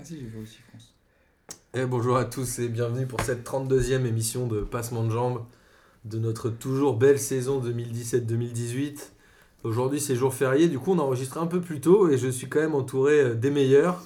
Ah si, j'ai joué aussi France. Et bonjour à tous et bienvenue pour cette 32e émission de Passement de Jambes de notre toujours belle saison 2017-2018. Aujourd'hui c'est jour férié, du coup on enregistre un peu plus tôt et je suis quand même entouré euh, des meilleurs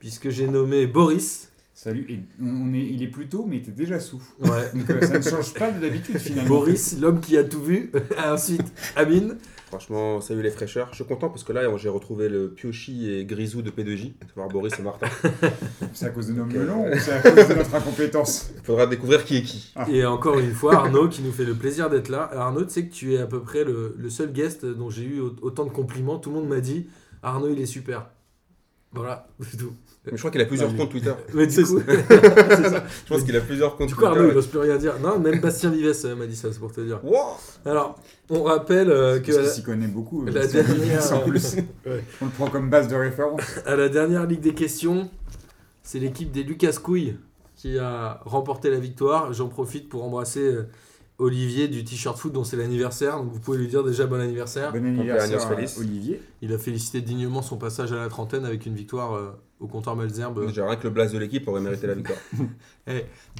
puisque j'ai nommé Boris. Salut, et on est, il est plus tôt, mais il était déjà sous. Ouais. Donc euh, ça ne change pas de l'habitude finalement. Boris, l'homme qui a tout vu. Ensuite, Amine. Franchement, salut les fraîcheurs. Je suis content parce que là, j'ai retrouvé le Piochi et Grisou de P2J, à savoir Boris et Martin. C'est à cause de nos euh, melons ou c'est à cause de notre incompétence Il faudra découvrir qui est qui. Et encore une fois, Arnaud qui nous fait le plaisir d'être là. Alors, Arnaud, tu sais que tu es à peu près le, le seul guest dont j'ai eu au- autant de compliments. Tout le monde m'a dit Arnaud, il est super. Voilà, c'est tout. Mais je crois qu'il a plusieurs Ah oui. comptes Twitter. Mais du C'est coup, Je pense qu'il a plusieurs comptes du coup, Arnaud, il Twitter. n'ose plus rien dire. Non, même Bastien Vives euh, m'a dit ça, c'est pour te dire. Wow Alors, on rappelle euh, Parce qu'il que s'y connaît beaucoup. la euh, c'est- dernière- sans plus. On le prend comme base de référence. à la dernière Ligue des questions, c'est l'équipe des Lucas Couille qui a remporté la victoire. J'en profite pour embrasser euh, Olivier du t-shirt foot dont c'est l'anniversaire. Donc, vous pouvez lui dire déjà bon anniversaire. Bon anniversaire Agnès à Félix. Olivier. Il a félicité dignement son passage à la trentaine avec une victoire euh, au compteur Malzerbe. Déjà, rien que le blast de l'équipe aurait mérité la victoire.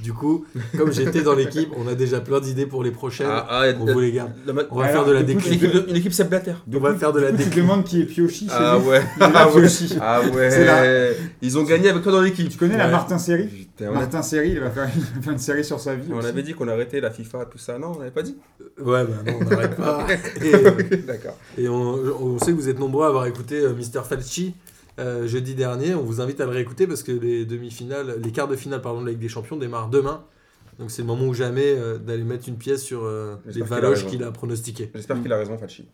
Du coup, comme j'étais dans l'équipe, on a déjà plein d'idées pour les prochaines. ah, et- on vous les garde. la ma- On va Alors, faire de la du coup, déclin. Une équipe, une équipe Sepp Blatter. On va faire de la Du coup, déclin. tu te demandes qui est Piochi chez Ah lui. ouais. Il est là, Piochi. Ah C'est ouais. Ils ont gagné avec toi dans l'équipe. Tu connais la Ouais. Martin Série Putain, on a- Martin Série, il va faire il va faire une série sur sa vie. on aussi. avait dit qu'on arrêtait la FIFA, tout ça. Non, on n'avait pas dit. Ouais, bah non, on n'arrête pas. Ah. Et, euh, D'accord. Et on, on sait que vous êtes nombreux à avoir écouté euh, Mr. Falchi euh, jeudi dernier. On vous invite à le réécouter parce que les demi-finales, les quarts de finale pardon, de la Ligue des Champions démarrent demain. Donc c'est le moment ou jamais euh, d'aller mettre une pièce sur euh, les J'espère qu'il a valoches raison. qu'il a pronostiquées. Mm. J'espère qu'il a raison, Fachi.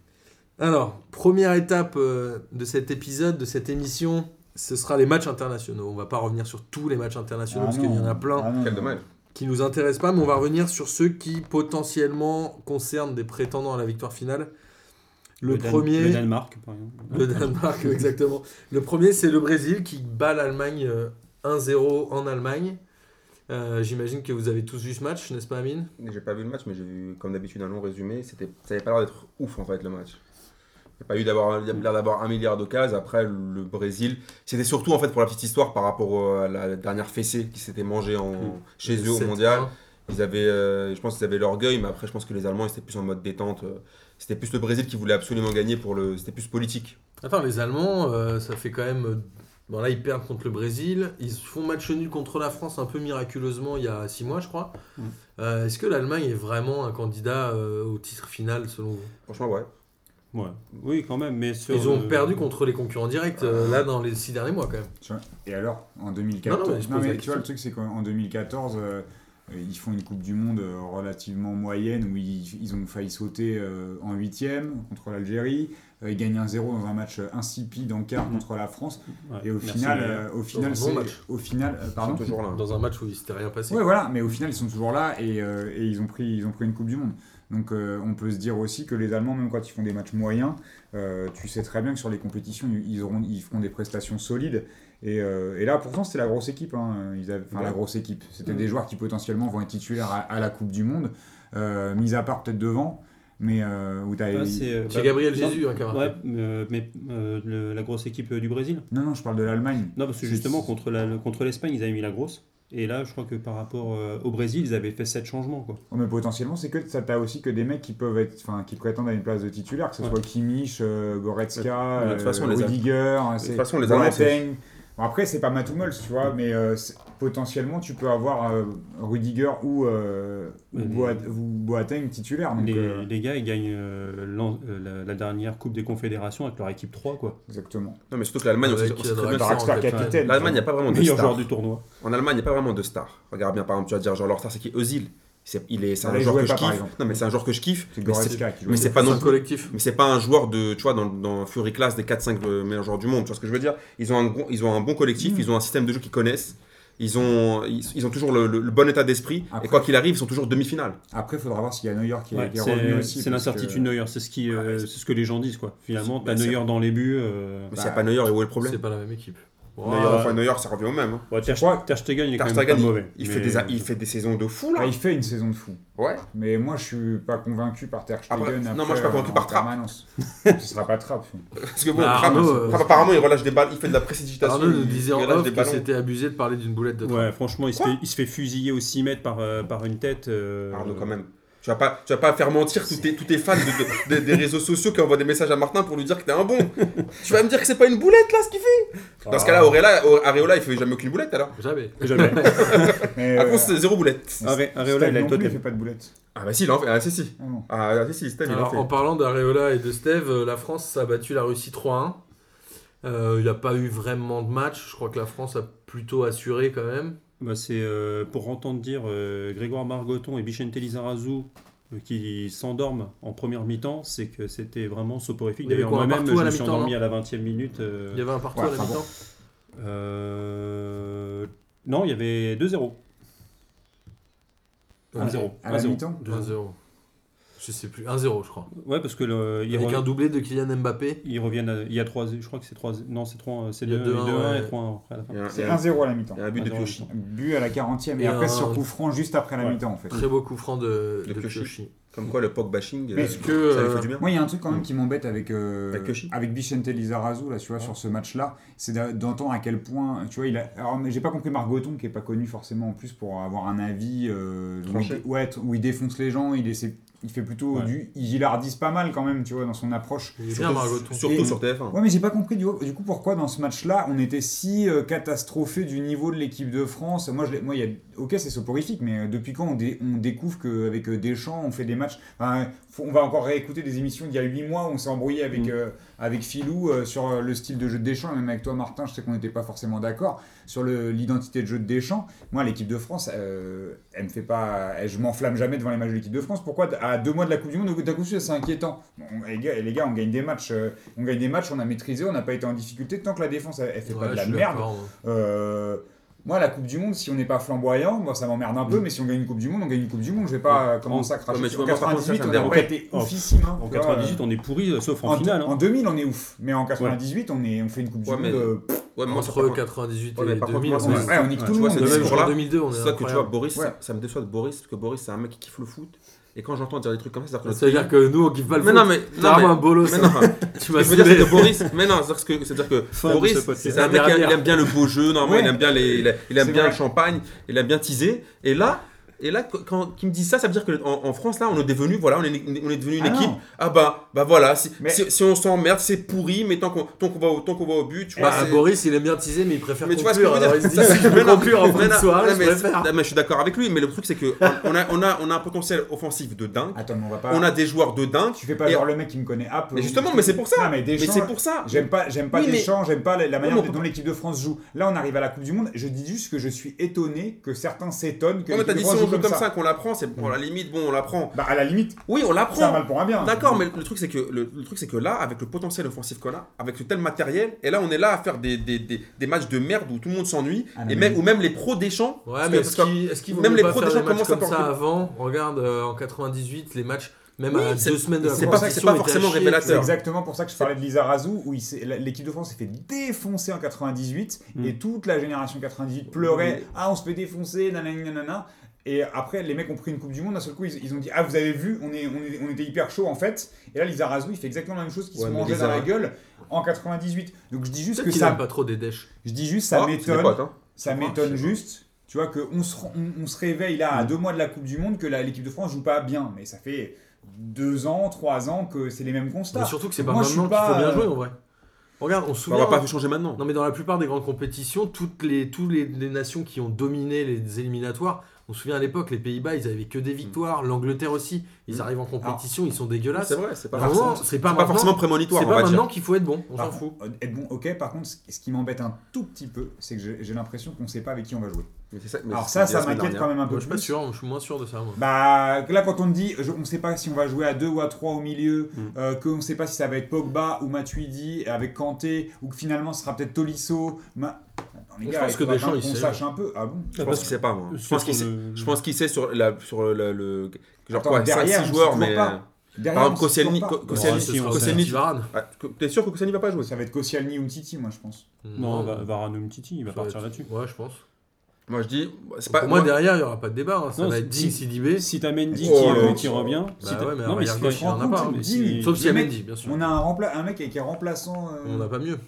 Alors, première étape euh, de cet épisode, de cette émission, ce sera les matchs internationaux. On va pas revenir sur tous les matchs internationaux Ah parce qu'il y non. en a plein Ah non, Quel non. dommage. qui nous intéressent pas, mais on va revenir sur ceux qui potentiellement concernent des prétendants à la victoire finale. Le, Dan- premier. Le Danemark, par exemple. Le Danemark, exactement. Le premier, c'est le Brésil qui bat l'Allemagne euh, 1-0 en Allemagne. Euh, J'imagine que vous avez tous vu ce match, n'est-ce pas, Amine J'ai pas vu le match, mais j'ai vu, comme d'habitude, un long résumé. C'était, ça avait pas l'air d'être ouf en fait le match. Il n'y a pas eu d'avoir, il y a l'air d'avoir un milliard d'occasions. Après, le Brésil, c'était surtout en fait pour la petite histoire par rapport à la dernière fessée qui s'était mangée Hmm. en, chez eux au 7-1. mondial. Ils avaient, euh, je pense qu'ils avaient l'orgueil, mais après, je pense que les Allemands ils étaient plus en mode détente. euh, C'était plus le Brésil qui voulait absolument gagner pour le. C'était plus politique. Attends, les Allemands, euh, ça fait quand même. Bon, là, ils perdent contre le Brésil. Ils se font match nul contre la France un peu miraculeusement il y a 6 mois, je crois. Mm. Euh, Est-ce que l'Allemagne est vraiment un candidat euh, au titre final, selon vous Franchement, ouais. Ouais. Oui, quand même, mais sur Ils ont le- perdu contre les concurrents directs, euh, là, dans les 6 derniers mois, quand même. Et alors, en Non, 2014, non, mais je pose la tu vois, question. le truc, c'est qu'en 2014, euh, euh, ils font une Coupe du Monde euh, relativement moyenne où ils, ils ont failli sauter euh, en huitième contre l'Algérie. Euh, ils gagnent 1-0 dans un match euh, insipide en Mm. quart contre la France. Ouais, Et au merci, final, mais- euh, au final, Dans un c'est- bon match. au final, euh, pardon. Ah. Ils sont toujours là. hein. Dans un match où il s'était rien passé. Ouais, voilà, mais au final, ils sont toujours là et, euh, et ils, ont pris, ils ont pris une Coupe du Monde. Donc, euh, on peut se dire aussi que les Allemands, même quand ils font des matchs moyens, euh, tu sais très bien que sur les compétitions, ils, auront, ils feront des prestations solides. Et, euh, et là, pourtant, c'était la grosse équipe. hein. Ils avaient- enfin, la Ouais. grosse équipe. C'était Mm. des joueurs qui potentiellement vont être titulaires à, à la Coupe du Monde, euh, mis à part peut-être devant, mais euh, où t'as. Ah, c'est euh, C'est bah, Gabriel non, Jésus, hein, qui a marqué. Ouais, mais, mais, euh, le- la grosse équipe euh, du Brésil. Non, non, je parle de l'Allemagne. Non, parce que justement, contre la- le- contre l'Espagne, ils avaient mis la grosse. Et là, je crois que par rapport euh, au Brésil, ils avaient fait 7 changements. Quoi. Oh, mais potentiellement, c'est que ça t'as aussi que des mecs qui peuvent être, enfin, qui prétendent à une place de titulaire, que ce Ouais. soit Kimmich, euh, Goretzka, euh, Ouais, de toute façon, les Al- Rudiger, hein, De c'est toute façon, les Allemands. c'est- Boateng. Bon, après, c'est pas Matumels, tu vois, mais euh, c'est- potentiellement, tu peux avoir euh, Rudiger ou, euh, ou Mais- Boat- ou Boateng titulaire. Donc, les, euh, les gars, ils gagnent euh, l'an- euh, la, la dernière Coupe des Confédérations avec leur équipe 3. Quoi. exactement. Non, mais surtout que l'Allemagne, on sait- Avec, on sait euh, très bien- Draxler, Draxler en fait, ouais. capitaine. l'Allemagne, il n'y a pas vraiment de Meilleur stars. joueur du tournoi. En Allemagne, il n'y a pas vraiment de stars. Regarde bien, par exemple, tu vas dire genre leur star, c'est qui Özil. C'est, il est, c'est Ah, un il joueur jouait que je pas, par kiffe. exemple. Non, mais c'est un joueur que je kiffe. C'est Mais c'est, Goretzka qui joue. mais c'est pas C'est non un plus. collectif. Mais c'est pas un joueur de, tu vois, dans, dans Fury Class des 4-5 le- meilleurs joueurs du monde. Tu vois ce que je veux dire Ils ont un, gros- ils ont un bon collectif, Mm. ils ont un système de jeu qu'ils connaissent. Ils ont, ils, ils ont toujours le, le- le bon état d'esprit. Après- et quoi qu'il arrive, ils sont toujours demi-finale. Après, il faudra voir s'il y a Neuer qui, est- Ouais, qui est revenu c'est aussi. c'est parce l'incertitude que- Neuer, c'est ce, qui, euh, c'est ce que les gens disent. Quoi. Finalement, C'est- t'as bah, c'est- Neuer dans les buts. euh, Bah, Mais s'il n'y a pas Neuer, et où est le C'est problème pas la même équipe. Neuer, ouais. enfin, Neuer, ça revient au même. hein. Bon, Ter, crois- Ter Stegen, il est Ter quand même Stegen, pas il- mauvais. il, mais- fait des, a- il fait des saisons de fou, Ah, là. il fait une saison de fou. Ouais. Mais moi, je suis pas convaincu par Ter Stegen. Après- non, après, euh, moi, je suis pas convaincu en par Trapp. permanence. Ce sera pas Trapp. Parce que bon, Bah, Trapp, Arnaud, euh, Trapp, apparemment, il relâche des balles, il fait de la précipitation. Arnaud nous il- disait en il relâche off des que ballons. c'était abusé de parler d'une boulette de Ouais, franchement, il se, Quoi fait, il se fait fusiller au 6 mètres par, euh, par une tête. euh, Arnaud, quand même. Tu vas pas, tu vas pas faire mentir tous tes, tous tes fans de- de- des- des réseaux sociaux qui envoient des messages à Martin pour lui dire que t'es un bon. tu vas me dire que c'est pas une boulette, là, ce qu'il fait Dans ce cas-là, Auréla, Au- Areola, il fait jamais aucune boulette, alors. Jamais. Jamais. Mais, Par euh, contre, c'est zéro boulette. Aré- Areola, il a Stade le non totem. plus, il fait pas de boulette. Ah bah si, il en fait. Ah, si, si. Ah non. Ah si, si, Stan, il en Alors, oh, fait. en parlant d'Areola et de Steve, euh, la France a battu la Russie 3-1. Euh, Il n'y a pas eu vraiment de match. Je crois que la France a plutôt assuré quand même. Bah, c'est euh, pour entendre dire euh, Grégoire Margoton et Bichente Lizarazu euh, qui s'endorment en première mi-temps, c'est que c'était vraiment soporifique. Il y avait D'ailleurs, quoi, un moi-même, partout à la je me suis mi-temps, endormi à la 20e minute. euh, Il y avait un partout Ouais, à la enfin mi-temps. euh, non, il y avait 2-0. Ouais. 1-0. À la 1-0. mi-temps 2-0. Je sais plus. 1-0, je crois. Ouais, parce que le, ils, Avec re- un doublé de Kylian Mbappé. ils reviennent. à- il y a 3. Je crois que c'est 3. Non, c'est 3. C'est Il y a 2-1 2-1, ouais. et 3-1 après à la fin. Il y a un- il y C'est a un- 1-0 à la mi-temps. il y a un but de Ah, non, Piochi. But à la 40e et Et après un- sur coup franc juste après la Ouais. mi-temps en fait. Très beau coup franc de, De de Kyoshi. Kyoshi. Comme quoi, le POC bashing, euh, Mais Est-ce ça que. lui euh, fait du bien. Moi, il y a un truc quand même qui m'embête avec, euh, Avec Kyoshi. avec Bichente Lizarazu, là, tu vois, sur ce match-là, c'est d'a- d'entendre à quel point, tu vois, il a. Alors, mais j'ai pas compris Margoton, qui est pas connu forcément en plus pour avoir un avis euh, où, Tranché. il, ouais, t- où il défonce les gens, il, essaie- il fait plutôt Ouais. du. Il gilardise pas mal quand même, tu vois, dans son approche. Il est bien, Margoton. Surtout sur TF1. Ouais, mais j'ai pas compris du, du coup pourquoi dans ce match-là on était si euh, catastrophé du niveau de l'équipe de France. Moi, je l'ai- moi, il y a, ok, c'est soporifique, mais euh, depuis quand on, dé- on découvre qu'avec Deschamps on fait des matchs. enfin, faut- on va encore réécouter des émissions d'il y a 8 mois où on s'est embrouillé avec, Mm. euh, avec Philou euh, sur euh, le style de jeu de Deschamps, et même avec toi, Martin, je sais qu'on n'était pas forcément d'accord sur le- l'identité de jeu de Deschamps. Moi, l'équipe de France, euh, elle me fait pas. elle- je m'enflamme jamais devant les matchs de l'équipe de France. Pourquoi à deux mois de la Coupe du Monde, d'un coup, c'est inquiétant Bon, on- les, gars, les gars, on gagne des matchs. euh, on gagne des matchs, on a maîtrisé, on n'a pas été en difficulté. Tant que la défense, elle, elle fait pas Ouais, de je la suis merde. d'accord, moi. euh, moi, la Coupe du Monde, si on n'est pas flamboyant, moi, ça m'emmerde un peu. Mais si on gagne une Coupe du Monde, on gagne une Coupe du Monde. Je vais pas euh, commencer à cracher. Mm. Ouais, mais tu en vois, moi, par contre, 98, ça, ça me on n'a dérange. pas été Oh, oufissime. hein, En tu vois, 98, on est pourri, euh, sauf en, en, finale. hein. en 2000, on est ouf. Mais en 98, on, est, on fait une Coupe Ouais, du mais- Monde. euh, pff, Ouais, mais moi, ça, par Entre contre, 98 Ouais, mais et par contre, 2000. moi, on ça est- me- ouais, on nique tout Ouais, tu le vois, monde. c'est Le ce même Ouais. jour jour-là, 2002, on est C'est ça que tu vois, incroyable. Boris, Ouais. ça- ça me déçoit de Boris, parce que Boris, c'est un mec qui kiffe le foot. Et quand j'entends dire des trucs comme ça, c'est-à-dire que notre C'est-à-dire que nous, on kiffe pas le mais foot. non, mais, T'es non, vraiment un mais, bolos. mais non, Tu mais m'as je veux dire, c'est saoulé. que Boris, mais non, c'est-à-dire que, c'est-à-dire que Fin de Boris, ce podcast. c'est un mec qui aime bien le beau jeu, normalement, Ouais. il aime bien, les, il aime- il aime C'est bien vrai. le champagne, il aime bien teaser. Et là, et là, quand- quand qui me dit ça, ça veut dire que en, en France, là, on est devenu, voilà, on est, on est devenu une Ah non. équipe. Ah bah, bah voilà, si, Mais- si, si on s'emmerde, c'est pourri, mais tant qu'on, tant qu'on va, au- tant qu'on va au but, tu vois. Bah, c'est- Boris, il aime bien teaser, mais il préfère Mais tu vois ce que je conclure. veux Alors dire il se dit, Ça, si je mais veux non, conclure en mais fin de non, soirée, non, mais je c'est- préfère. non, mais je suis d'accord avec lui, mais le truc c'est que on- on a, on a, on a un potentiel offensif de dingue, Attends, mais on va pas. on a des joueurs de dingue. Tu fais pas Et- genre le mec qui me connaît Apple. Mais justement, mais c'est pour ça. Non, mais Mais Deschamps, c'est pour ça. J'aime pas, j'aime pas Oui, mais- Deschamps, j'aime pas la, la manière mais on peut dont l'équipe de France joue. Là, on arrive à la Coupe du Monde. Je dis juste que je suis étonné que certains s'étonnent que Non, mais l'équipe de t'as dit si France on joue joue comme ça, qu'on l'apprend, c'est bon, à la limite, bon, on l'apprend. Bah, à la limite, Oui, on c'est un l'apprend. mal pour un bien. D'accord, mais le truc c'est que le, le truc c'est que là, avec le potentiel offensif qu'on a, avec le tel matériel, et là on est là à faire des, des, des, des matchs de merde où tout le monde s'ennuie, Ah, non, et mais- même ou même les pros des champs. Ouais, mais parce est-ce que- qu'il est-ce qu'il vaut même mieux les pas pros, faire déjà, des matchs commencent à comme ça porter- avant Regarde, euh, en 98, les matchs, même Oui, à c'est- deux semaines de la c'est fin, pas- c'est pas forcément C'est révélateur. exactement pour ça que je parlais de Lizarazu, où il s'est- la- l'équipe de France s'est fait défoncer en 98, Mm. et toute la génération 98 pleurait. Oui. Ah, on se fait défoncer, nanana, nanana. Et après, les mecs ont pris une Coupe du Monde, d'un seul coup, ils, ils ont dit Ah, vous avez vu, on, est, on, est- on était hyper chaud en fait. Et là, Lizarazu, il fait exactement la même chose qu'il Ouais, se mais mangeait dans la Lizarazu- gueule en 98. Donc je dis juste que Peut-être qu'il aime ça, pas trop des dèches. je dis juste, ça Ah, c'est des m'étonne. potes, hein. Ça Je sais pas, m'étonne je sais pas. Mm. juste, tu vois, qu'on se, rend- on, on se réveille là à deux mois de la Coupe du Monde, que la- l'équipe de France joue pas bien. Mais ça fait deux ans, trois ans que c'est les mêmes constats. Mais surtout que c'est pas Bah, Moi, je suis maintenant qu'il faut pas, bien euh, jouer en vrai. Regarde, on se Bah, souvient. on va pas changer maintenant. Non, mais dans la plupart des grandes compétitions, toutes les, toutes les, les nations qui ont dominé les éliminatoires, on se souvient à l'époque, les Pays-Bas, ils avaient que Hmm. des victoires, l'angleterre aussi. Ils Mm. arrivent en compétition, ils sont dégueulasses. C'est vrai, c'est pas À un moment, forcément, C'est c'est pas, pas maintenant, forcément prémonitoire, c'est on pas va dire. Bah, maintenant qu'il faut être bon, on s'en Par fout. contre, euh, Être bon, ok. Par contre, ce ce qui m'embête un tout petit peu, c'est que j'ai- j'ai l'impression qu'on sait pas avec qui on va jouer. Mais c'est ça- mais Alors c'est ça, ce qu'on ça disait la m'inquiète semaine quand même un Moi, peu je suis pas plus. sûr, je suis moins sûr de ça. Moi. Bah que là quand on dit je- on sait pas si on va jouer à 2 ou à 3 au milieu, Mm. euh, qu'on sait pas si ça va être Pogba ou Matuidi avec Kanté ou que finalement ce sera peut-être Tolisso. Ma- Attends, les Je gars, pense il que faudra Deschamps, bien il qu'on sait. sache un peu. Ah bon Je pense qu'il sait pas, moi. Je pense qu'il sait, Sur le- je pense qu'il sait sur, la, sur le, le- Genre Attends, quoi, derrière, 5-6 on joueurs, sait toujours mais. pas. Derrière, Par exemple, on s'y Koscielny, sort pas. Ko- Bon, Koscielny- ce sera Koscielny- aussi Varane. Ah, T'es sûr que Koscielny va pas jouer Ça va être Koscielny ou Titi, moi, je pense. Non, Va- Varane Titi, il va Ça partir être- là-dessus. Ouais, je pense. Moi je dis, bah, c'est pas. Pour moi, derrière, il n'y aura pas de débat. hein. Ça Non, va c'est- être Digne, si- Sidibé. Si t'as Mendy Oh qui, là là. qui revient, si Bah t'as- ouais, mais non, mais si regarde, t'as- il y en a compte, pas. hein. mais si- Sauf s'il y a le mec- Mendy, bien sûr. On a un, rempla- un mec qui est remplaçant. euh, On n'a pas mieux.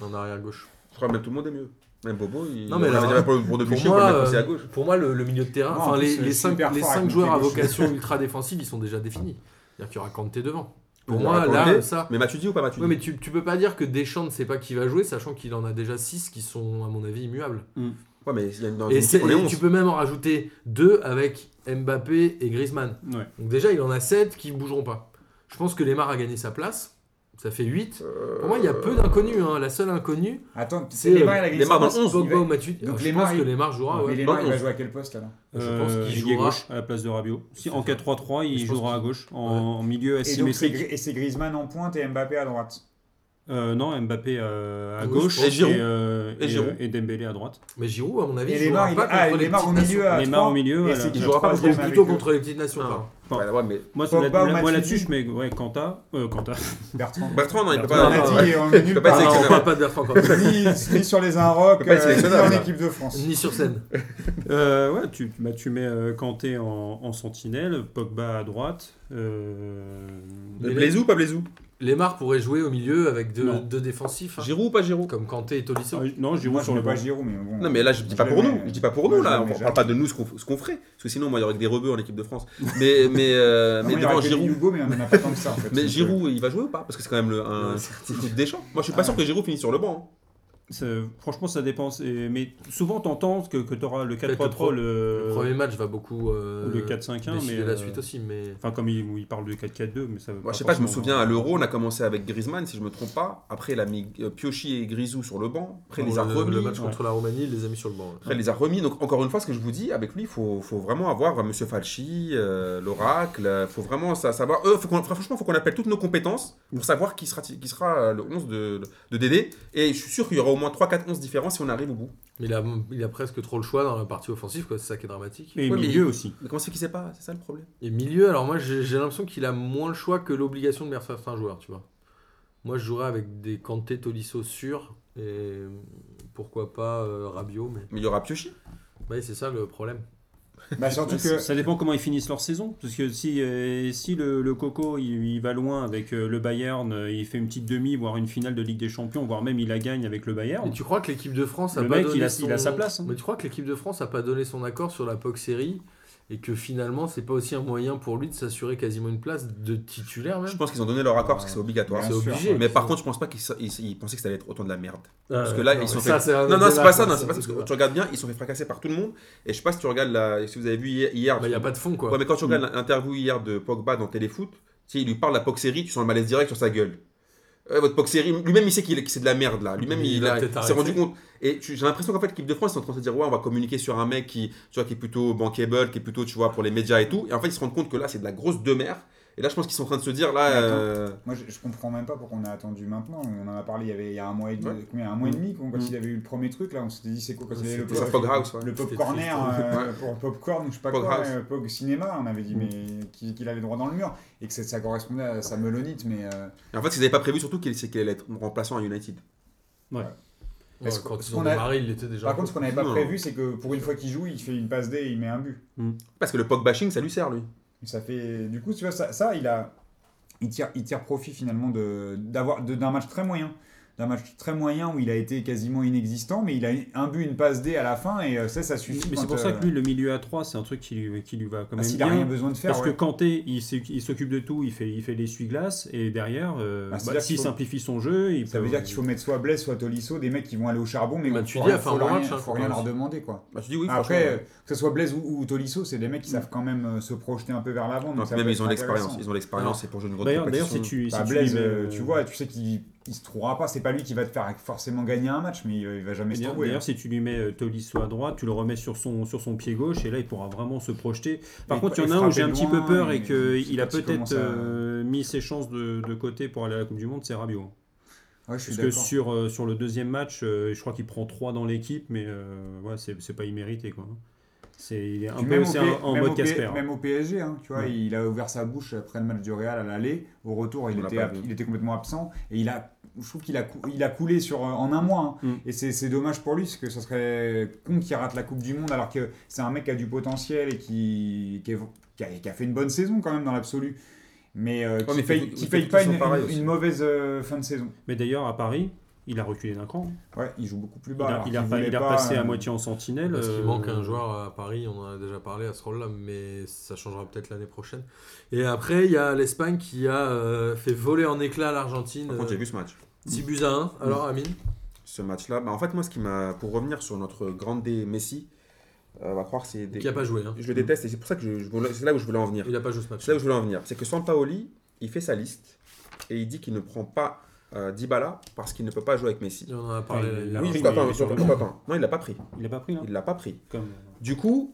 En arrière-gauche. Je crois que même tout le monde est mieux. Même Bobo, il. Non, mais on là- avait déjà pour, pour de Pour Buchet, on moi, l'a placé à euh, gauche. pour moi, le, le milieu de terrain, Non, en enfin plus, euh, les, c'est les cinq, hyper les fort cinq avec joueurs à Montego. vocation ultra défensive, ils sont déjà définis. C'est-à-dire qu'il y aura Kanté devant. Pour Il moi, aura là, Kanté, ça. Mais Matuidi ou pas Matuidi Ouais, mais tu, tu peux pas dire que Deschamps ne sait pas qui va jouer, sachant qu'il en a déjà 6 qui sont, à mon avis, immuables. Ouais, mais il y a une- dans Et, une c'est- équipe, on est et tu 11. peux même en rajouter 2 avec Mbappé et Griezmann. Ouais. Donc déjà, il en a 7 qui bougeront pas. Je pense que Lemar a gagné sa place. Ça fait 8. Euh, Pour moi, il y a peu d'inconnus. hein. La seule inconnue, Attends, C'est, euh, c'est Lemar, il a gagné Lemar sa dans place. le 11, Pogba il ou va- Mathieu. Donc je Lemar, pense que il- Lemar jouera. ouais. Mais Lemar, il Dans le va 11. jouer à quelle poste alors Je pense Euh, qu'il ailier jouera- gauche à la place de Rabiot. Si, C'est en ça. 4-3-3, Et je il pense jouera à qu'il- gauche, en, en milieu Et donc, c'est asymétrique. Gri- et c'est Griezmann en pointe et Mbappé à droite. Euh, non, Mbappé euh, à Oui, gauche je pense. Et Giroud. euh, Et et, Giroud. et Dembélé à droite. Mais Giroud, à mon avis, Et il Lemar, jouera il pas ah, contre et les Lemar au petites milieu nations. à Lemar au 3, milieu, et voilà. c'est qui Il le jouera pas troisième contre, avec plutôt eux contre les petites nations. Ah. pardon. ouais, ouais, mais Moi, sur la- Pogba ou moi, Matuidi là-dessus, je mets ouais, Kanta. Euh, Kanta. Bertrand. Bertrand, non, il peut On pas. Bertrand, a non, ouais. dit, on Il est peut nulle pas part. Ah non, on sélectionneur. parle pas de Bertrand quand bah, même. Ni ni sur les Inrocks, Peut pas être euh, ni sélectionneur, en ça. équipe de France. Ni sur scène. Euh, ouais, tu, bah, tu mets euh, Kanté en, en sentinelle, Pogba à droite. euh, Mais Blaisou ou pas Blaisou Lemar pourrait jouer au milieu avec deux, Non. deux défensifs, hein, Giroud ou pas Giroud comme Kanté et Tolisso. ah, non, Giroud Moi, je sur ne le pas bas. Giroud, mais bon. Non mais là je dis Je pas le pour mets, nous, je dis pas pour moi, nous je le là, mets on jamais. parle pas de nous ce qu'on ce qu'on ferait, parce que sinon moi il y aurait que des rebeux en équipe de France. Mais mais euh, Non, mais il y aura devant que des Giroud, Hugo, mais on en a pas tant que ça. en fait. mais Donc, euh, Giroud il va jouer ou pas Parce que c'est quand même le un Ouais, c'est l'équipe des champs. Moi je suis pas sûr que Giroud finisse sur le banc. hein. Ça- Franchement, ça dépend. c'est- Mais souvent, t'entends que, que t'auras le Peut-être le pro- 4-3-3, Le le, premier match va beaucoup euh, ou le 4-5-1. décider Mais la euh, suite aussi, mais Enfin, comme il, il parle de 4-4-2, mais ça veut Moi je sais pas, je me forcément- souviens à l'Euro on a commencé avec Griezmann si je me trompe pas. Après il a mis euh, Piochi et Grisou sur le banc. Après il les a le, le remis. match contre la Roumanie, il les a mis sur le banc. hein. ouais. Après, il les a remis. Donc, encore une fois, ce que je vous dis, avec lui, il faut, faut vraiment avoir Monsieur Falchi, euh, l'Oracle. Il faut vraiment sa- savoir. Eux, faut qu'on- franchement, il faut qu'on appelle toutes nos compétences pour savoir qui sera, qui sera euh, le 11 de, de DD. Et je suis sûr qu'il y aura au moins 3-4 11 différents si on arrive au bout. Mais il a, il a presque trop le choix dans la partie offensive, quoi. c'est ça qui est dramatique. Et Ouais, mais- milieu aussi. Mais comment c'est qu'il sait pas C'est ça le problème. Et milieu, alors moi j'ai j'ai l'impression qu'il a moins le choix que l'obligation de mettre certains joueurs, tu vois. Moi je jouerais avec des Kanté Tolisso sûrs et pourquoi pas euh, Rabiot, mais Mais il y aura Piochi. Ouais, c'est ça le problème. bah, surtout Ça- que. Ça dépend comment ils finissent leur saison. Parce que si, euh, si le, le Coco il, il va loin avec euh, le Bayern, euh, il fait une petite demi, voire une finale de Ligue des Champions, voire même il la gagne avec le Bayern. Et tu crois que l'équipe de France a Le pas mec, donné il a- son- il a sa place, hein. Mais tu crois que l'équipe de France a pas donné son accord sur la POC série et que finalement c'est pas aussi un moyen pour lui de s'assurer quasiment une place de titulaire même Je pense qu'ils ont donné leur accord parce que c'est obligatoire. Bien C'est sûr. obligé. Mais par contre, je pense pas qu'ils sa- ils- ils pensaient que ça allait être autant de la merde. Parce que Euh, là, non, ils sont ça, fait- c'est un Non, autre non, c'est débat, pas ça, non, c'est pas ça. un Parce que autre tu regardes bien, ils sont fait fracasser par tout le monde. Et je sais pas si tu regardes la, si vous avez vu hier, débat. hier Bah, y a pas de fond quoi. Ouais, mais quand tu regardes l'interview hier de Pogba dans Téléfoot, tu sais, il lui parle de la Poxérie, tu sens le malaise direct sur sa gueule. Ouais, votre Poxérie, lui-même il sait qu'il est- que c'est de la merde là. Lui-même Mais il, il va a- peut-être il s'est rendu arrêter. compte. Et tu- j'ai l'impression qu'en fait l'équipe de France est en train de se dire ouais, on va communiquer sur un mec qui, tu vois, qui est plutôt bankable, qui est plutôt, tu vois, pour les médias et tout. Et en fait ils se rendent compte que là c'est de la grosse demeure. Et là je pense qu'ils sont en train de se dire là. Mais attends. euh, Moi, je, je comprends même pas pourquoi on a attendu maintenant. On en a parlé il y, avait, il y a un mois et demi, combien, un mois et demi quand, quand Mm. il avait eu le premier truc. Là, on s'était dit, c'est quoi quand il y avait le, C'était pop- le Pog House, ouais. le pop C'était corner triste. euh, pour le popcorn ou je sais pas Pog quoi, House. Mm. euh, Pog cinéma. On avait dit, mais qu'il qu'il avait droit dans le mur et que ça- ça correspondait à sa melonite. Mais euh, et en fait ils n'avaient pas prévu surtout qu'il c'est qu'il allait être remplaçant à United. Ouais, Est-ce qu'on- quand ils ont qu'on a- démarré, il était déjà. par un contre, ce peu- qu'on n'avait pas Non. prévu, c'est que pour une fois qu'il joue, il fait une passe D et il met un but. Parce que le Pog bashing ça lui sert lui. Ça fait, du coup, tu vois, ça, ça, il a, il tire, il tire profit finalement de d'avoir de- d'un match très moyen, d'un match très moyen où il a été quasiment inexistant, mais il a un but, une passe D à la fin et euh, ça, ça suffit. Mais quand, c'est pour euh, ça que lui, le milieu à 3, c'est un truc qui lui, qui lui va quand ah, même s'il a bien. rien besoin de faire, Parce ouais. que Kanté, il s'é- il s'occupe de tout, il fait, il fait l'essuie-glace, et derrière, euh, Bah, bah, c'est-à-dire qu'il s'il faut- simplifie son jeu, il ça peut- euh, veut Euh, dire qu'il faut mettre soit Blaise, soit Tolisso, des mecs qui vont aller au charbon, mais Bah, il tu faut dis, rien- à fin faut de rien, match, hein, faut faut rien pas- leur demander quoi. Bah, tu dis oui. Après, franchement, euh, que ce soit Blaise ou, ou Tolisso, c'est des mecs qui savent quand même euh, se projeter un peu vers l'avant. Non, donc ça même peut ils ont être l'expérience, intéressant. ils ont l'expérience et pour jouer une grosse D'ailleurs, d'ailleurs, si compétition- tu. Bah, si tu Blaise, lui mets, euh, tu euh, vois, tu sais qu'il il se trouvera pas. C'est pas lui qui va te faire forcément gagner un match, mais euh, il, il va jamais se D'ailleurs, trouver. d'ailleurs, si tu lui mets euh, Tolisso à droite, tu le remets sur son, sur son pied gauche et là il pourra vraiment se projeter. Par Mais contre, il il y en a frappe un où j'ai un loin, petit peu peur il- et il- qu'il a quand il commence peut-être à- euh, mis ses chances de, de côté pour aller à la Coupe du Monde, c'est Rabiot. hein. hein. Ouais, je suis Parce que d'accord. sur, euh, sur le deuxième match, euh, je crois qu'il prend 3 dans l'équipe, mais euh, ouais, c'est c'est pas immérité. Quoi. C'est il est un Puis peu même aussi au P- en même mode au P- Casper. Même au PSG, hein, tu vois, Ouais. il a ouvert sa bouche après le match du Real à l'aller. Au retour, il On l'a était, pas ab- vu. il était complètement absent. Et il a, je trouve qu'il a, cou- il a coulé sur, euh, en un mois. hein. Mm. Et c'est c'est dommage pour lui, parce que ça serait con qu'il rate la Coupe du Monde, alors que c'est un mec qui a du potentiel et qui, qui, est- qui a, qui a fait une bonne saison quand même dans l'absolu. Mais euh, qui mais ne paye, tout- qui tout- paye tout pas sont une, pareils une- aussi. une mauvaise euh, fin de saison. Mais d'ailleurs, à Paris, il a reculé d'un cran. Ouais, Bah, il joue beaucoup plus Il bas. a, alors il a qu'il pas- voulait il est pas, repassé euh, à moitié en sentinelle. Parce qu'il euh, manque un joueur à Paris, on en a déjà parlé à ce rôle-là, mais ça changera peut-être l'année prochaine. Et après, il y a l'Espagne qui a euh, fait voler en éclats l'Argentine. Par contre, j'ai euh, vu ce match. 10 buts à 1. Alors, Amine Ce match-là, bah, en fait, moi, ce qui m'a. Pour revenir sur notre grande D Messi, euh, on va croire que c'est des. Qui a pas joué. hein. Je le déteste et c'est pour ça que je, je voulais- c'est là où je voulais en venir. Il a pas joué ce match. C'est là où je voulais en venir. C'est que Sampaoli, il fait sa liste et il dit qu'il ne prend pas euh, Dybala parce qu'il ne peut pas jouer avec Messi. Et On en a parlé. Ouais, l'année il l'a dernière. Pourquoi Ah Oui, il pas, est sur le pourquoi pas Non, il l'a pas pris. Il a pas pris là. Il l'a pas pris. Comme... Du coup,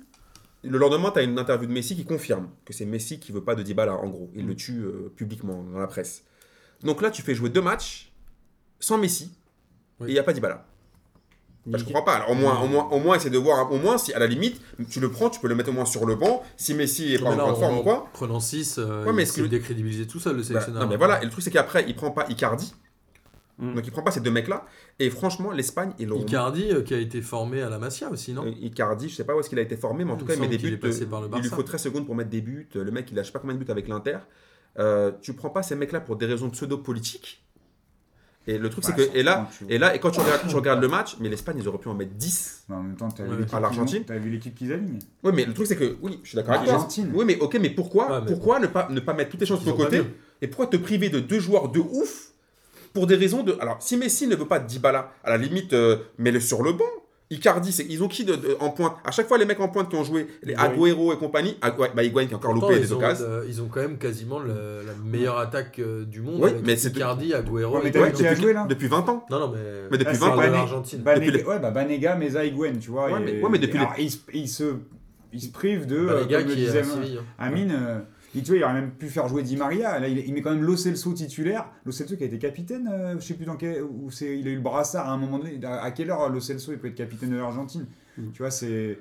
le lendemain, tu as une interview de Messi qui confirme que c'est Messi qui veut pas de Dybala, en gros. Il le tue euh, publiquement dans la presse. Donc là, tu fais jouer deux matchs sans Messi Oui. et il n'y a pas Dybala. Bah, je Nickel. comprends pas. Alors, au moins, au moins, au moins, essaie de voir. Au moins, si à la limite, tu le prends, tu peux le mettre au moins sur le banc. Si Messi est Non, pas mais en là, grande forme en ou quoi. Prenant 6, Ouais, mais euh, il est-ce que s'est le- décrédibilisé tout seul, le bah, sélectionneur. non, mais voilà. Et le truc, c'est qu'après, il prend pas Icardi. Mm. Donc, il prend pas ces deux mecs-là. Et franchement, l'Espagne, ils l'ont. Hmm. Icardi, euh, qui a été formé à la Masia aussi, non Euh, Icardi, je sais pas où est-ce qu'il a été formé, mais en Il tout me cas, il met semble des qu'il buts. euh, est passé par le il lui Barça. faut 13 secondes pour mettre des buts. Euh, Le mec, il a je sais pas combien de buts avec l'Inter. Euh, tu prends pas ces mecs-là pour des raisons pseudo-politiques. Et le truc, Bah, voilà, c'est que. Et là, surtout quand tu- et là, et quand tu regardes, tu regardes le match, mais l'Espagne, ils auraient pu en mettre 10. Mais en même temps, t'as vu Ouais. l'équipe À qu'ils l'Argentine. ont- t'as vu l'équipe qu'ils alignent. Oui, mais le truc, c'est que. Oui, je suis d'accord avec toi. L'Argentine. Oui, mais ok, mais pourquoi, Ouais, mais pourquoi ne, pas, ne pas mettre toutes les chances de Ils ton ont pas côté mieux. Et pourquoi te priver de deux joueurs de ouf pour des raisons de. Alors, si Messi ne veut pas Dybala, à la limite, euh, mets-le sur le banc. Icardi, c'est- ils ont qui de- de- en pointe À chaque fois, les mecs en pointe qui ont joué, les Higuaín. Agüero et compagnie, Agua- bah, Higuaín qui a encore Pourtant, loupé ils, des ont, occasions. euh, ils ont quand même quasiment le- la meilleure attaque euh, du monde. Oui, avec mais c'est- Icardi, Agüero. Ouais, mais et t'as vu Higuaín. qui a joué là Depuis 20 ans. Non, non, mais. Mais depuis on 20 parle de ans, l'Argentine. Banega, Depuis les- ouais, bah Banega, Mesa, Higuain, tu vois. Ouais, et- mais- ouais, mais depuis et les- alors, il, se, il se- il se prive de. Bah, euh, les gars comme le qui est disait à Séville. hein. Amine, euh, il, tu vois, il aurait même pu faire jouer Di Maria. Là, il, il met quand même Lo Celso titulaire. Lo Celso qui a été capitaine, euh, je sais plus dans quel. Où c'est, il a eu le brassard à un moment donné. À, à quelle heure Lo Celso il peut être capitaine de l'Argentine Mm. Tu vois, c'est.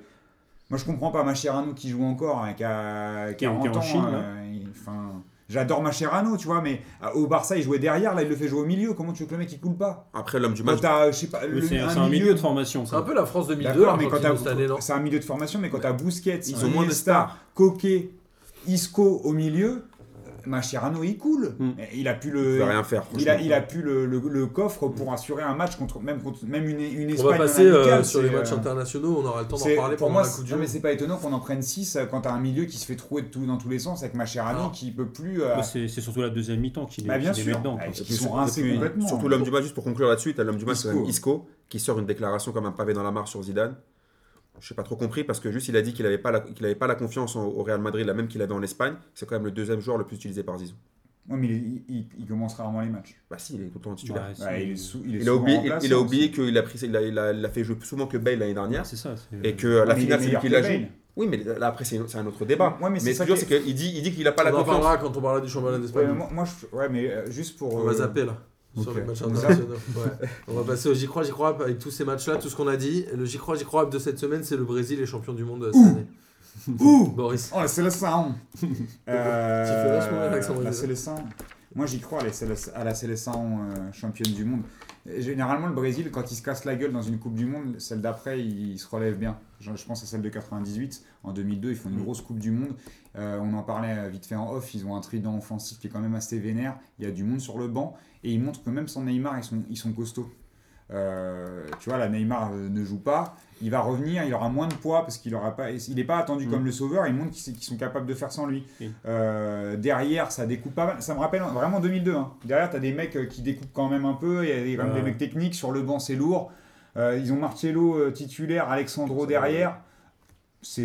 Moi, je comprends pas Mascherano qui joue encore, hein, qui a Qui est- 40 qui est en ans. Chine, euh, il- Enfin. J'adore Mascherano, tu vois, mais euh, au Barça, il jouait derrière, là, il le fait jouer au milieu. Comment tu veux que le mec, il coule pas Après, l'homme du Quand match. t'as, je sais pas, Mais le- C'est c'est un milieu de formation. C'est un Ça. peu la France 2002, D'accord, mais quand l'Argentine de cette année, non t'as- c'est un milieu de formation, mais quand t'as Busquets, Ils ont moins de Iniesta, Coquet, Isco au milieu, euh, Mascherano il coule. Mm. Il a pu Il le, ne rien faire. il a, franchement. il a pu le, le- le coffre pour assurer un match contre même contre- même une, une On Espagne. va passer en euh, amical, sur les c'est, matchs euh, internationaux, on aura le temps d'en c'est- parler pour pendant moi, la c'est- Coupe du non, mais Monde. c'est pas étonnant qu'on en prenne 6 quand t'as un milieu qui se fait trouer de tout, dans tous les sens avec Mascherano Alors. qui peut plus. euh, Bah, C'est c'est surtout la deuxième mi-temps qui les, Bah, bien qui les met sûr. dedans. Bah, quoi. ils sont rincés Depuis- complètement. Surtout l'homme du match, juste pour conclure là-dessus, t'as l'homme du match, c'est Isco. quand même Isco, qui sort une déclaration comme un pavé dans la mare sur Zidane. Je n'ai pas trop compris parce que juste il a dit qu'il n'avait pas, la- qu'il avait pas la confiance en- au Real Madrid, la même qu'il avait en Espagne. C'est quand même le deuxième joueur le plus utilisé par Zizou. Ouais, mais il, il- il commence rarement les matchs. Bah si, il est tout le temps en titulaire. Bah, c'est- Ouais, il, est sou- il est il, a souvent hein, oublié, il, remplaçant il a aussi. oublié qu'il a, pris, il a, il a- il a fait jouer plus souvent que Bale l'année dernière. ah, C'est ça. c'est- Et que à la Mais il Bah, est finale, c'est lui meilleur qui que l'a Bale. joué. Oui, mais là, après, c'est c'est un autre débat. Ouais, mais c'est mais ce ça que je veux qui dire, c'est qu'il dit, il dit qu'il n'a pas la on en confiance. parlera quand on parlera du championnat Ouais, mais d'Espagne. moi, moi, je- ouais, mais euh, juste pour. on va euh, zapper là. Sur ok. les matchs On zappe. internationaux. Ouais. On va passer au J'y crois, J'y crois Up avec tous ces matchs-là, tout ce qu'on a dit. Le J'y crois, J'y crois Up de cette semaine, c'est le Brésil est champion du monde euh, cette année. Ouh Boris. Oh, la Célestin fais vachement bien l'accent La brésilien. Célestin Moi, j'y crois à la Célestin- à la Célestin euh, championne du monde. Et Généralement, le Brésil, quand il se casse la gueule dans une Coupe du Monde, celle d'après, il, il se relève bien. Je, je pense à celle de 98. En 2002, ils font Mm. une grosse Coupe du Monde. Euh, on en parlait euh, vite fait en off. Ils ont un trident offensif qui est quand même assez vénère. Il y a du monde sur le banc. Et ils montrent que même sans Neymar, ils sont, ils sont costauds. Euh, tu vois, la Neymar euh, ne joue pas. Il va revenir, il aura moins de poids parce qu'il aura pas, il n'est pas attendu Mm. comme le sauveur. Il montre qu'ils qu'ils sont capables de faire sans lui. Oui. Euh, derrière, ça découpe pas mal. Ça me rappelle vraiment 2002. hein. Derrière, t'as des mecs euh, qui découpent quand même un peu. Il y a des- quand même Ouais. des mecs techniques sur le banc, c'est lourd. Euh, ils ont Marcello euh, titulaire, Alexandro Ça derrière. C'est,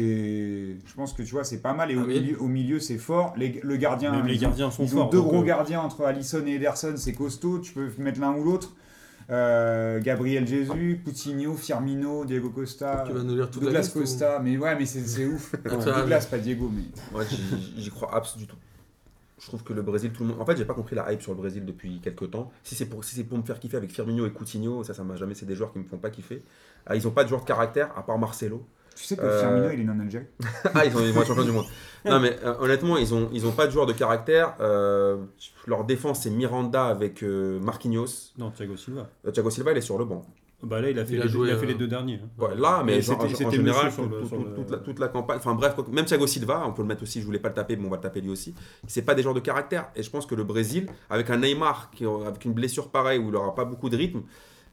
je pense que tu vois, c'est pas mal. Et au Ah oui. milieu, au milieu, c'est fort. Les- le gardien, Même les ils ont- gardiens sont ils forts. ont deux donc, gros euh, gardiens entre Allison et Ederson, c'est costaud, tu peux mettre l'un ou l'autre. Euh, Gabriel Jesus, Coutinho, Firmino, Diego Costa, Tu vas nous lire toute la Douglas liste, ou- Costa, mais ouais, mais c'est c'est ouf. Euh, Ah, tu vas- Douglas, pas Diego, mais. Moi, j'y- j'y crois absolument du tout. Je trouve que le Brésil, tout le monde. En fait, j'ai pas compris la hype sur le Brésil depuis quelques temps. Si c'est pour, si c'est pour me faire kiffer avec Firmino et Coutinho, ça, ça m'a jamais. C'est des joueurs qui me font pas kiffer. Ah, ils ont pas de joueurs de caractère, à part Marcelo. Tu sais que Euh, Firmino, il est né en Algérie. Ah, ils sont les moins champions du monde. Non, mais euh, honnêtement, ils ont, ils ont pas de joueurs de caractère. Euh, leur défense, c'est Miranda avec euh, Marquinhos. Non, Thiago Silva. Euh, Thiago Silva, il est sur le banc. Bah là, il a fait, Il a les, deux- joué, il a fait euh, les deux derniers. hein. Ouais, là, mais, Mais genre, c'était- en- en, c'était général, monsieur sur tout- le- tout- sur tout- le- toute, la, toute la campagne. Enfin bref, même Thiago Silva, on peut le mettre aussi. Je voulais pas le taper, mais on va le taper lui aussi. C'est pas des genres de caractère. Et je pense que le Brésil, avec un Neymar qui avec une blessure pareille où il aura pas beaucoup de rythme.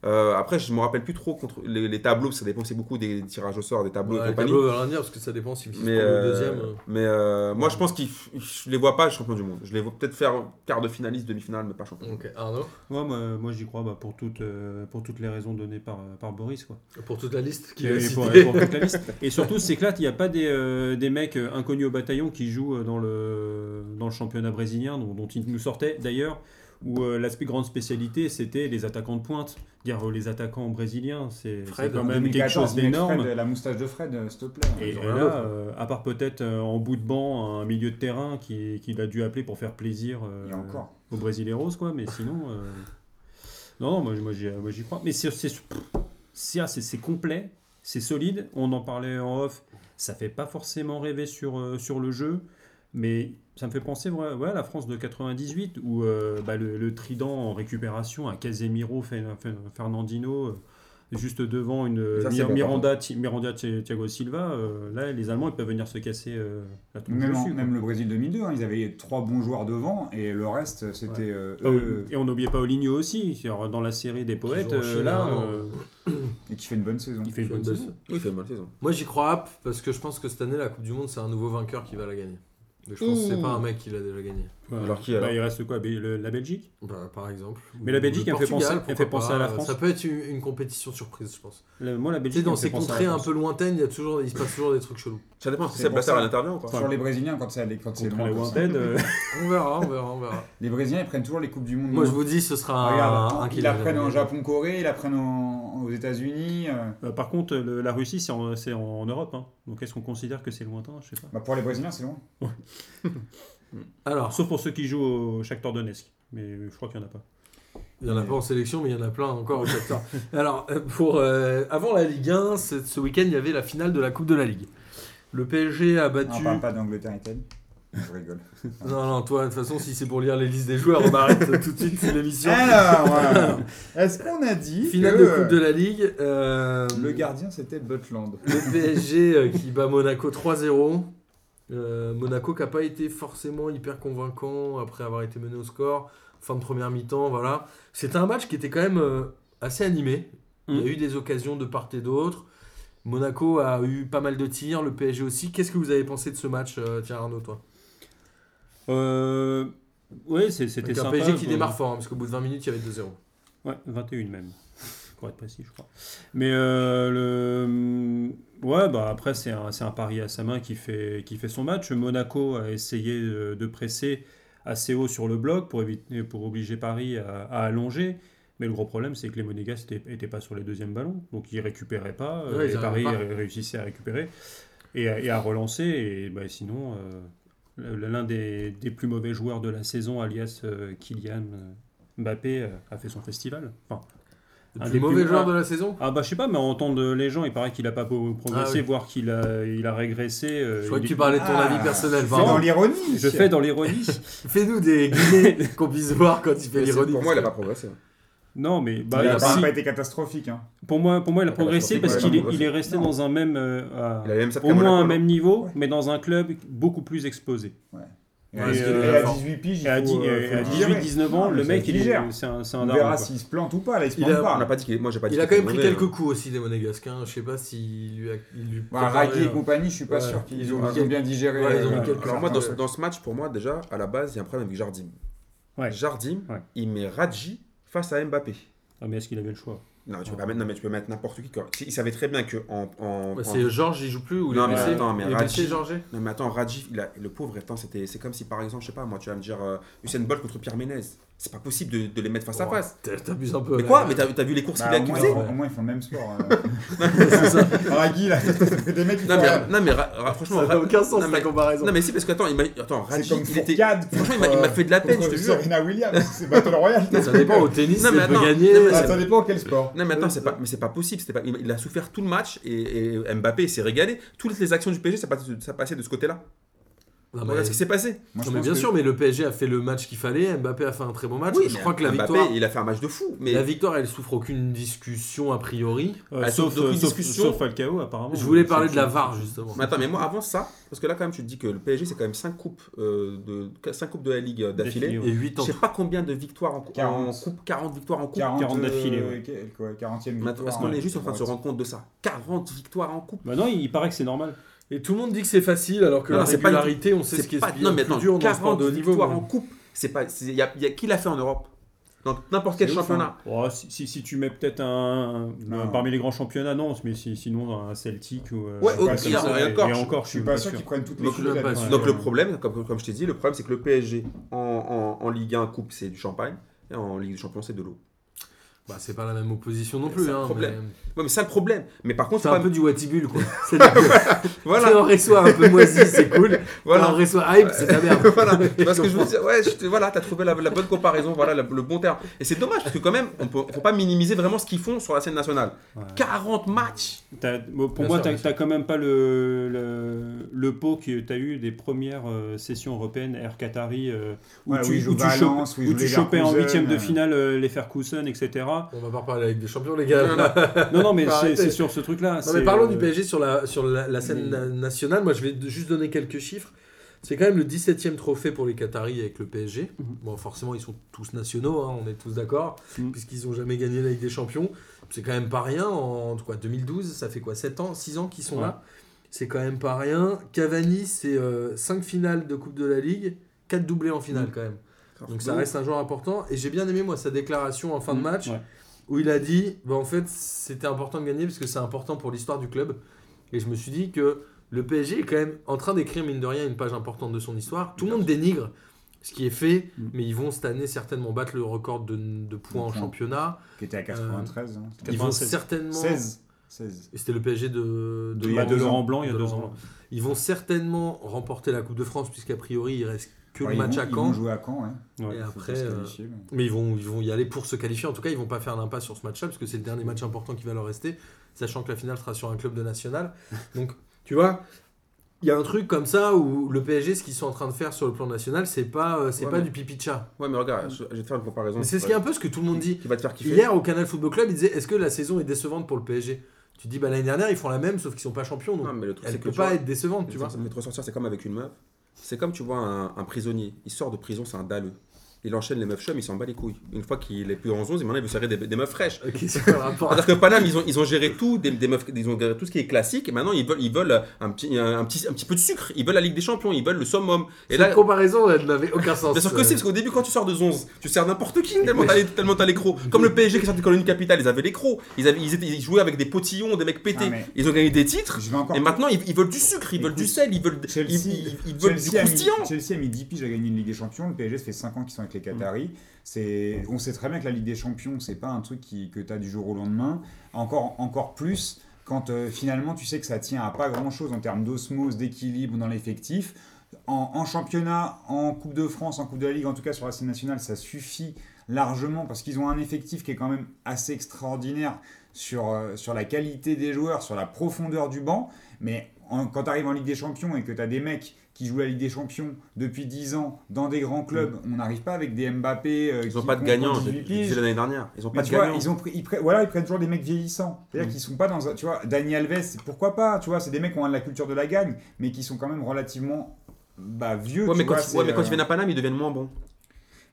euh, après, je me rappelle plus trop contre les, les tableaux, parce que ça dépend c'est beaucoup des tirages au sort, des tableaux et Ouais, le compagnie. tableau va rien dire parce que ça dépend si Mais, le euh, deuxième. euh. mais euh, moi, je pense qu'ils, je les vois pas champion du monde. Je les vois peut-être faire quart de finaliste, demi-finale, mais pas champion. Ok, Arnaud, Ouais, moi, moi, j'y crois bah, pour, toutes, euh, pour toutes les raisons données par, euh, par Boris. Quoi. pour toute la liste qu'il a Et, pour, citée. pour toute la liste. Et surtout, c'est que là, il n'y a pas des, euh, des mecs euh, inconnus au bataillon qui jouent euh, dans le, dans le championnat brésilien, dont, dont il nous sortait d'ailleurs, où euh, la sp- grande spécialité, c'était les attaquants de pointe. Dire euh, les attaquants brésiliens, c'est Fred, c'est quand En même quelque 2014, chose mec, d'énorme. Fred, La moustache de Fred, euh, s'il te plaît. Et Ils ont là, rien d'autre. euh, à part peut-être euh, en bout de banc, un milieu de terrain qui- qu'il a dû appeler pour faire plaisir euh, Et encore. aux Brasileiros, quoi, mais sinon. euh, Non, non, moi, moi, j'y, moi, j'y crois. Mais c'est, c'est, c'est assez- c'est complet, c'est solide. On en parlait en off. Ça fait pas forcément rêver sur, euh, sur le jeu, mais ça me fait penser ouais, ouais, à la France de 98 où euh, bah, le, le trident en récupération à Casemiro, Fe- Fe- Fernandino. euh, Juste devant une euh, Ça, c'est bon, par Miranda, Thi- Miranda Thi- Thiago Silva, euh, là les Allemands ils peuvent venir se casser euh, la tronche Même, en- dessus, quoi. même le Brésil 2002, hein, ils avaient trois bons joueurs devant et le reste, c'était euh, Ah oui, eux, Et on n'oubliait pas Oligno aussi, c'est-à-dire dans la série des poètes, ont euh, enchaîné là, avant. euh, et qui fait une bonne saison. il fait une bonne saison. Il fait une bonne saison. Moi j'y crois hop, parce que je pense que cette année la Coupe du Monde c'est un nouveau vainqueur qui va la gagner. Donc, je pense que c'est Ouh. pas un mec qui l'a déjà gagné. Ouais. Alors qui, alors Bah, Il reste quoi Bé- le- La Belgique Bah, par exemple. Mais la Ou Belgique, le elle fait Portugal, penser- elle pourquoi fait penser à la France. Ça peut être une, une compétition surprise, je pense. Le- Moi la Tu sais, Belgique. dans elle fait ces penser à la contrées un France. peu lointaines, il, y a toujours, il se passe toujours des trucs chelous. Ça dépend, est-ce que C'est c'est pour Blatter ça. à l'intérieur ou pas Sur les Brésiliens, quand c'est quand c'est Contre loin, les comme ça. Wanted, euh, On verra, on verra, on verra. les Brésiliens, ils prennent toujours les coupes du monde. Moi je vous dis, ce sera un- Regarde, Ah, hein, un, qui ils l'a la prennent en gagné. Japon-Corée, ils la prennent en- aux États-Unis. euh. euh, par contre, le- la Russie c'est en, c'est en Europe, hein. donc est-ce qu'on considère que c'est lointain Je sais pas. Bah, pour les Brésiliens, c'est loin. Alors, Sauf pour ceux qui jouent au Shakhtar Donetsk, mais euh, je crois qu'il y en a pas. Il y en a pas en sélection, mais il y en a plein encore au secteur. Alors, euh, pour, euh, avant la Ligue 1, ce, ce week-end, il y avait la finale de la Coupe de la Ligue. Le PSG a On Ah, battu. parle pas d'Angleterre-Italie. Je rigole. non, non, toi, de toute façon, si c'est pour lire les listes des joueurs, on arrête tout de suite l'émission. Ah, bah, Alors, voilà. est-ce qu'on a dit Finale que de Coupe de la Ligue. euh, le gardien, c'était Butland le PSG euh, qui bat Monaco 3-0. Euh, Monaco qui n'a pas été forcément hyper convaincant après avoir été mené au score. Fin de première mi-temps, voilà. C'était un match qui était quand même euh, assez animé. Il y Mm. a eu des occasions de part et d'autre. Monaco a eu pas mal de tirs, le PSG aussi. Qu'est-ce que vous avez pensé de ce match, euh, tiens Arnaud, toi Euh, ouais, c'est- c'était Avec un sympa. PSG qui je- démarre fort, hein, parce qu'au bout de 20 minutes, il y avait 2-0. Ouais, 21 même, pour être précis, je crois. Mais euh, le... ouais, bah, après, c'est un, c'est un pari à sa main qui fait, qui fait son match. Monaco a essayé euh, de presser assez haut sur le bloc pour, éviter, pour obliger Paris à, à allonger. Mais le gros problème, c'est que les Monégas n'étaient pas sur les deuxièmes ballons. Donc, ils récupéraient pas. euh, Ouais, ils et Paris arrivaient ré- réussissait à récupérer et, à- et à relancer. Et bah, sinon, euh, le- l'un des, des plus mauvais joueurs de la saison, alias euh, Kylian euh, Mbappé, euh, a fait son festival. Enfin, Le Un plus des mauvais Ah, plus- joueur un- de la saison ah bah je sais pas, mais on entend de- les gens, il paraît qu'il a pas beau- progressé, Ah oui. voire qu'il a, il a régressé. euh, Je crois il- que tu parlais de ton Ah, avis personnel. C'est pardon. dans l'ironie. Je fais dans l'ironie. Fais-nous des guillemets qu'on puisse voir quand il fait l'ironie. Pour moi, il a pas progressé. hein. non mais bah, Bah, il Il n'a a si, pas été catastrophique. hein. pour moi, pour moi, il a Il a pas progressé sorti, parce ouais, qu'il il a est, il est progressé. resté Non. dans un même, euh, à- Il a même ça au moins un même niveau, Ouais. mais dans un club beaucoup plus exposé. Et, euh, Ouais, et c'est- à fort. 18 piges, Et il à, faut, dix- euh, et à faut 18, digérer. 19 ans, Non, le mais mec, ça il digère. est, c'est un, c'est un On daron, verra quoi. s'il se plante ou pas. Là, il se Il plante a- Ah, On n'a pas. pas dit qu'il est- Moi, j'ai pas dit Il a qu'il quand même était pris mauvais, quelques hein. coups aussi des Monégasques. hein. Je sais pas s'il lui a. il lui Bah, préparait, Ragui et euh, compagnie, je suis pas Ouais. sûr qu'ils Ils ont, ont- ils ont bien digéré. Ouais, ils ont euh, mis quelques- leur Alors moi, dans ce, match. dans ce match, pour moi, déjà, à la base, il y a un problème avec Jardim. Ouais. Jardim, Ouais. il met Radji face à Mbappé. Ah, mais est-ce qu'il avait le choix Non, tu peux pas mettre, non, mais tu peux mettre n'importe qui. quoi. Il savait très bien que en, en- bah, en- c'est Georges, il joue plus ou il Non, est mais blessé attends, mais Il est blessé, Radji- Georges Non, mais attends, Radji, il a- le pauvre, attends, c'était- c'est comme si par exemple, je sais pas, moi, tu vas me dire euh, Usain Bolt contre Pierre Ménez. C'est pas possible de, de les mettre face à Oh, face. t'as- T'abuses un peu. Mais là. quoi Mais t'as t'as vu les courses Bah, qu'il a au, moins, accusées ils- au moins, ils font le même sport. hein. C'est ça. Ragui, là, ça fait des mecs qui Non font mais, la- ra- non, mais ra- ra- franchement, Ça n'a ra- aucun sens non, ta mais- comparaison. non mais si parce que attends, il m'a- attends, C'est Raji, comme il était, Fourcade franchement, il m'a- il m'a fait de la peine, je te contre jure. Serena Williams, c'est Battle Royale. Ça dépend au tennis, Non, si mais elle peut attends. gagner. Non, mais euh, Ah, Ça dépend quel sport. Non mais attends, c'est pas, mais c'est pas possible. c'était Pas, il il a souffert tout le match et, et Mbappé il s'est régalé. Toutes les actions du PSG, ça passait, ça passait de ce côté-là. non, Ah, mais- Regarde ce qui s'est passé. Moi, je Non, mais pense bien que- sûr, mais le PSG a fait le match qu'il fallait. Mbappé a fait un très bon match. Ah, je mais crois que la Mbappé, victoire, il a fait un match de fou. Mais la victoire, elle souffre aucune discussion a priori. Euh, Ah, sauf, donc, euh, une sauf, discussion. sauf Falcao, Ah, apparemment. Je voulais C'est parler de la chaud. VAR justement. mais attends, mais moi avant ça, parce que là quand même tu te dis que le PSG c'est quand même 5 coupes euh, de 5 coupes de la Ligue euh, d'affilée. D'affilée, Et 8 Je ans. sais pas combien de victoires en, cou- 40. en coupe, 40 victoires en coupe. 40, 40 d'affilée, euh, ouais. quel- quoi, 40e Mais attends, victoire. Est-ce qu'on ouais, est juste en train de se ouais. rendre compte de ça 40 victoires en coupe. Bah non, il paraît que c'est normal. Et tout le monde dit que c'est facile, alors que Non, la c'est pas une- régularité, on sait ce qui est pas- le non mais plus attends, dur dans le 40 sport de haut niveau. victoires en moi. coupe. C'est pas, c'est- y a, y a- qui l'a fait en Europe Dans n'importe quel C'est ouf, hein. championnat. Oh, si, si, si tu mets peut-être un, un- Non. parmi les grands championnats, non, mais si- sinon un Celtic ou. euh, Ouais, je sais au pas, pire, comme ça, et encore, et je- encore, Je suis pas sûr qu'ils prennent toutes les hein. Donc, choses même pas là-dedans. sûr. Donc Ouais. le problème, comme, comme je t'ai dit, le problème c'est que le PSG en, en- en Ligue 1 Coupe c'est du champagne et en Ligue des Champions c'est de l'eau. Bah, c'est pas la même opposition non C'est plus. un hein, problème. mais- Ouais mais c'est ça le problème. Mais par contre C'est c'est pas un peu du Watibul quoi. C'est voilà on reçoit un peu moisi, c'est cool. Quand on voilà reçoit hype, c'est la merde. voilà parce que je vous dis ouais je te- voilà t'as trouvé la, la bonne comparaison voilà la- le bon terme et c'est dommage parce que quand même on peut faut pas minimiser vraiment ce qu'ils font sur la scène nationale. Ouais. 40 matchs T'as- bon, pour Bien moi, sûr, t'as bien sûr. t'as quand même pas le, le, le pot que tu as eu des premières euh, sessions européennes Air Qatari euh, où Ouais, où ils tu, jouent où tu Valence, chopes- où ils où jouent tu les chopais en Leverkusen, huitième de euh. finale euh, les Ferguson, etc. On va pas reparler avec des champions, les gars. Non, non. Non, non, mais c'est Arrêtez. c'est sur ce truc-là. Non c'est, mais parlons euh, Hmm. du PSG sur la, sur la, la scène mais- na- nationale. Moi, je vais d- juste donner quelques chiffres. C'est quand même le 17e trophée pour les Qataris avec le PSG. Mhm. Bon, forcément, ils sont tous nationaux, hein, on est tous d'accord, Mhm. puisqu'ils n'ont jamais gagné la Ligue des Champions. C'est quand même pas rien. En quoi, 2012, ça fait quoi 7 ans 6 ans qu'ils sont là C'est quand même pas rien. Cavani, c'est 5 finales de Coupe de la Ligue, 4 doublés en Hmm. finale quand même. Donc ça reste un joueur important. Et j'ai bien aimé, moi, sa déclaration en fin de match Hmm. ouais. où il a dit bah, en fait c'était important de gagner parce que c'est important pour l'histoire du club et je me suis dit que le PSG est quand même en train d'écrire mine de rien une page importante de son histoire tout le monde dénigre ce qui est fait Mm. mais ils vont cette année certainement battre le record de, de points en points. championnat Qui était à 93. hein. ils vont 96. certainement 16. 16. et c'était le PSG de, Il y bah, a de deux Laurent Blanc il y a de deux Laurent ans. ils vont certainement remporter la Coupe de France puisqu'a priori il reste que Ouais, le ils match vont- à Ils vont Caen jouer à Caen, ouais. Ouais. et Faut après pas se euh, qualifier, mais- Mais ils vont, ils vont y aller pour se qualifier. En tout cas, ils vont pas faire l'impasse sur ce match-là, parce que c'est le dernier match important qui va leur rester, sachant que la finale sera sur un club de national. Donc, tu vois, il y a un truc comme ça où le PSG, ce qu'ils sont en train de faire sur le plan national, c'est pas, euh, c'est Ouais, pas mais- du pipi de chat. Ouais mais regarde, je, je vais te faire une comparaison. Mais c'est ce qui est Ouais. un peu ce que tout le monde dit. qui va te faire kiffer. Hier, au Canal Football Club, ils disaient Est-ce que la saison est décevante pour le PSG Tu te dis bah, L'année dernière, ils font la même, sauf qu'ils sont pas champions. Donc, Non, mais le truc elle c'est que peut tu pas vois- être décevante, tu Tu vois. vois, ça me fait trop sortir, c'est comme avec une meuf. C'est comme, tu vois, un, un prisonnier. Il sort de prison, c'est un dalleux. Il enchaîne les meufs chums, il s'en bat les couilles. Une fois qu'il est plus en 11, maintenant il veut serrer des, des meufs fraîches. Ok, c'est quoi le rapport C'est-à-dire que Paname, ils ont, ils ont géré tout, des, des meufs, ils ont géré tout ce qui est classique, et maintenant ils veulent, ils veulent un, petit, un, petit, un petit peu de sucre, ils veulent la Ligue des Champions, ils veulent le summum. Et Cette là, comparaison, elle n'avait aucun sens. bien sûr que si, parce qu'au début, quand tu sors de 11, tu sers n'importe qui, tellement t'as les, tellement t'as les crocs. Comme le PSG qui sortait de Colonie Capitale, ils avaient les crocs, ils, avaient, ils, étaient- ils jouaient avec des potillons, des mecs pétés, Ah, mais- ils ont gagné des titres, Je vais encore et maintenant ils, ils veulent du sucre, ils veulent du Écoute, sel, ils veulent, Chelsea- ils, ils- ils veulent du Chelsea a, mis, croustillant. Chelsea a mis 10 piges à gagner une Ligue des Champions. Le PSG, ça fait 5 ans qu'ils sont avec les Qataris. Mm. C'est, on sait très bien que la Ligue des Champions, c'est pas un truc qui, que tu as du jour au lendemain. Encore, encore plus quand euh, finalement tu sais que ça tient à pas grand chose en termes d'osmose, d'équilibre dans l'effectif. En, en championnat, en Coupe de France, en Coupe de la Ligue, en tout cas sur la scène nationale, ça suffit largement parce qu'ils ont un effectif qui est quand même assez extraordinaire sur, euh, sur la qualité des joueurs, sur la profondeur du banc. Mais en- quand tu arrives en Ligue des Champions et que tu as des mecs qui jouent la Ligue des Champions depuis 10 ans dans des grands clubs, on n'arrive pas avec des Mbappé. euh, Mm. Ils n'ont qui pas de font gagnants, 18 j'ai j'ai piges. dit l'année dernière. Ils Mais n'ont pas hein. de Bah, tu vois, gagnants. ils, ont pris- ils prennent- voilà, ils prennent toujours des mecs vieillissants. Mm. C'est-à-dire qu'ils sont pas dans un. Tu vois, Dani Alves, c'est- pourquoi pas Tu vois, c'est des mecs qui ont de la culture de la gagne, mais qui sont quand même relativement bah, vieux. Ouais, tu mais quand, vois, ils- c'est, ouais, mais quand euh, ils viennent à Paname, ils deviennent moins bons.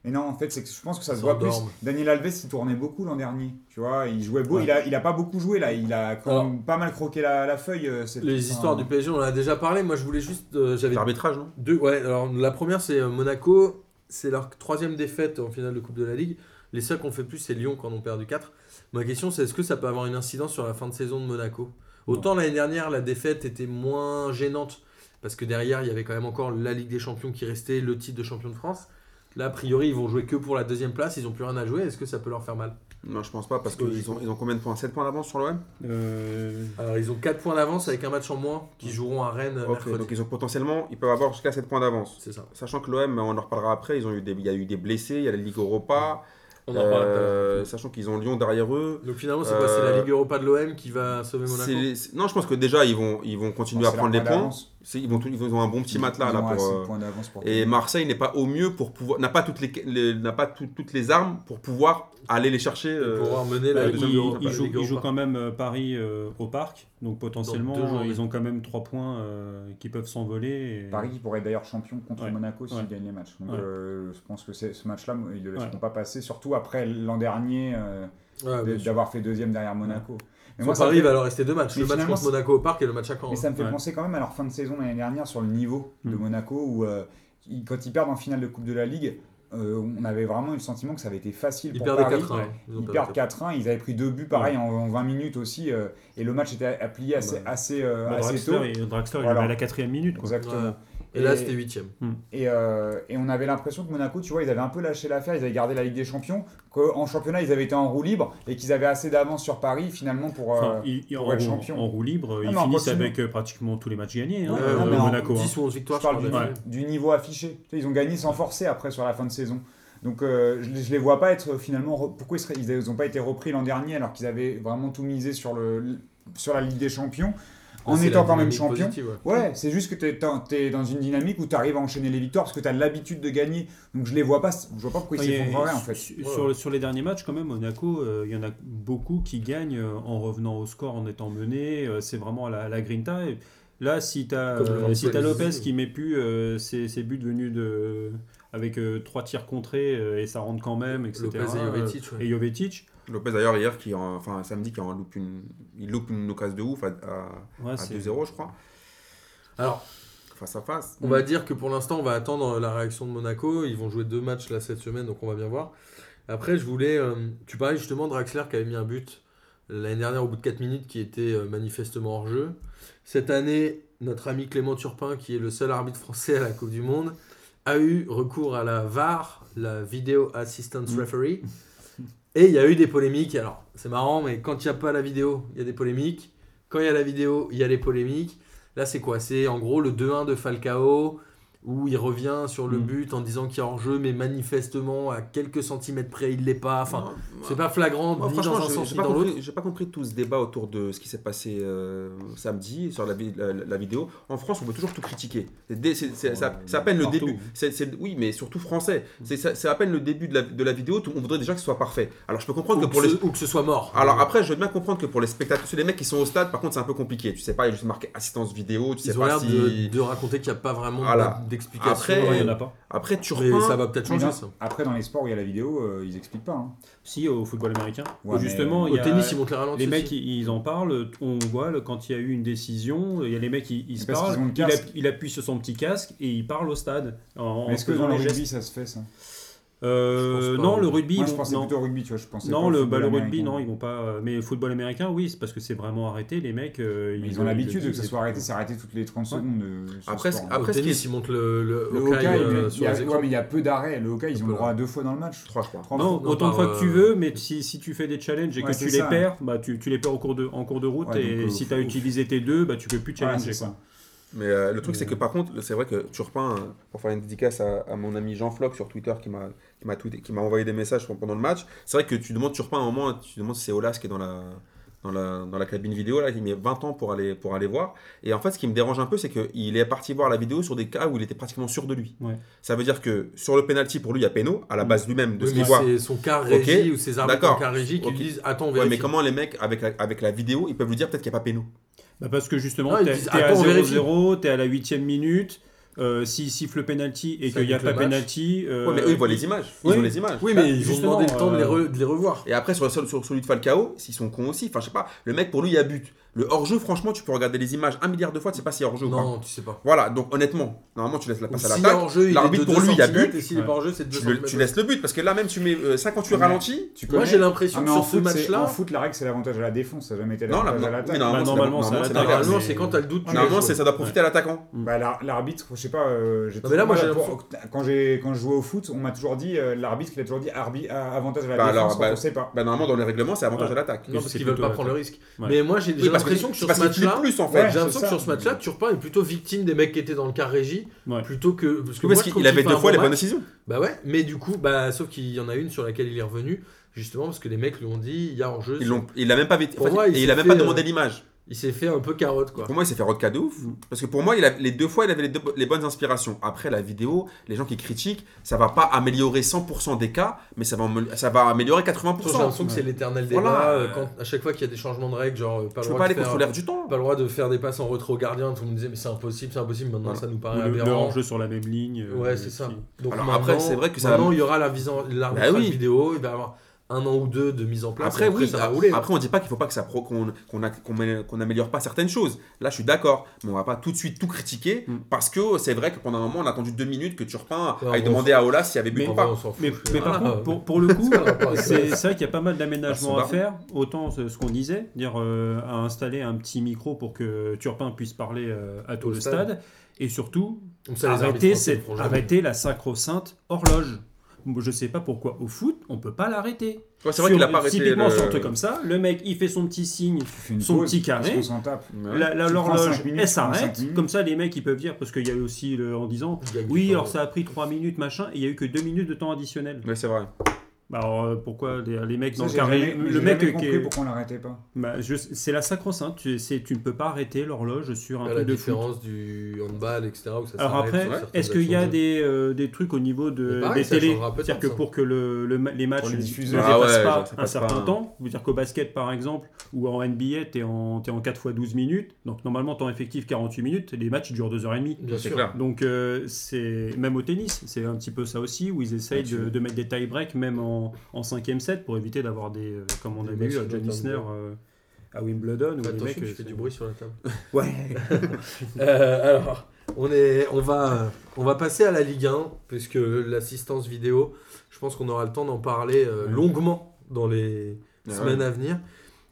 mais non, en fait, c'est que je pense que ça se Ils voit plus. s'endorment. Daniel Alves, il tournait beaucoup l'an dernier. Tu vois, il jouait beau. Ouais. Il, a, il a pas beaucoup joué là. Il a quand Alors, même pas mal croqué la, la feuille. euh, cette- Les enfin, histoires du PSG, on en a déjà parlé. Moi, je voulais juste. euh, J'avais L'arbitrage, hein. non Deux, ouais, alors la première c'est euh, Monaco, c'est leur troisième défaite en finale de Coupe de la Ligue. Les seuls qu'on fait plus, c'est Lyon quand on perdu 4. Ma question c'est est-ce que ça peut avoir une incidence sur la fin de saison de Monaco Autant l'année dernière, la défaite était moins gênante parce que derrière, il y avait quand même encore la Ligue des Champions qui restait, le titre de champion de France. Là, a priori, ils vont jouer que pour la deuxième place, ils ont plus rien à jouer. Est-ce que ça peut leur faire mal Non, je pense pas parce Parce que- qu'ils ont, ils ont combien de points 7 points d'avance sur l'OM Euh, Alors, ils ont 4 points d'avance avec un match en moins qui joueront à Rennes Euh, Ok, mercredi. donc ils ont potentiellement, ils peuvent avoir jusqu'à 7 points d'avance. C'est ça. Sachant que l'OM, on en reparlera après, ils ont eu des, il y a eu des blessés, il y a la Ligue Europa, On en euh, reparlera tout à l'heure. sachant qu'ils ont Lyon derrière eux. Donc finalement, c'est quoi C'est la Ligue Europa de l'OM qui va sauver Monaco Euh, C'est- c'est- Non, je pense que déjà ils vont, ils vont continuer Enfin, à c'est prendre leur les point points. d'avance. C'est- Ils, vont tout- ils ont un bon petit Ils- matelas ils là ont assez pour. de euh, points d'avance pour Et Marseille n'est pas au mieux pour pouvoir, n'a pas toutes les, les- n'a pas tout- toutes les armes pour pouvoir aller les chercher. euh, Pour pouvoir mener bah, la ils, deuxième Europa- ils la jouent, Ligue ils jouent Europa. quand même euh, Paris euh, au parc, donc potentiellement euh, deux journées. ils ont quand même 3 points euh, qui peuvent s'envoler. et- Paris qui pourrait être d'ailleurs champion contre Ouais. Monaco s'il Ouais. gagne les matchs. Donc Ouais. euh, je pense que c'est- ce match-là, ils ne le laisseront Ouais. pas passer, surtout après l'an dernier euh, Ouais, Ah, d- bien sûr. d'avoir fait deuxième derrière Monaco. Mais Pour moi, ça me Paris, il fait- va leur rester deux matchs. Mais le match finalement, contre Monaco au parc et le match à Caen. Mais ça me fait bah, Ouais. penser quand même à leur fin de saison l'année dernière sur le niveau de Mm. Monaco où euh, ils- quand ils perdent en finale de Coupe de la Ligue, euh, on avait vraiment eu le sentiment que ça avait été facile Ils pour perdent Paris. 4-1. Ils ont Ils perdu perdent 4-1, 4-1. ils avaient pris deux buts pareil en, en 20 minutes aussi euh, et le match était à- à plier assez, Ouais. assez, euh, Bah, assez tôt. Draxler, il- Draxler, il Voilà. est à la quatrième minute. Quoi. Exactement. Et là, Et- c'était 8 Et, euh, et on avait l'impression que Monaco, tu vois, ils avaient un peu lâché l'affaire, ils avaient gardé la Ligue des Champions, qu'en championnat, ils avaient été en roue libre et qu'ils avaient assez d'avance sur Paris finalement pour. Enfin, euh, il- il- en, pour être roue, champion. en roue libre, Ah, ils mais en finissent continu. avec euh, pratiquement tous les matchs gagnés. hein, Ouais, euh, non, mais en Monaco. hein. 10 ou 11 je victoires, je parle du, crois, d'affilée. du niveau affiché. Tu sais, ils ont gagné sans forcer après sur la fin de saison. Donc euh, je, les- je les vois pas être finalement. re- Pourquoi ils n'ont pas été repris l'an dernier alors qu'ils avaient vraiment tout misé sur, le, sur la Ligue des Champions en Ah, C'est étant la quand même dynamique champion positive, ouais. Ouais, c'est juste que t'es t'en- t'es dans une dynamique où t'arrives à enchaîner les victoires parce que t'as l'habitude de gagner. Donc je les vois pas, je vois pas pourquoi ils Ouais, et- s'effondreraient en sur- fait. Sur, sur le- sur les derniers matchs, quand même, Monaco, euh, il y en a beaucoup qui gagnent euh, en revenant au score, en étant mené. euh, c'est vraiment à la, à la grinta. Et là, si t'as Comme le euh, si t'as Marseille. Lopez qui met plus euh, ses, ses buts venus de, avec euh, trois tirs contrés euh, et ça rentre quand même, etc. Lopez et Jovetic, euh, ouais. et Jovetic, Lopez d'ailleurs hier qui en- enfin samedi qui en loupe une il loupe une occasion de ouf à, à, ouais, à c'est- 2-0 je crois Ah, Alors, face à face. on va dire que pour l'instant, on va attendre la réaction de Monaco. Ils vont jouer deux matchs là cette semaine, donc on va bien voir. Après, je voulais. euh, tu parlais justement de Draxler qui avait mis un but l'année dernière au bout de 4 minutes qui était euh, manifestement hors jeu. Cette année, notre ami Clément Turpin, qui est le seul arbitre français à la Coupe du Monde, a eu recours à la VAR, la Video Assistance Mm. Referee. Et il y a eu des polémiques. Alors, c'est marrant, mais quand il n'y a pas la vidéo, il y a des polémiques. Quand il y a la vidéo, il y a les polémiques. Là, c'est quoi C'est en gros le 2-1 de Falcao, où il revient sur le Mm. but en disant qu'il est hors jeu, mais manifestement, à quelques centimètres près, il ne l'est pas. Enfin, Non, c'est pas flagrant Moi, ni dans franchement, un j'ai- sens j'ai ni pas, dans l'autre. compris- j'ai pas compris tout ce débat autour de ce qui s'est passé euh, samedi sur la, vi- la- la vidéo. En France, on peut toujours tout critiquer. C'est dé- c'est- c'est- ça- C'est à peine le Partout. début. C'est- c'est- oui, mais surtout français. C'est ça- c'est à peine le début de la, de la vidéo. tout- on voudrait déjà que ce soit parfait. Alors, je peux comprendre Ou que que, pour les. ce, ou que ce soit mort. Alors après, je veux bien comprendre que pour les spectateurs, ceux les mecs qui sont au stade, par contre, c'est un peu compliqué. Tu sais pas, il y a juste marqué assistance vidéo. Tu sais Ils ont pas l'air de, si. de raconter qu'il n'y a pas vraiment Voilà. d'explication. Après, Ouais, Ouais, il y en a pas. Après, mais Turpin. ça va peut-être Mais changer non, ça. Après, dans les sports où il y a la vidéo, euh, ils expliquent pas. hein. Si, au football américain. Ouais, justement, mais- il Au y a- tennis, ils montent les ralentis. Les mecs, aussi. ils ils en parlent. On voit le- quand il y a eu une décision, il y a les mecs, ils, ils se Parce qu'ils parlent. ont le il, app- casque. il appuie sur son petit casque et il parle au stade. en- en Mais Est-ce que faisant dans le les gestes. rugby ça se fait ça Euh, Je pense pas, non, oui. le rugby, Moi ils je vont- pensais non. plutôt au rugby, tu vois, je pensais. Non, pas au le, bah, football le rugby, américain. non, ils vont pas. Mais le football américain, oui, c'est parce que c'est vraiment arrêté. Les mecs, euh, Mais Ils ont l'habitude ils- que ça soit arrêté, c'est arrêté toutes les 30 secondes. euh, ce Après, sport. après, Au ce qui tennis, est- ils montent le, le, le le Hawkeye, Hawkeye, euh, il y sur a- les écrans. ouais, mais il y a peu d'arrêts. Le Hawkeye, ils ont peu le droit à deux fois dans le match. 3, je crois. Non, Non, autant par, de fois que tu euh, veux, mais si, si tu fais des challenges et que Ouais, tu c'est les ça. perds, bah, tu, tu les perds au cours de, en cours de route. Ouais, et donc, euh, si tu as faut- utilisé tes deux, bah, tu peux plus Ouais, challenger. c'est quoi. ça. Mais euh, le truc, Mais- c'est que par contre, c'est vrai que Turpin, euh, pour faire une dédicace à, à mon ami Jean Floc sur Twitter qui m'a qui m'a tweeté- qui m'a envoyé des messages pendant le match, c'est vrai que tu demandes Turpin à un moment, tu demandes si c'est Olas qui est dans la, dans la, dans la cabine vidéo, là, qui met 20 ans pour aller, pour aller voir. Et en fait, ce qui me dérange un peu, c'est qu'il est parti voir la vidéo sur des cas où il était pratiquement sûr de lui. Ouais. Ça veut dire que sur le penalty, pour lui, il y a péno, à la base lui-même, de Mm. Oui, ce mais qu'il voit. c'est son cas Ok, régie ou ses arbitres d'accord. en cas régie qui Ok. lui disent Attends, on Ouais, vérifie. mais comment les mecs, avec la, avec la vidéo, ils peuvent lui dire peut-être qu'il n'y a pas péno Bah, parce que justement, Non, ils t'es disent, t'es à attends, on vérifie. 0-0, t'es à la 8 minute. euh, S'il siffle le penalty et Ça qu'il n'y a nique le pas match. penalty. euh, Ouais, mais eux, ils voient les images. Ils oui. ont les images. Oui, mais ils ont Justement, demandé le temps de, les euh, re- de les revoir. Et après, sur, le- sur, sur celui de Falcao, s'ils sont cons aussi, enfin, je sais pas, le mec, pour lui, il y a but. Le hors-jeu, franchement, tu peux regarder les images un milliard de fois, tu sais pas si y a hors-jeu ou pas. Non, tu sais pas. Voilà, donc honnêtement, normalement, tu laisses la Ou passe à si l'attaque. hors jeu, il est l'arbitre, de pour lui, il y a 2 cm, but. et s'il est Ouais. pas hors jeu, c'est de 2 Tu, le- tu cm. laisses le but parce que là même tu mets euh, 58 Ouais. ralentis. Tu Moi, connais- j'ai Ah, l'impression mais que en sur ce foot, c'est- En match-là, foot, la règle, c'est l'avantage à la défense. Ça n'a jamais été Non, l'avantage non, à l'attaque. mais Bah, normalement, c'est normalement, la- c'est normalement, c'est l'attaque. l'inverse. normalement, mais- c'est quand t'as le doute, tu Normalement, le c'est joues. ça doit profiter à l'attaquant. Bah, la- l'arbitre, je sais pas. euh, j'ai Non, mais là, moi, toujours- j'ai pour- quand j'ai quand je jouais au foot, on m'a toujours dit euh, l'arbitre, il a toujours dit arbi- à- avantage à la Bah, défense. alors, quand bah, on sait pas. Bah, normalement, dans les règlements, c'est avantage Ouais. à l'attaque. Non, Et parce c'est qu'ils veulent plutôt pas prendre le risque. Ouais. Mais moi, j'ai j'ai Oui, parce l'impression que sur parce ce qu'il match-là, flippe plus en j'ai Ouais, fait. l'impression c'est que ça. sur ce match-là, Turpin est plutôt victime des mecs qui étaient dans le quart régie, Ouais. plutôt que parce que Oui, Parce moi, je trouve qu'il avait qu'il fait deux un fois bon les bonnes match. décisions. Bah ouais, mais du coup, bah sauf qu'il y en a une sur laquelle il est revenu, justement parce que les mecs lui ont dit, il y a hors jeu. Ils l'ont- Il a même pas vite- en Pour moi, fait, il et il s'est a même pas fait, demandé euh, l'image. Il s'est fait un peu carotte quoi. Pour moi, il s'est fait rodka de ouf. Mm. Parce que pour moi, il a- les deux fois, il avait les, deux- les bonnes inspirations. Après, la vidéo, les gens qui critiquent, ça va pas améliorer 100% des cas, mais ça va, am- ça va améliorer J'ai l'impression 80%. que c'est l'éternel débat. Voilà. euh, Quand, à chaque fois qu'il y a des changements de règles, genre euh, pas le Tu peux droit pas de aller faire- contre l'air du temps. pas le droit de faire des passes en retro gardien, tout le monde disait mais c'est impossible, c'est impossible, maintenant Voilà. ça nous Ou paraît le, le aberrant. hors-jeu sur la même ligne. euh, Ouais, c'est ça. qui- Donc Alors maintenant- après, c'est vrai que ça va- maintenant, il y aura la vis en- l'arbitrage Bah oui. vidéo, il va y avoir un an ou deux de mise en place. Après, et oui, ça va a- rouler. après on dit pas qu'il faut pas que ça pro- qu'on qu'on a- qu'on mé- qu'on améliore pas certaines choses. Là, je suis d'accord, mais on va pas tout de suite tout critiquer Mm. parce que c'est vrai que pendant un moment, on a attendu deux minutes que Turpin Ouais, aille on demander à Ola s'il y avait but Mais- ou En pas. vrai, on s'en fout, Mais, je- mais par Ah, contre, pour, pour le coup, Ça va pas, c'est c'est vrai qu'il y a pas mal d'aménagements Ah, Bah, à c'est faire. Autant ce, ce qu'on disait, dire euh, à installer un petit micro pour que Turpin puisse parler euh, à tout Au le stade. stade. Et surtout, Comme ça, les arbitres arrêter, français cette- le feront jamais. arrêter la sacro-sainte horloge. Moi, Je sais pas pourquoi au foot, on peut pas l'arrêter. Ouais, c'est vrai qu'il a pas arrêté. Typiquement le- sur un hein. truc comme ça, le mec il fait son petit signe, Tu fais une son pause, petit parce carré. qu'on s'en tape. Ouais. la- la- Tu prends l'horloge cinq minutes, elle tu prends cinq s'arrête. minutes. Comme ça les mecs ils peuvent dire, parce qu'il y a eu aussi le, en disant Il gagne oui pas, alors ouais. ça a pris 3 minutes machin, et il y a eu que 2 minutes de temps additionnel. Ouais, c'est vrai. Bah, Alors euh, pourquoi les, les mecs Ça, dans le j'ai carré jamais- Le j'ai mec jamais qui compris est. pourquoi on l'arrêtait pas. Bah, je- c'est la sacro-sainte, tu, c'est- tu ne peux pas arrêter l'horloge sur un Là, la truc de foot. différence du handball, etc. où ça Alors s'arrête après, sur certaines est-ce qu'il y a actions de jeu. des, euh, des trucs au niveau de, Mais pareil, des ça télés changera peut-être, C'est-à-dire que ça. pour que le, le ma- les matchs Pour ne les ne diffuser. dépassent Ah ouais, pas ça un passe certain pas, hein. temps, vous dire qu'au basket par exemple, ou en NBA, tu es, en 4 fois 12 minutes, donc normalement temps effectif 48 minutes, les matchs durent 2h30. Bien C'est sûr. clair. Donc euh, c'est même au tennis, c'est un petit peu ça aussi où ils essayent Bien de, sûr. de mettre des tie break même en, en cinquième set pour éviter d'avoir des euh, comme on Des avait mecs eu sur à le John terrain de Isner jeu. euh, à Wimbledon où les Attention, mecs tu euh, fais du c'est- bruit sur la table. Ouais. Euh, alors, on, est, on, va, on va passer à la Ligue 1, puisque l'assistance vidéo, je pense qu'on aura le temps d'en parler euh, longuement dans les Ouais. semaines à venir.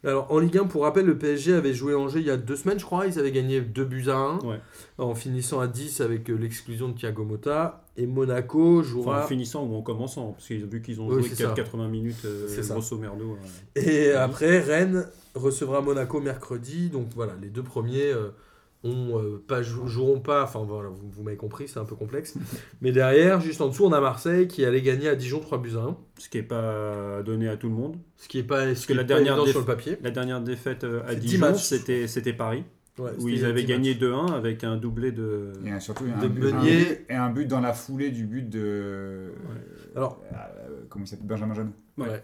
Alors, en Ligue 1, pour rappel, le PSG avait joué Angers il y a deux semaines, je crois. Ils avaient gagné 2 buts à 1, Ouais. en finissant à 10 avec euh, l'exclusion de Thiago Motta. Et Monaco Enfin, jouera. en finissant ou en commençant, parce qu'ils ont vu qu'ils ont Oui, joué c'est ça. 4- 80 minutes, euh, C'est ça. grosso merdo. euh. Et après, Rennes recevra Monaco mercredi. Donc voilà, les deux premiers euh, ont, euh, pas, jou- joueront pas. Enfin voilà, vous, vous m'avez compris, c'est un peu complexe. Mais derrière, juste en dessous, on a Marseille qui allait gagner à Dijon 3 buts à 1. ce qui n'est pas donné à tout le monde. Ce qui est pas, ce que qui est la pas dernière évident déf- sur le papier. La dernière défaite euh, à C'est dix Dijon, matchs. c'était c'était Paris, Ouais, où c'était ils un avaient petit gagné match. 2-1 avec un doublé de... Et surtout, un De but, un Meunier. but- et un but dans la foulée du but de. Alors- euh, comment il s'appelle Benjamin Jeune Ouais. Ouais.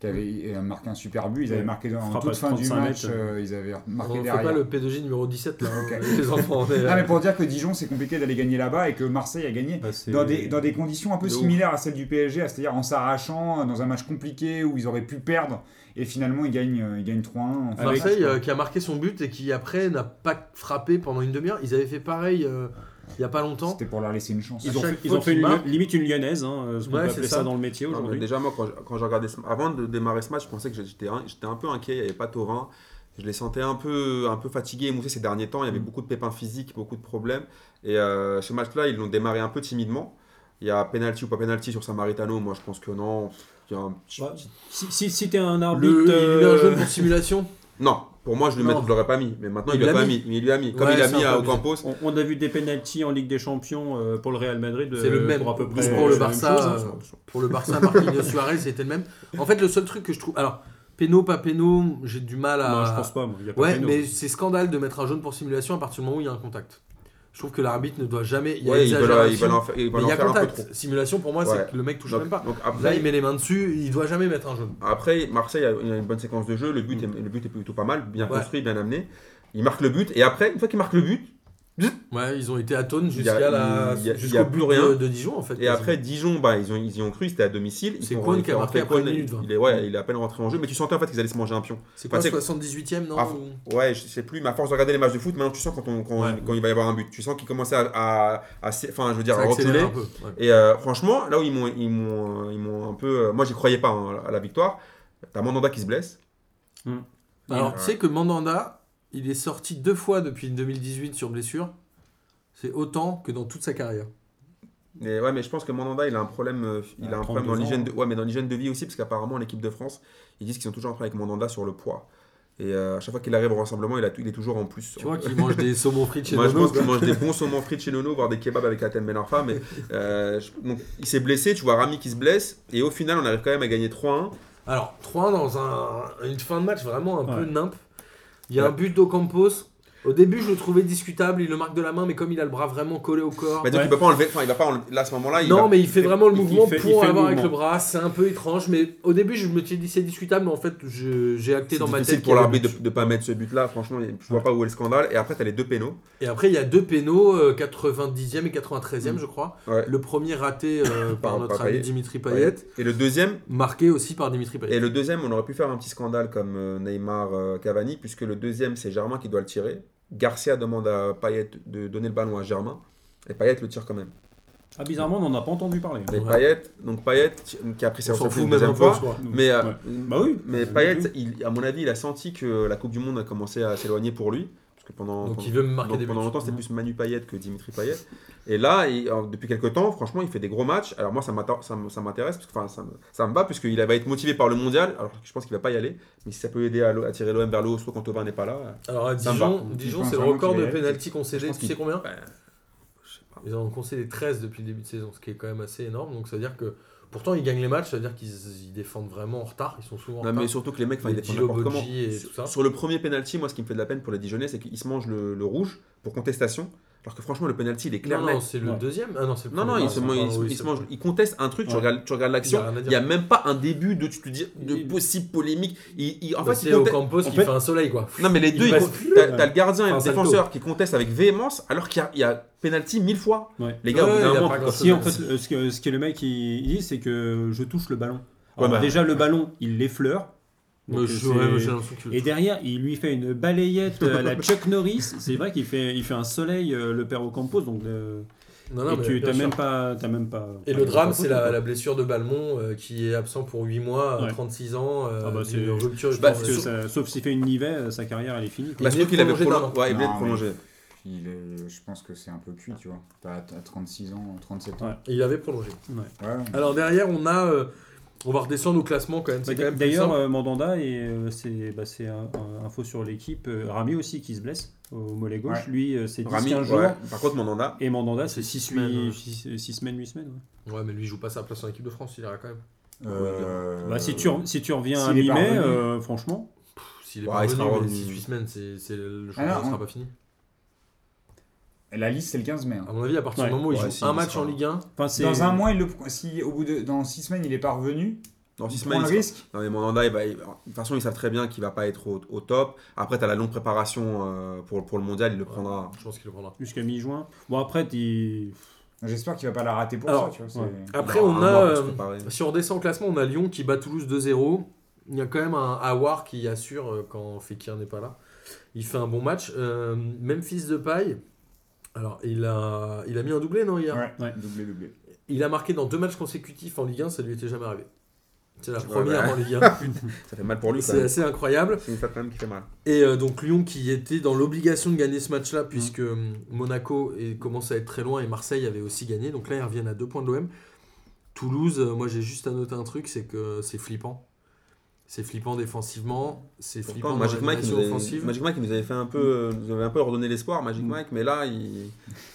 Qui avait euh, marqué un super but. Ils avaient Ouais. marqué dans- en Frappe à toute fin du 35 match. mètres. euh, ils avaient marqué On fait derrière. pas le P2J numéro 17 là. hein, Ok. les enfants, on est- Non, mais pour dire que Dijon, c'est compliqué d'aller gagner là-bas et que Marseille a gagné. Bah, c'est- Dans des, dans des conditions un peu De ouf. similaires à celles du PSG, à- c'est-à-dire en s'arrachant, euh, dans un match compliqué où ils auraient pu perdre, et finalement ils gagnent, euh, ils gagnent 3-1. en fin de match, Marseille quoi. euh, qui a marqué son but et qui après n'a pas frappé pendant une demi-heure. Ils avaient fait pareil euh, il y a pas longtemps. C'était pour leur laisser une chance. Ils à ont, fait, chaque ils fois ont fait qu'il une- marque- limite une lyonnaise, hein, euh, ce qu'on Ouais, peut c'est appeler ça. Ah, ça dans le métier Non, Ah, mais aujourd'hui. déjà, moi, quand je, quand je regardais ce- avant de démarrer ce match, je pensais que j'étais un, j'étais un peu inquiet, il n'y avait pas Thauvin. Je les sentais un peu, un peu fatigués, émoussés ces derniers temps. Il y avait Mm. beaucoup de pépins physiques, beaucoup de problèmes. Et euh, ce match-là, ils l'ont démarré un peu timidement. Il y a penalty ou pas penalty sur Samaritano. Moi, je pense que non. Il y a un petit- Bah, si si, si t'es un arbitre... Le, il a eu un euh, jeu pour simulation. Non, pour moi, je Non. ne l'aurais pas mis. Mais maintenant, Il il l'a l'a pas mis. Mais Il lui a mis. Comme Ouais, il a c'est mis un à peu Ocampos. on, on a vu des pénalties en Ligue des Champions euh, pour le Real Madrid euh, C'est le même. pour à peu près Pour le la même Barça, chose, hein. euh, Pour le Barça, Marquinhos Suarez, c'était le même. En fait, le seul truc que je trouve. Alors, Péno, pas Péno, j'ai du mal euh, à. Non, je pense pas. moi, il y a pas Ouais, péno. mais c'est scandale de mettre un jaune pour simulation à partir du moment où il y a un contact. Je trouve que l'arbitre ne doit jamais. Il y a Ouais, ils veulent ils exagération, veulent en faire ils mais veulent il en y a faire un peu trop. contact. Simulation, pour moi, Ouais. c'est que le mec touche Donc- même pas. donc après, Là, il met les mains dessus, il doit jamais mettre un jaune. Après, Marseille a il a une bonne séquence de jeu, le but, est, le but est plutôt pas mal, bien Mm. Ouais. construit, bien amené. Il marque le but, et après, une fois qu'il marque le but, Ouais, ils ont été atones Il y a- jusqu'à la... il y a- il y a jusqu'au plus but rien. de, de Dijon en fait. Et après, Dijon, bah, ils, ont, ils y ont cru, c'était à domicile. Ils C'est sont Kwon rentrés- qui a marqué rentré après Kwon, une minute, vingt. Il est, ouais, il est à peine rentré en jeu, mais tu sentais en fait qu'ils allaient se manger un pion. c'est Enfin, quoi c'est- 78ème non Ah, ou- Ouais, je sais plus, mais à force de regarder les matchs de foot, maintenant tu sens quand, on- quand, Ouais. quand il va y avoir un but. Tu sens qu'ils commençaient à, à, à s'é- enfin, je veux dire, Ça a à accéléré reculer. un peu. ouais. Et euh, franchement, là où ils m'ont, ils m'ont, ils m'ont un peu. euh, moi, j'y croyais pas hein, à la victoire. T'as Mandanda qui se blesse. Alors, Ouais. tu sais que Mandanda, il est sorti deux fois depuis 2018 sur blessure. C'est autant que dans toute sa carrière. Mais ouais, mais je pense que Mandanda, il a un problème. euh, Il Ah, a un problème dans 32 l'hygiène de, ouais, mais dans l'hygiène de vie aussi, parce qu'apparemment, l'équipe de France, ils disent qu'ils sont toujours en train avec Mandanda sur le poids. Et euh, à chaque fois qu'il arrive au rassemblement, il, a, il est toujours en plus. Tu vois qu'il mange des saumons frits chez Moi, je Dono, pense qu'il quoi. mange des bons saumons frits de chez Nono, voire des kebabs avec la thème Ben Arfa, Mais euh, je- donc, il s'est blessé, tu vois Rami qui se blesse, et au final, on arrive quand même à gagner 3-1. Alors, 3 dans un- une fin de match vraiment un peu Ouais. nimpe. Il y a Ouais. un but d'Ocampos. Au début, je le trouvais discutable. Il le marque de la main, mais comme il a le bras vraiment collé au corps. Bah, donc, Ouais. il peut pas enlever. Enfin, il va pas enlever- Là, à ce moment-là, il non, va- mais il fait vraiment le il- il mouvement fait- il pour fait le avoir avec mouvement. le bras. C'est un peu étrange, mais au début, je me suis dit c'est discutable, mais en fait, je- j'ai acté C'est dans ma difficile tête. qu'il pour y avait l'arbitre de ne pas mettre ce but-là. Franchement, il- je vois pas où est le scandale. Et après, t'as les deux pénaux. Et après, il y a deux pénaux, euh, 90e et 93e, je crois. Ouais. Le premier raté euh, par Mm. Par- notre par ami Payet. Dimitri Payet, Et le deuxième, marqué aussi par Dimitri et Payet. le deuxième, on aurait pu faire un petit scandale comme euh, Neymar, euh, Cavani, puisque le deuxième, c'est Germain qui doit le tirer. Garcia demande à Payet de donner le ballon à Germain. Et Payet le tire quand même. Ah, bizarrement, on n'en a pas entendu parler. Et Ouais. Payet, donc Payet qui a pris On sa s'en retraite fout une même un deuxième peu. fois. quoi. Mais, euh, Ouais. Bah oui. mais Bah Payet, oui. il- à mon avis, il a senti que la Coupe du Monde a commencé à s'éloigner pour lui. Parce que pendant, Donc pendant- il veut me marquer donc, des buts. pendant longtemps, c'était Mhm. plus Manu Payet que Dimitri Payet. Et là, il- alors, depuis quelques temps, franchement, il fait des gros matchs. Alors moi, ça m'atta- ça me- ça m'intéresse, parce que, enfin, ça, me, ça me va, puisqu'il va être motivé par le mondial. Alors je pense qu'il va pas y aller. Mais si ça peut aider à, lo- à tirer l'OM vers le haut, soit quand Thauvin n'est pas là. euh, Alors à Ça Dijon, me va. Dijon Je pense c'est le vraiment record qu'il de est- pénalty je concédé. pense Tu sais qu'il- combien ben, je sais pas. Ils en ont concédé 13 depuis le début de saison, ce qui est quand même assez énorme. Donc ça veut dire que. Pourtant, ils gagnent les matchs, ça veut dire qu'ils ils défendent vraiment en retard. Ils sont souvent en Non, retard. mais surtout que les mecs, enfin, Les ils défendent Gillo n'importe comment. Boggi et sur, tout ça. sur le premier penalty, moi, ce qui me fait de la peine pour les Dijonais, c'est qu'ils se mangent le, le rouge pour contestation. Alors que franchement, le penalty, il est clair non, net. non, c'est le Non. deuxième. Ah non, c'est le Non, non, premier. il se, Ah, man- il se- oui, il c'est se le mange- il conteste un truc, tu Ouais. regardes, tu regardes l'action, Il y a rien à il dire. n'y a, même pas un début de, tu te dis, de Il- possible polémique. Il- il- en premier. Bah, fait, C'est il conteste- Ocampos qui fait- fait un soleil, quoi. Non, mais les il deux, ils passe- con- t'as t'as le gardien et Enfin, le salto. défenseur qui contestent avec véhémence, alors qu'il y a- il y, a penalty mille fois. Ouais. Les gars, Ouais, au bout il y d'un a moment, pas tu- grand-chose. Si, en fait, euh, ce que, ce que le mec il, il dit, c'est que je touche le ballon. Alors, Ouais, bah. déjà, le ballon, il l'effleure. Donc, Mais euh, je- c'est- ouais, mais j'ai l'impression que- Et derrière, il lui fait une balayette euh, à la Chuck Norris. C'est vrai qu'il fait, il fait un soleil, euh, le père Ocampos. Donc, euh, Ah Non, non, et mais tu bien t'as sûr. même, pas- t'as même pas. Et enfin, le t'as drame, pas c'est faute, la, quoi. la blessure de Balmont euh, qui est absent pour 8 mois, à Ouais. 36 ans, euh, Ah bah, d'une c'est- rupture. je Bah, pense. Parce que ça- sauf s'il fait une Nivea, euh, sa carrière, elle est finie. quoi. bah, il surtout est qu'il avait prolongé d'un prolongé. Ouais, il venait de Ah, Non, mais- prolonger. Il est, je pense que c'est un peu cuit, tu vois. T'as t'as 36 ans, 37 ans. Il avait prolongé. Ouais, ouais. Alors derrière, on a, euh, on va redescendre au classement quand même. Bah, C'est quand même plus D'ailleurs, simple. euh, Mandanda, et euh, c'est bah, c'est un, un info sur l'équipe. euh, Rami aussi qui se blesse au mollet gauche. Lui, euh, c'est 10-15 Rami, jours. ouais. par contre, Mandanda, Et Mandanda, c'est C'est 6 six semaines, semaines, ouais. 6 semaines, 8 semaines. ouais. Ouais, mais lui il joue pas sa place en équipe de France, il ira quand même. Euh, Bah, si, tu, re- si tu reviens s'il à est mi-mai, parvenu. euh, franchement, Pff, S'il est Ouais, pas il sera revenu, mais revenu. 6-8 semaines, c'est c'est- le Ah championnat non, sera on- pas fini. La liste, c'est le 15 mai. hein. À mon avis, à partir du Ouais. moment où il Ouais, joue si, un il match sera- en Ligue 1, enfin, c'est- Dans un mois, il le... si au bout de... dans 6 semaines, il est pas revenu, dans six il semaines, prend il le sera- risque. Non mais Mandanda, il va- il- de toute façon, ils savent très bien qu'il va pas être au, au top. Après, tu as la longue préparation euh, pour, pour le mondial, il le prendra. je pense qu'il le prendra. Jusqu'à mi-juin. Bon, après, t'y- J'espère qu'il va pas la rater pour Alors, ça, tu vois. c'est- ouais. Après, Il aura on un a. mois pour se euh, préparer. Si on redescend au classement, on a Lyon qui bat Toulouse 2-0. Il y a quand même un Awar qui assure euh, quand Fekir n'est pas là. Il fait un bon match. Euh, Memphis de paille. Alors, il a, il a mis un doublé, non, hier Ouais, Ouais. doublé, doublé. Il a marqué dans deux matchs consécutifs en Ligue 1, ça lui était jamais arrivé. C'est la Ouais, première bah. en Ligue 1. Ça fait mal pour lui. quand C'est même. assez incroyable. C'est une fête quand même qui fait mal. Et euh, donc Lyon qui était dans l'obligation de gagner ce match-là Mmh. puisque euh, Monaco est- commence à être très loin et Marseille avait aussi gagné. Donc là ils reviennent à deux points de l'OM. Toulouse, euh, moi j'ai juste à noter un truc, c'est que c'est flippant. C'est flippant défensivement, c'est flippant Pourtant, dans Magic la Mike, il relation nous avait- offensive. Mm. Magic Mike, il nous avait fait un peu, euh, nous avait un peu redonné l'espoir, Magic Mike, mais là, il...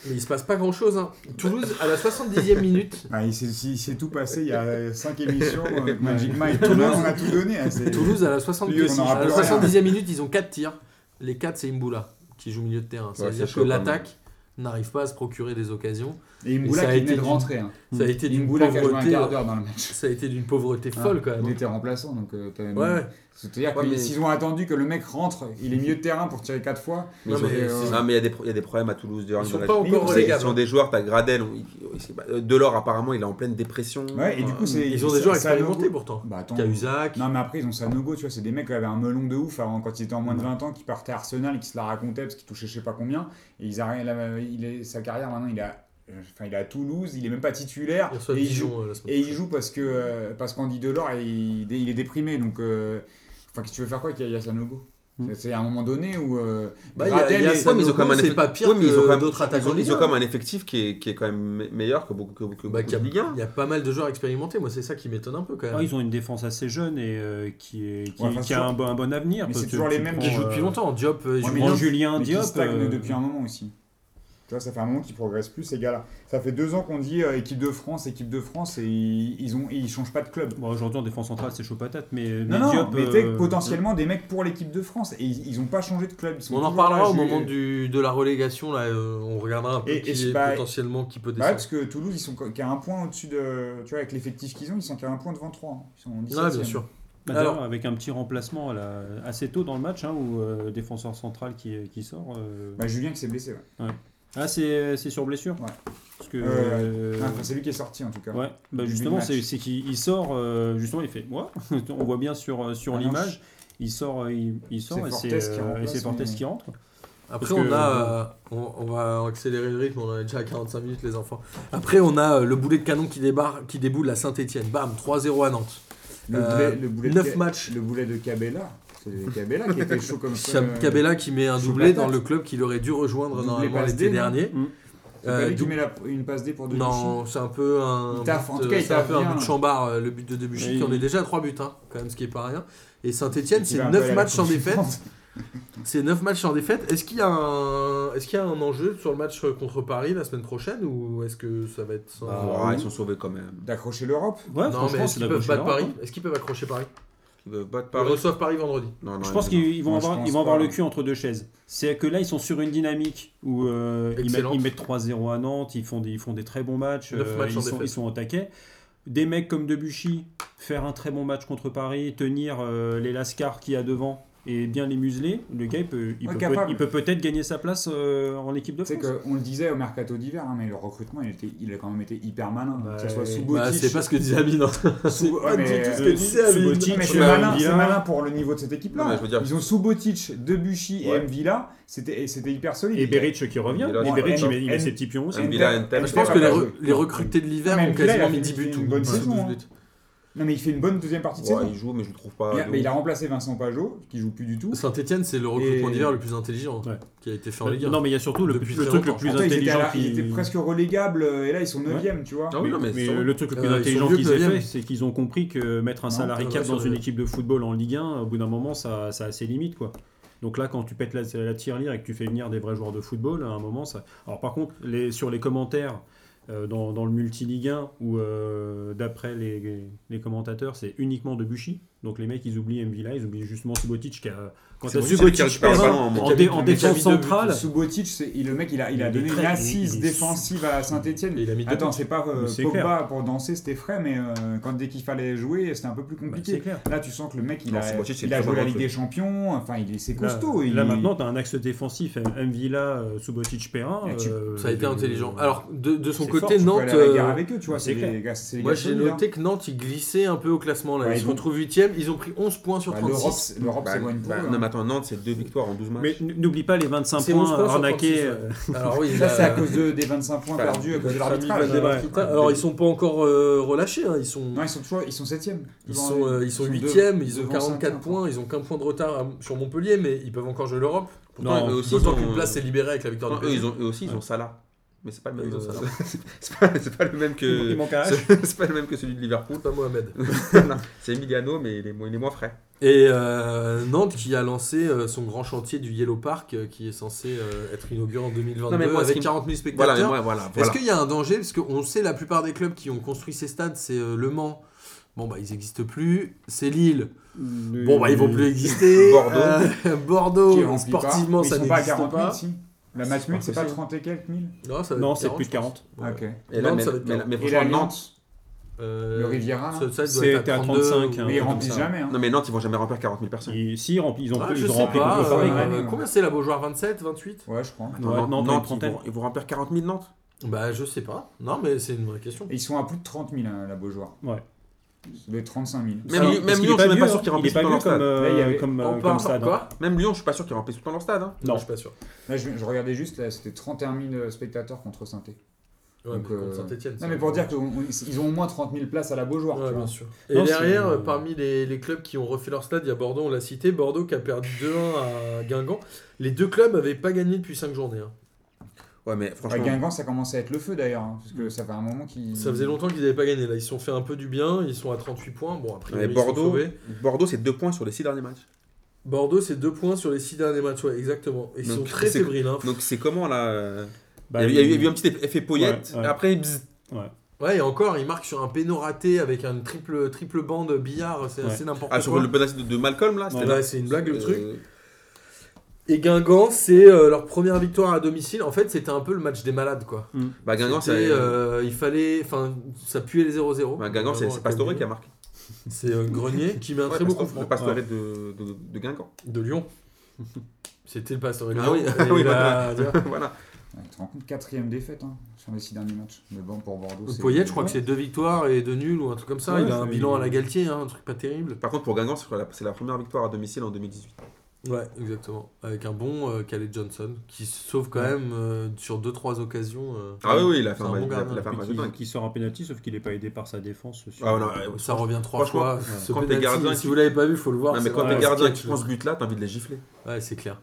Mais il se passe pas grand-chose. hein. Toulouse à la 70e minute. Ah, il s'est- il s'est tout passé il y a 5 émissions avec Magic Mike. Tout le monde, on a tout donné. hein, c'est- Toulouse à la 70e, Lui aussi, à la je 70e minute, ils ont 4 tirs. Les 4 c'est Imboula qui joue milieu de terrain. Ouais, C'est-à-dire c'est que chaud, quand l'attaque n'arrive pas à se procurer des occasions. Et Et Imboula ça a qui été venait de du- rentrer. hein. Ça a Mmh. été d'une Imboula qui a joué un pauvreté. euh, quart d'heure dans le match. Ça a été d'une pauvreté Ah, folle quand même. Il était remplaçant, donc euh, t'avais Ouais, ouais. C'est-à-dire Ouais, que mais- s'ils ont attendu que le mec rentre, il est milieu de terrain pour tirer quatre fois. Mais Non, ils ont mais des- c'est- non, mais il y, a des pro- il y a des problèmes à Toulouse. de- Ils sont dans la- pas encore c'est- relégables. hein. Ils ont des joueurs, t'as Gradel, on- il- il- c'est pas- euh, Delors apparemment il est en pleine dépression. Ouais, et du coup, c'est. Ils ont des joueurs ça- ça- expérimentés pourtant. Bah attends. Cahuzac. Non, mais après, ils ont Sanogo, tu vois. C'est des mecs qui avaient un melon de ouf avant, quand ils étaient en moins de 20 ans, qui partaient à Arsenal, qui se la racontaient parce qu'ils touchaient je sais pas combien. Et ils arri- la- il est, sa carrière maintenant, il est à- euh, Enfin, il est à Toulouse, il est même pas titulaire. Il reçoit et il joue- Dijon euh, la semaine Et il prochaine. joue parce que euh, parce qu'Andy Delors il, il est déprimé donc euh, enfin qu'est-ce que tu veux faire quoi qu'il y a- il y a Sanogo Mm. C'est- c'est à un moment donné où euh, Hmm. Bah, il y a- Gradel il y a est- Sanogo, mais ils ont quand même un c'est effet- pas pire Oui, mais ils ont quand que même- d'autres attaquants. Ils ont, de ils Ligue ont quand 1. même un effectif qui est, qui est quand même me- meilleur que beaucoup, que, que Bah, beaucoup qu'il y a- de Ligue 1. Il y a pas mal de joueurs expérimentés. Moi, c'est ça qui m'étonne un peu quand Ah, même. ils ont une défense assez jeune et euh, qui, est, qui, Ouais, enfin, qui a toujours- un, bon- un bon avenir. Mais parce c'est que toujours tu les mêmes prends, qui Qui jouent depuis euh, longtemps. Diop, euh, mais tu prends qui- Julien mais qui Diop. stagne euh, depuis un moment aussi tu vois ça fait un moment qu'ils progressent plus ces gars-là ça fait deux ans qu'on dit euh, équipe de France équipe de France et ils, ils ont et ils changent pas de club Bon, aujourd'hui en défense centrale, c'est chaud patate, mais, mais non, non, Diop, mais t'es euh, potentiellement des mecs pour l'équipe de France et ils, ils ont pas changé de club. Ils sont On en toujours là, Bah parlera au je- moment du, de la relégation. Là, euh, on regardera un peu Et- qui et je est sais pas- potentiellement qui peut Bah ouais, descendre. parce que Toulouse, ils sont qu'à un point au-dessus de. Tu vois, avec l'effectif qu'ils ont, ils sont qu'à un point devant 3. Ils sont en Ouais, 17e. bien sûr. bah, d'ailleurs, Alors- avec un petit remplacement à la- assez tôt dans le match, hein, où euh, défenseur central qui, qui sort. euh, Bah, Julien qui s'est blessé. Ouais. Ah, c'est c'est sur blessure Ouais. Parce que. Euh, euh, Ah, enfin, c'est lui qui est sorti en tout cas. Ouais, bah Début justement, de match. c'est c'est qu'il il sort, euh, justement, il fait moi. On voit bien sur, euh, sur Ah non, l'image, il sort, euh, il, il sort C'est et Fortes c'est qui euh, et remplace, c'est Fortes mais- qui rentre. Après, Parce on que- a. euh, on, on va accélérer le rythme, on en est déjà à 45 minutes, les enfants. Après, on a euh, le boulet de canon qui, débarque, qui déboule à Saint-Etienne. Bam, 3-0 à Nantes. Le, Euh, boulet, le boulet de neuf Ca- matchs. Le boulet de Cabella. C'est Cabella qui était chaud comme ça. euh, Chab- Cabella qui met un Chaud doublé patate. dans le club qu'il aurait dû rejoindre Doublé normalement passe l'été D, non dernier. Mm. C'est pas Euh, lui qui dou- met la- une passe D pour Debuchy. non, c'est un peu un. Il taffe, en but, tout cas, euh, il c'est un taffe peu un bien. but de chambard, euh, le but de Debuchy, Mais qui en il- est déjà à 3 buts, hein, quand même, ce qui est pas rien. Et Il Saint-Etienne, va c'est un peu aller 9 à la matchs sans Coupe du défaite. Monde. C'est 9 matchs sans défaite. Est-ce qu'il y, a un... est qu'il y a un enjeu sur le match euh, contre Paris la semaine prochaine ou est-ce que ça va être sans. Bah, Ah, oui. ils sont sauvés quand même. D'accrocher l'Europe. Ouais, non, mais Ah, franchement, est-ce c'est qu'ils la hein. peuvent gauche battre et la droite, Paris Est-ce qu'ils peuvent accrocher Paris Ils peuvent battre Ils Paris. reçoivent Paris vendredi. Non, non, Je ils- pense qu'ils ils vont, Moi, je avoir, pense ils vont avoir pas. le cul entre deux chaises. C'est que là, ils sont sur une dynamique où euh, ils, mettent, Excellente. ils mettent 3-0 à Nantes, ils font des, ils font des très bons matchs, euh, Neuf matchs sans ils, sont, défaite. ils sont au taquet. Des mecs comme Debuchy, faire un très bon match contre Paris, tenir euh, les Lascars qu'il y a devant et bien les museler, le gars, il peut, il Ouais, peut, capable. il peut peut-être gagner sa place euh, en équipe de Tu sais France. qu'on le disait au mercato d'hiver, hein, mais le recrutement, il, était, il a quand même été hyper malin. que ce soit Ouais. Subotic. Bah, c'est pas ce que disait Amine. hein. Sub- ouais, pas du mais, tout ce euh, que disait Amine. Subotic, Non, mais c'est Bah, malin, Villa. c'est malin pour le niveau de cette Non, équipe-là. mais je veux dire- Ils ont Subotic, Debuchy et Ouais. Mvilla. C'était et c'était hyper solide. Et Beric qui revient. Beric, Et Beric, ouais. il met, il met Et- ses petits pions aussi. et- Villa, Ntem. Je pense que les, Ouais. re- les recrutés de l'hiver Même ont Villa, il a quasiment fait mis 10 une- buts. une ou bonne 12 saison, buts. hein. Non, mais il fait une bonne deuxième partie de Ouais, saison. ils jouent, mais je le trouve pas. Il a- de mais il a ouf. remplacé Vincent Pajot, qui joue plus du tout. Saint-Etienne, c'est le recrutement Et- d'hiver le plus intelligent hein, Ouais. qui a été fait en Ligue 1. Non, mais il y a surtout le, Depuis le très truc le longtemps. plus Pourtant, ils étaient, à intelligent la- ils qui- étaient presque relégables euh, et là ils sont 9 e tu vois. Ah oui, non, mais Mais sans- le truc le plus Euh, ils sont intelligent vieux qu'ils que le aient fait, neuvième. c'est qu'ils ont compris que mettre un Non, salarié ouais, cap sur dans le- une équipe de football en Ligue 1, au bout d'un moment, ça, ça a ses limites. quoi. Donc là, quand tu pètes la, la tirelire et que tu fais venir des vrais joueurs de football, à un moment, ça. Alors par contre, les, sur les commentaires euh, dans, dans le multi-Ligue 1, où euh, d'après les, les commentateurs, c'est uniquement de Buchy. Donc les mecs, ils oublient Mvila, ils oublient justement Subotic. Qui a... Quand C'est t'as Subotic qui Subotic récupère le perdant ballon en en, manque. dé- en Mais défense Camille de but, centrale, bah, Subotic, c'est- il- le mec, il a, il a Il est donné très- une il est assise sou- défensive à Saint-Etienne. Il a mis deux Attends, buts. c'est pas euh, Mais c'est Pogba clair. pour danser, c'était frais, mais euh, quand dès qu'il fallait jouer, c'était un peu plus bah, c'est compliqué. clair. Là, tu sens que le mec, il Non, a, Subotic, c'est il a le joué la favori. Ligue des Champions. Enfin, il est c'est Là, costaud. il- là, maintenant, tu as un axe défensif, Mvila, euh, Subotic, Perrin. Et tu- euh, Ça a été euh, intelligent. Alors, de, de son c'est tu côté, peux Nantes. aller à la guerre euh, avec eux, tu vois. c'est bah, C'est clair. les gars, c'est les Moi, gars j'ai solides, hein. noté que Nantes, ils glissaient un peu au classement. Là. Ouais, ils ils se ont- retrouvent 8ème. Ils ont pris 11 points sur Bah, L'Europe 36. l'Europe Bah, s'éloigne pour bah, eux. Non, hein. mais attends, Nantes, c'est deux victoires en 12 matchs. Mais n- n'oublie pas les 25 C'est 11 points points sur arnaqués. 36, ouais. euh, Alors, oui, Là, la- c'est à cause de- des 25 points Enfin, perdus à cause de la famille l'arbitrage. Van Ouais. Demarquita, Alors, ils sont pas encore euh, relâchés. hein. Ils sont. Non, ils sont toujours, ils sont 7e. Ils sont, euh, ils sont 8ème, ils ont 44 points, ils ont qu'un point de retard à- sur Montpellier, mais ils peuvent encore jouer l'Europe. euh, Pourtant, Non, eux aussi, ils D'autant ont. qu'une place s'est libérée avec la victoire Pourtant, du eux, PSG. ils ont- eux aussi, ils ont Salah. Mais c'est pas le même. Ils ont euh, Salah. C'est pas, c'est pas le même Il que. manque un H. C'est c'est pas le même que celui de Liverpool. Pas Mohamed. Non, c'est Emiliano, mais il est, moins- il est moins frais. Et euh, Nantes qui a lancé euh, son grand chantier du Yellow Park euh, qui est censé euh, être inauguré en 2022 Non, mais moi, ce avec qui me- 40 000 spectateurs. Voilà, mais moi, voilà. Est-ce voilà. qu'il y a un danger Parce qu'on sait la plupart des clubs qui ont construit ces stades, c'est euh, Le Mans. Bon, bah ils n'existent plus. C'est Lille. Bon, bah ils vont plus exister. Bordeaux. Euh, Bordeaux. Sportivement, ça n'existe pas. La Matmut, c'est pas pas possible. 30 et quelques mille Non, ça va Non, être c'est plus Ah, de 40. je pense. Ouais. Ok. Et là, Nantes, mais, ça va être mais- bien. mais Et la franchement, Nantes, Nantes Euh, Le Riviera, là ça- ça doit être C'était à 35. ou- hein, Mais ils comme remplissent ça. jamais. hein. Non, mais Nantes, ils vont jamais remplir 40 000 personnes. Ils, si, ils remplis- ils ont, Ah, ils je ont sais rempli pas. contre euh, Paris, ouais. ouais. euh, Combien c'est la Beaujoire 27, 28 Ouais, je crois. Attends, Ouais, Nantes, Nantes, Nantes, une ils, vont, trentaine. ils vont remplir 40 000 Nantes Bah je sais pas. Non mais c'est une vraie question. Et ils sont à plus de 30 000, hein, la Beaujoire. Ouais. De 35 000. Même, Ça, Lyon- même parce qu'il Lyon, est je suis même vieux, pas hein. sûr qu'ils Il est remplissent pas tout vieux leur stade. comme, euh, Là, il y avait- comme, euh, On comme part- stade, hein. quoi Même Lyon, je suis pas sûr qu'ils remplissent tout dans leur stade. hein. Non. Je suis pas sûr. Là, je, je regardais juste, là, c'était 31 000 euh, spectateurs contre saint Ouais, Donc, mais contre euh, Saint-Etienne. Non, mais pour dire qu'ils ont au moins 30 000 places à la Beaujoire. tu Ouais, vois. bien sûr. Et Non, derrière, c'est- euh, parmi les, les clubs qui ont refait leur stade, il y a Bordeaux, on l'a cité, Bordeaux qui a perdu 2-1 à Guingamp. Les deux clubs n'avaient pas gagné depuis 5 journées. hein. Ouais, mais Ouais, franchement. Guingamp, ça commence à être le feu d'ailleurs, hein, parce que ça fait un moment qu'ils. Ça faisait longtemps qu'ils n'avaient pas gagné. Là, ils se sont fait un peu du bien, ils sont à 38 points. Bon, après, mais ils sont Bordeaux, sauvés. Bordeaux, c'est deux points sur les six derniers matchs. Bordeaux, c'est 2 points sur les 6 derniers matchs. Ouais, exactement. Ils Donc, sont très c'est- fébriles. hein. Donc c'est comment là euh, Bah, il, y a eu, il y a eu un petit effet poillette. Ouais, ouais. et Après, bzzz. Ouais, et encore, ils marquent sur un péno raté avec une triple, triple bande billard. C'est Ouais. c'est n'importe ah, quoi. sur le penalty de, de Malcolm là, c'était Ouais, là. Ouais, c'est une blague le Euh, truc. Et Guingamp, c'est euh, leur première victoire à domicile. En fait, c'était un peu le match des malades, quoi. Bah Guingamp, C'était, c'est euh, il fallait, enfin, ça puait les 0-0. bah, Guingamp, c'est- Vraiment, c'est Pastore qui a marqué. C'est euh, Grenier qui met un Ouais, très beau coup Pastore- franc le Pastore de, de, de Guingamp. de Lyon. C'était le Pastore de Ah Lyon. oui, ah Et oui, là, tu vois. voilà. Ouais, tu te rends compte, quatrième défaite hein, sur les six derniers matchs. Mais bon, pour Bordeaux. c'est- Poyet, je crois que c'est deux victoires et deux nuls ou un truc comme ça. Ouais, il a un c'est- bilan à la Galtier, hein, un truc pas terrible. Par contre, pour Guingamp, c'est la, c'est la première victoire à domicile en 2018. Ouais, exactement. Avec un bon euh, Calais Johnson qui se sauve quand Ouais. même euh, sur deux trois occasions. euh, Ah oui, oui, il a fait C'est un un match bon il a- gardien, il a fait un match de qui, dingue. qui sort un penalty, sauf qu'il n'est pas aidé par sa défense. sur- Ah, non, ouais, Ça revient trois franchement, fois. ouais. ce Quand t'es penalty, gardien si qui- vous l'avez pas vu, faut le voir. Non, mais c'est quand vraiment t'es un gardien sketch, qui prend ce but là, t'as envie de les gifler. Ouais, c'est clair.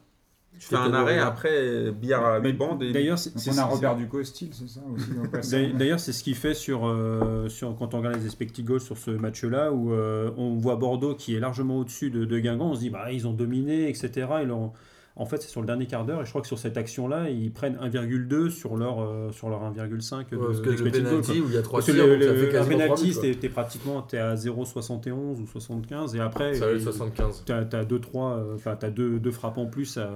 Tu fais un arrêt après, euh, billard à Mais 8 bandes et D'ailleurs, c'est Donc c'est- on a c'est- Robert Ducos style, c'est ça aussi dans le passé. D'a- D'ailleurs, c'est ce qu'il fait sur, euh, sur, quand on regarde les spectacles sur ce match-là, où euh, on voit Bordeaux qui est largement au-dessus de, de Guingamp. On se dit, bah, ils ont dominé, etc. Ils leur ont- En fait, c'est sur le dernier quart d'heure, et je crois que sur cette action-là, ils prennent 1,2 sur leur, euh, sur leur 1,5 de Ouais, parce que le d'expected goal, quoi. penalty où il y a trois Parce que tirs, le, donc ça le- fait un quasiment trois buts, penalty, quoi. c'était- t'es pratiquement t'es à 0,71 ou 75, et après, Ça valait il- 75. t'as t'as deux, trois, euh, enfin, t'as deux, deux frappes en plus. À...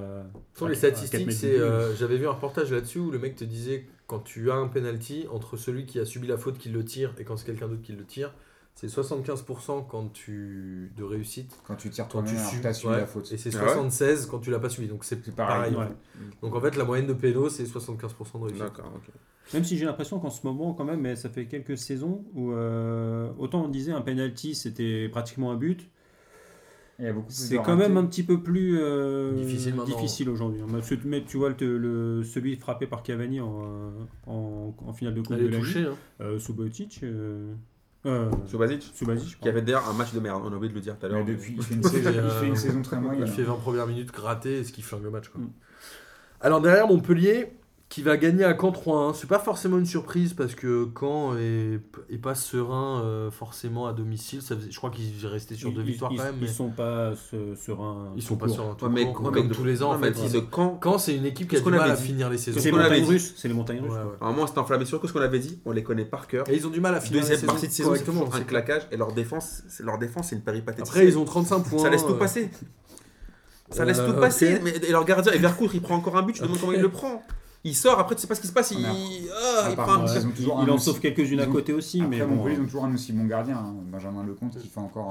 Sur à- les à quatre statistiques, mètres du c'est but. euh, j'avais vu un reportage là-dessus où le mec te disait quand tu as un penalty entre celui qui a subi la faute qui le tire et quand c'est quelqu'un d'autre qui le tire, c'est 75% quand tu de réussite Quand tu tires quand toi-même, tu alors subis que t'as subi ouais, la faute. et c'est Ah ouais 76 quand tu l'as pas subi. Donc c'est C'est pareil. hein. pareil. Ouais. Donc en fait la moyenne de pédo c'est 75% de réussite. D'accord, ok. Même si j'ai l'impression qu'en ce moment, quand même, mais ça fait quelques saisons où euh, autant on disait un penalty c'était pratiquement un but, Il y a beaucoup plus c'est de quand même un ratés. petit peu plus euh, Difficile maintenant. difficile aujourd'hui. Mais tu- Mais tu vois le, le- celui frappé par Cavani en, euh, en, en finale de Coupe Elle de est la Ligue, touchée. hein. euh, Subotic, euh, euh, Subasic, Subasic, je qui crois. avait d'ailleurs un match de merde, on a oublié de le dire tout à Mais l'heure. depuis, il fait une saison, il fait une saison très Il moyenne. fait 20 premières minutes grattées et ce qui flingue le match. quoi. Mm. Alors derrière Montpellier qui va gagner à Caen 3-1, c'est pas forcément une surprise parce que Caen est, est pas serein euh, forcément à domicile. Ça faisait- je crois qu'ils restaient sur deux Ils- victoires ils, quand même, Ils mais sont pas se- sereins. ils sont tout pas court. sereins tout Ouais, mais- court, ouais, comme, mais- tous les ans. Non, en mais fait, dis- ils- quand Caen c'est une équipe qui a du Parce qu'on mal à avait dit- finir les saisons. C'est les qu'on avait montagnes dit. russes. C'est les montagnes russes. Ouais, ouais. À un moment, c'était inflammation que ce qu'on avait dit, on les connaît par cœur. Et ils ont du mal à finir les Deuxième saisons. partie de saison, c'est correctement, toujours un c'est- claquage et leur défense, c'est- leur défense, c'est une péripathétique. Après ils ont 35 points. ça laisse tout euh, passer. Ça euh, laisse tout ok. passer. Mais, et leur gardien, et Vercourt, il prend encore un but. Tu te demandes comment il le prend. Il sort. Après, tu sais pas ce qui se passe. Il, Ah, ah, il Ah, prend. un pardon, euh, but. ils ont Il, toujours il un en aussi- sauve quelques-unes à ils ont- côté aussi, Après, mais bon, Montpellier, ils euh, ont toujours un aussi bon gardien, hein, Benjamin Lecomte, qui fait encore.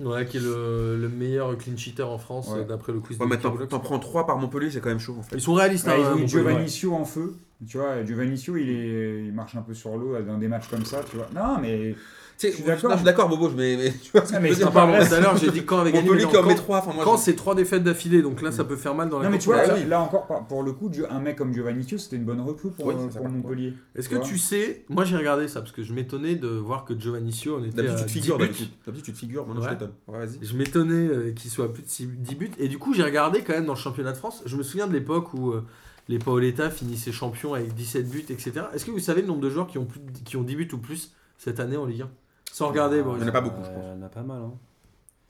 euh, Ouais, qui est le, le meilleur clean sheeter en France Ouais. euh, d'après le quiz Ouais, de mais Mickey t'en Roulette. t'en prends 3 par Montpellier, c'est quand même chaud. En fait. Ils sont réalistes. Ah, hein, ils ont eu Montpellier. Giovannicio en feu. Tu vois, Giovannicio, il, est... il marche un peu sur l'eau euh, dans des matchs comme ça, tu vois. Non, mais. Tu sais, Je suis d'accord. non, je suis d'accord, Bobo, mais, mais tu vois ce que Ah, je mais veux ils dire. sont En parlant tout à l'heure, j'ai dit quand avait gagné. mais Montpellier non, qui en met quand- 3. Enfin, moi, Quand je- c'est trois défaites d'affilée, donc là ça peut faire mal dans la Non, mais tu vois, compétition. là, là encore, par- pour le coup, un mec comme Giovannicio, c'était une bonne recrue pour, Oui, euh, ça pour va. Montpellier. Est-ce que tu sais, moi j'ai regardé ça parce que je m'étonnais de voir que Giovannicio en était à D'habitude, tu te 10 figures. buts. D'habitude, D'habitude, tu te figures. Maintenant, je Ouais. t'étonne. euh, Ouais, vas-y. Je m'étonnais euh, qu'il soit à plus de six- 10 buts et du coup j'ai regardé quand même dans le championnat de France. Je me souviens de l'époque où euh, les Paoletta finissaient champions avec 17 buts, etc. Est-ce que vous savez le nombre de joueurs qui ont, plus de- qui ont 10 buts ou plus cette année en Ligue 1 Sans regarder, Boris. Il y en a pas beaucoup, je euh, pense. Il y en a pas mal. hein.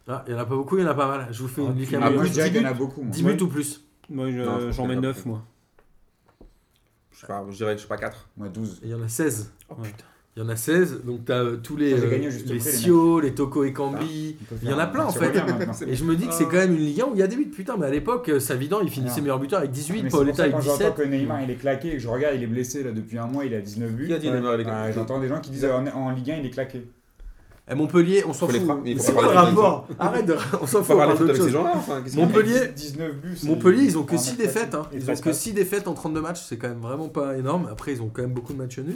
Ah, il y en a pas beaucoup, il y en a pas mal. Je vous fais Ah, une tu- ligue Ah, Ah, moi, oui, je dirais 10 qu'il y buts, en a beaucoup. moi. 10 buts ou plus. Moi, je- Non, je j'en pense qu'il mets y en a 9, moi. Je sais pas, je dirais, je sais pas 4. Moi, 12. Et Il y en a 16. Ouais. Il Il y en a 16, donc tu as tous les, Ils ont euh, Oh, gagné juste les après, les Sio, les Toko et Cambi. Il y en a plein, en fait. Ah. Et je me dis que c'est quand même une Ligue 1 où il y a des buts. Putain, mais à l'époque, euh, Savidan, il finissait Non. Ah, meilleur buteur avec 18, Mais c'est pour Paoletta ça, avec quand j'entends 17. que Neymar il est claqué et que je regarde, il est blessé là depuis un mois, il a 19 buts. Qui a dit Ouais. Neymar, il est Ah, claqué J'entends des gens qui disent en, en Ligue 1 il est claqué. Et Eh, Montpellier, on s'en Faut fout. les frapper, mais il faut C'est pas quoi le parler de rapport Arrête, de... on s'en Faut pas foot, on parler parle foot d'autre avec ces chose. gens-là. Enfin, qu'est-ce que- Mon- Montpellier- Les 19 buts. c'est- Montpellier, ils ont que en 6 un match. défaites. hein. Ils ont presque que pas. 6 défaites en 32 matchs. C'est quand même vraiment pas énorme. Après, ils ont quand même beaucoup de matchs nuls.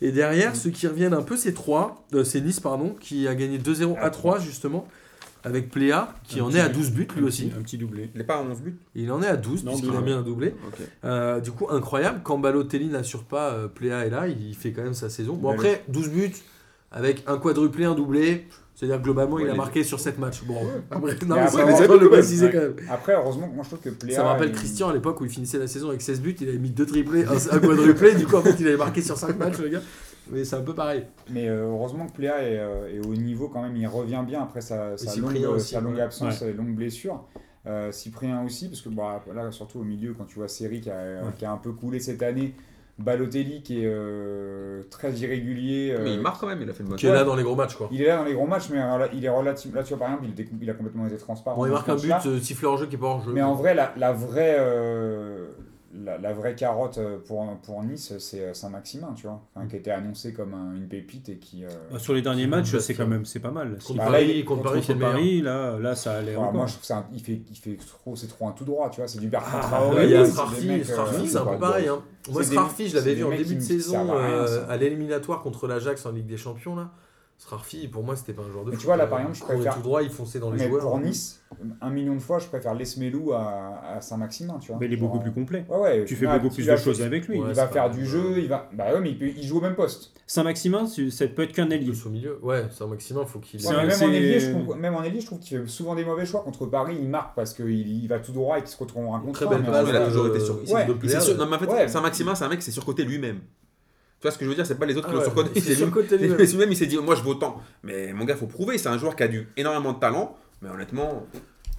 Et derrière, ceux qui reviennent un peu, c'est 3. euh, c'est Nice, pardon, qui a gagné 2-0 à 3, justement. Avec Pléa, qui Un en petit est à but. 12 buts lui aussi. Un petit doublé. Il est pas à 11 buts. Il en est à 12, Non, puisqu'il douze, a ouais. mis un doublé. Ok. Euh, du coup, incroyable. Quand Balotelli n'assure pas, euh, Pléa est là. Il fait quand même sa saison. Bon, après, 12 buts avec un quadruplé, un doublé. C'est-à-dire, globalement, Ouais, il a les- marqué sur 7 matchs. Bon, après, Mais non, mais après, c'est les important de autres, le préciser ouais. quand même. Après, heureusement que moi je trouve que Pléa. Ça me rappelle il- Christian à l'époque où il finissait la saison avec 16 buts, il avait mis deux triplés, un, un quadruplé, du coup en fait il avait marqué sur 5 matchs le gars. Mais c'est un peu pareil. Mais euh, heureusement que Pléa est, euh, est au niveau quand même, il revient bien après sa, sa longue, Cyprien aussi, sa longue ouais. absence, sa longue blessure. Euh, Cyprien aussi, parce que bah, là, surtout au milieu, quand tu vois Seri qui a, qui a un peu coulé cette année, Balotelli qui est euh, très irrégulier. euh, Mais il marque quand même, il a fait le match. Qui est là dans les gros matchs quoi. il est là dans les grands matchs, mais euh, là, il est relativement. Là, tu vois, par exemple, il, était- il a complètement été transparent. Bon, il dans marque ce un but, match-là. euh, siffle hors jeu qui est pas hors jeu. Mais en vrai, la, la vraie, euh, la, la vraie carotte euh, pour, pour Nice, c'est euh, Saint-Maximin, tu vois, Enfin, qui était annoncé comme un- une pépite et qui. euh, Bah, sur les derniers Qui matchs, nous c'est attire. quand même c'est pas mal. contre Bah, Paris, là, il- contre Paris, c'est Contre le meilleur. Paris, là, là, ça allait Voilà, encore. moi, je trouve que c'est un- il fait, il fait trop, c'est trop un tout droit, tu vois. C'est du Bertrand Ah, Traoré. Ouais, il y a c'est des Srarfi, mecs, euh, Srarfi, c'est un pas peu de pareil. bol. hein. Moi, C'est des- Srarfi, je l'avais c'est vu des en mecs début de qui ne servent saison à rien, euh, ça. à l'éliminatoire contre l'Ajax en Ligue des Champions. là. Srarfi, pour moi, c'était pas un joueur de Mais tu foot. vois, là, Euh, par exemple, je il courait préfère- tout droit, il fonçait dans les Mais joueurs. hein. pour Nice, un million de fois, je préfère Lesmelou à, à Saint-Maximin, tu vois. Mais il est Genre, beaucoup plus complet. Ouais, ouais. Tu fais Ah, beaucoup il plus va- de choses avec lui. Il Ouais, va c'est faire pas- du jeu, il va. Bah ouais, mais il, peut- il joue au même poste. Saint-Maximin, c'est- ça peut être qu'un ailier. Plus au milieu. Ouais, c'est un maximum, faut qu'il. C'est Ouais, un- mais même, en c'est- ailier, je trouve, même en ailier, je trouve qu'il fait souvent des mauvais choix. Contre Paris, il marque parce qu'il il va tout droit et qu'il se retrouve en un Une contre très un, belle mais passe. il a là, toujours de- été sur- Ouais. Il Player, s'est sur- Non, mais en fait, Ouais. Saint-Maximin, c'est un mec, c'est surcoté lui-même. Tu vois ce que je veux dire C'est pas les autres Ah qui l'ont ouais, surcoté. il s'est C'est lui- surcoté lui-même. c'est lui-même, il s'est dit Moi, je vaux tant. Mais mon gars, faut prouver. C'est un joueur qui a dû énormément de talent. Mais honnêtement,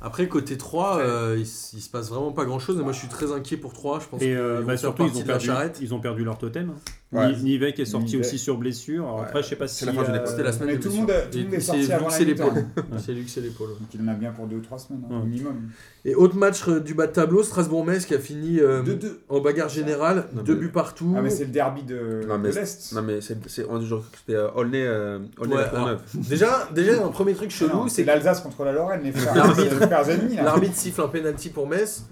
Après, côté 3, euh, il, s- il se passe vraiment pas grand chose. Et moi, je suis très inquiet pour 3. Je pense Et qu'ils euh, vont bah, faire surtout, partie ils ont, de la perdu, charrette. ils ont perdu leur totem. hein. Ouais. Ni- Nivek est sorti Nivek. aussi sur blessure. Alors après, je sais pas si. C'est la fin du euh, débat. C'était la semaine Mais de tout le blessure. monde est- tout le Et monde est c'est sorti Luc, avant la c'est les mi-temps. pôles. C'est Luc, c'est les pôles. Donc il en a bien pour 2-3 semaines, hein, Ouais. minimum. Et autre match euh, du bas de tableau, Strasbourg-Metz qui a fini euh, De deux. en bagarre générale, Non, deux mais- buts partout. Ah, mais c'est le derby de, Non, de mais- l'Est. non, mais c'est. c'est- On dit toujours que c'était euh, Aulnay, euh, Aulnay Ouais, la Courneuve. déjà, déjà, un premier truc Non, chelou, c'est c'est que l'Alsace contre la Lorraine, les frères, L'arbitre- les frères ennemis. là. l'arbitre siffle un penalty pour Metz.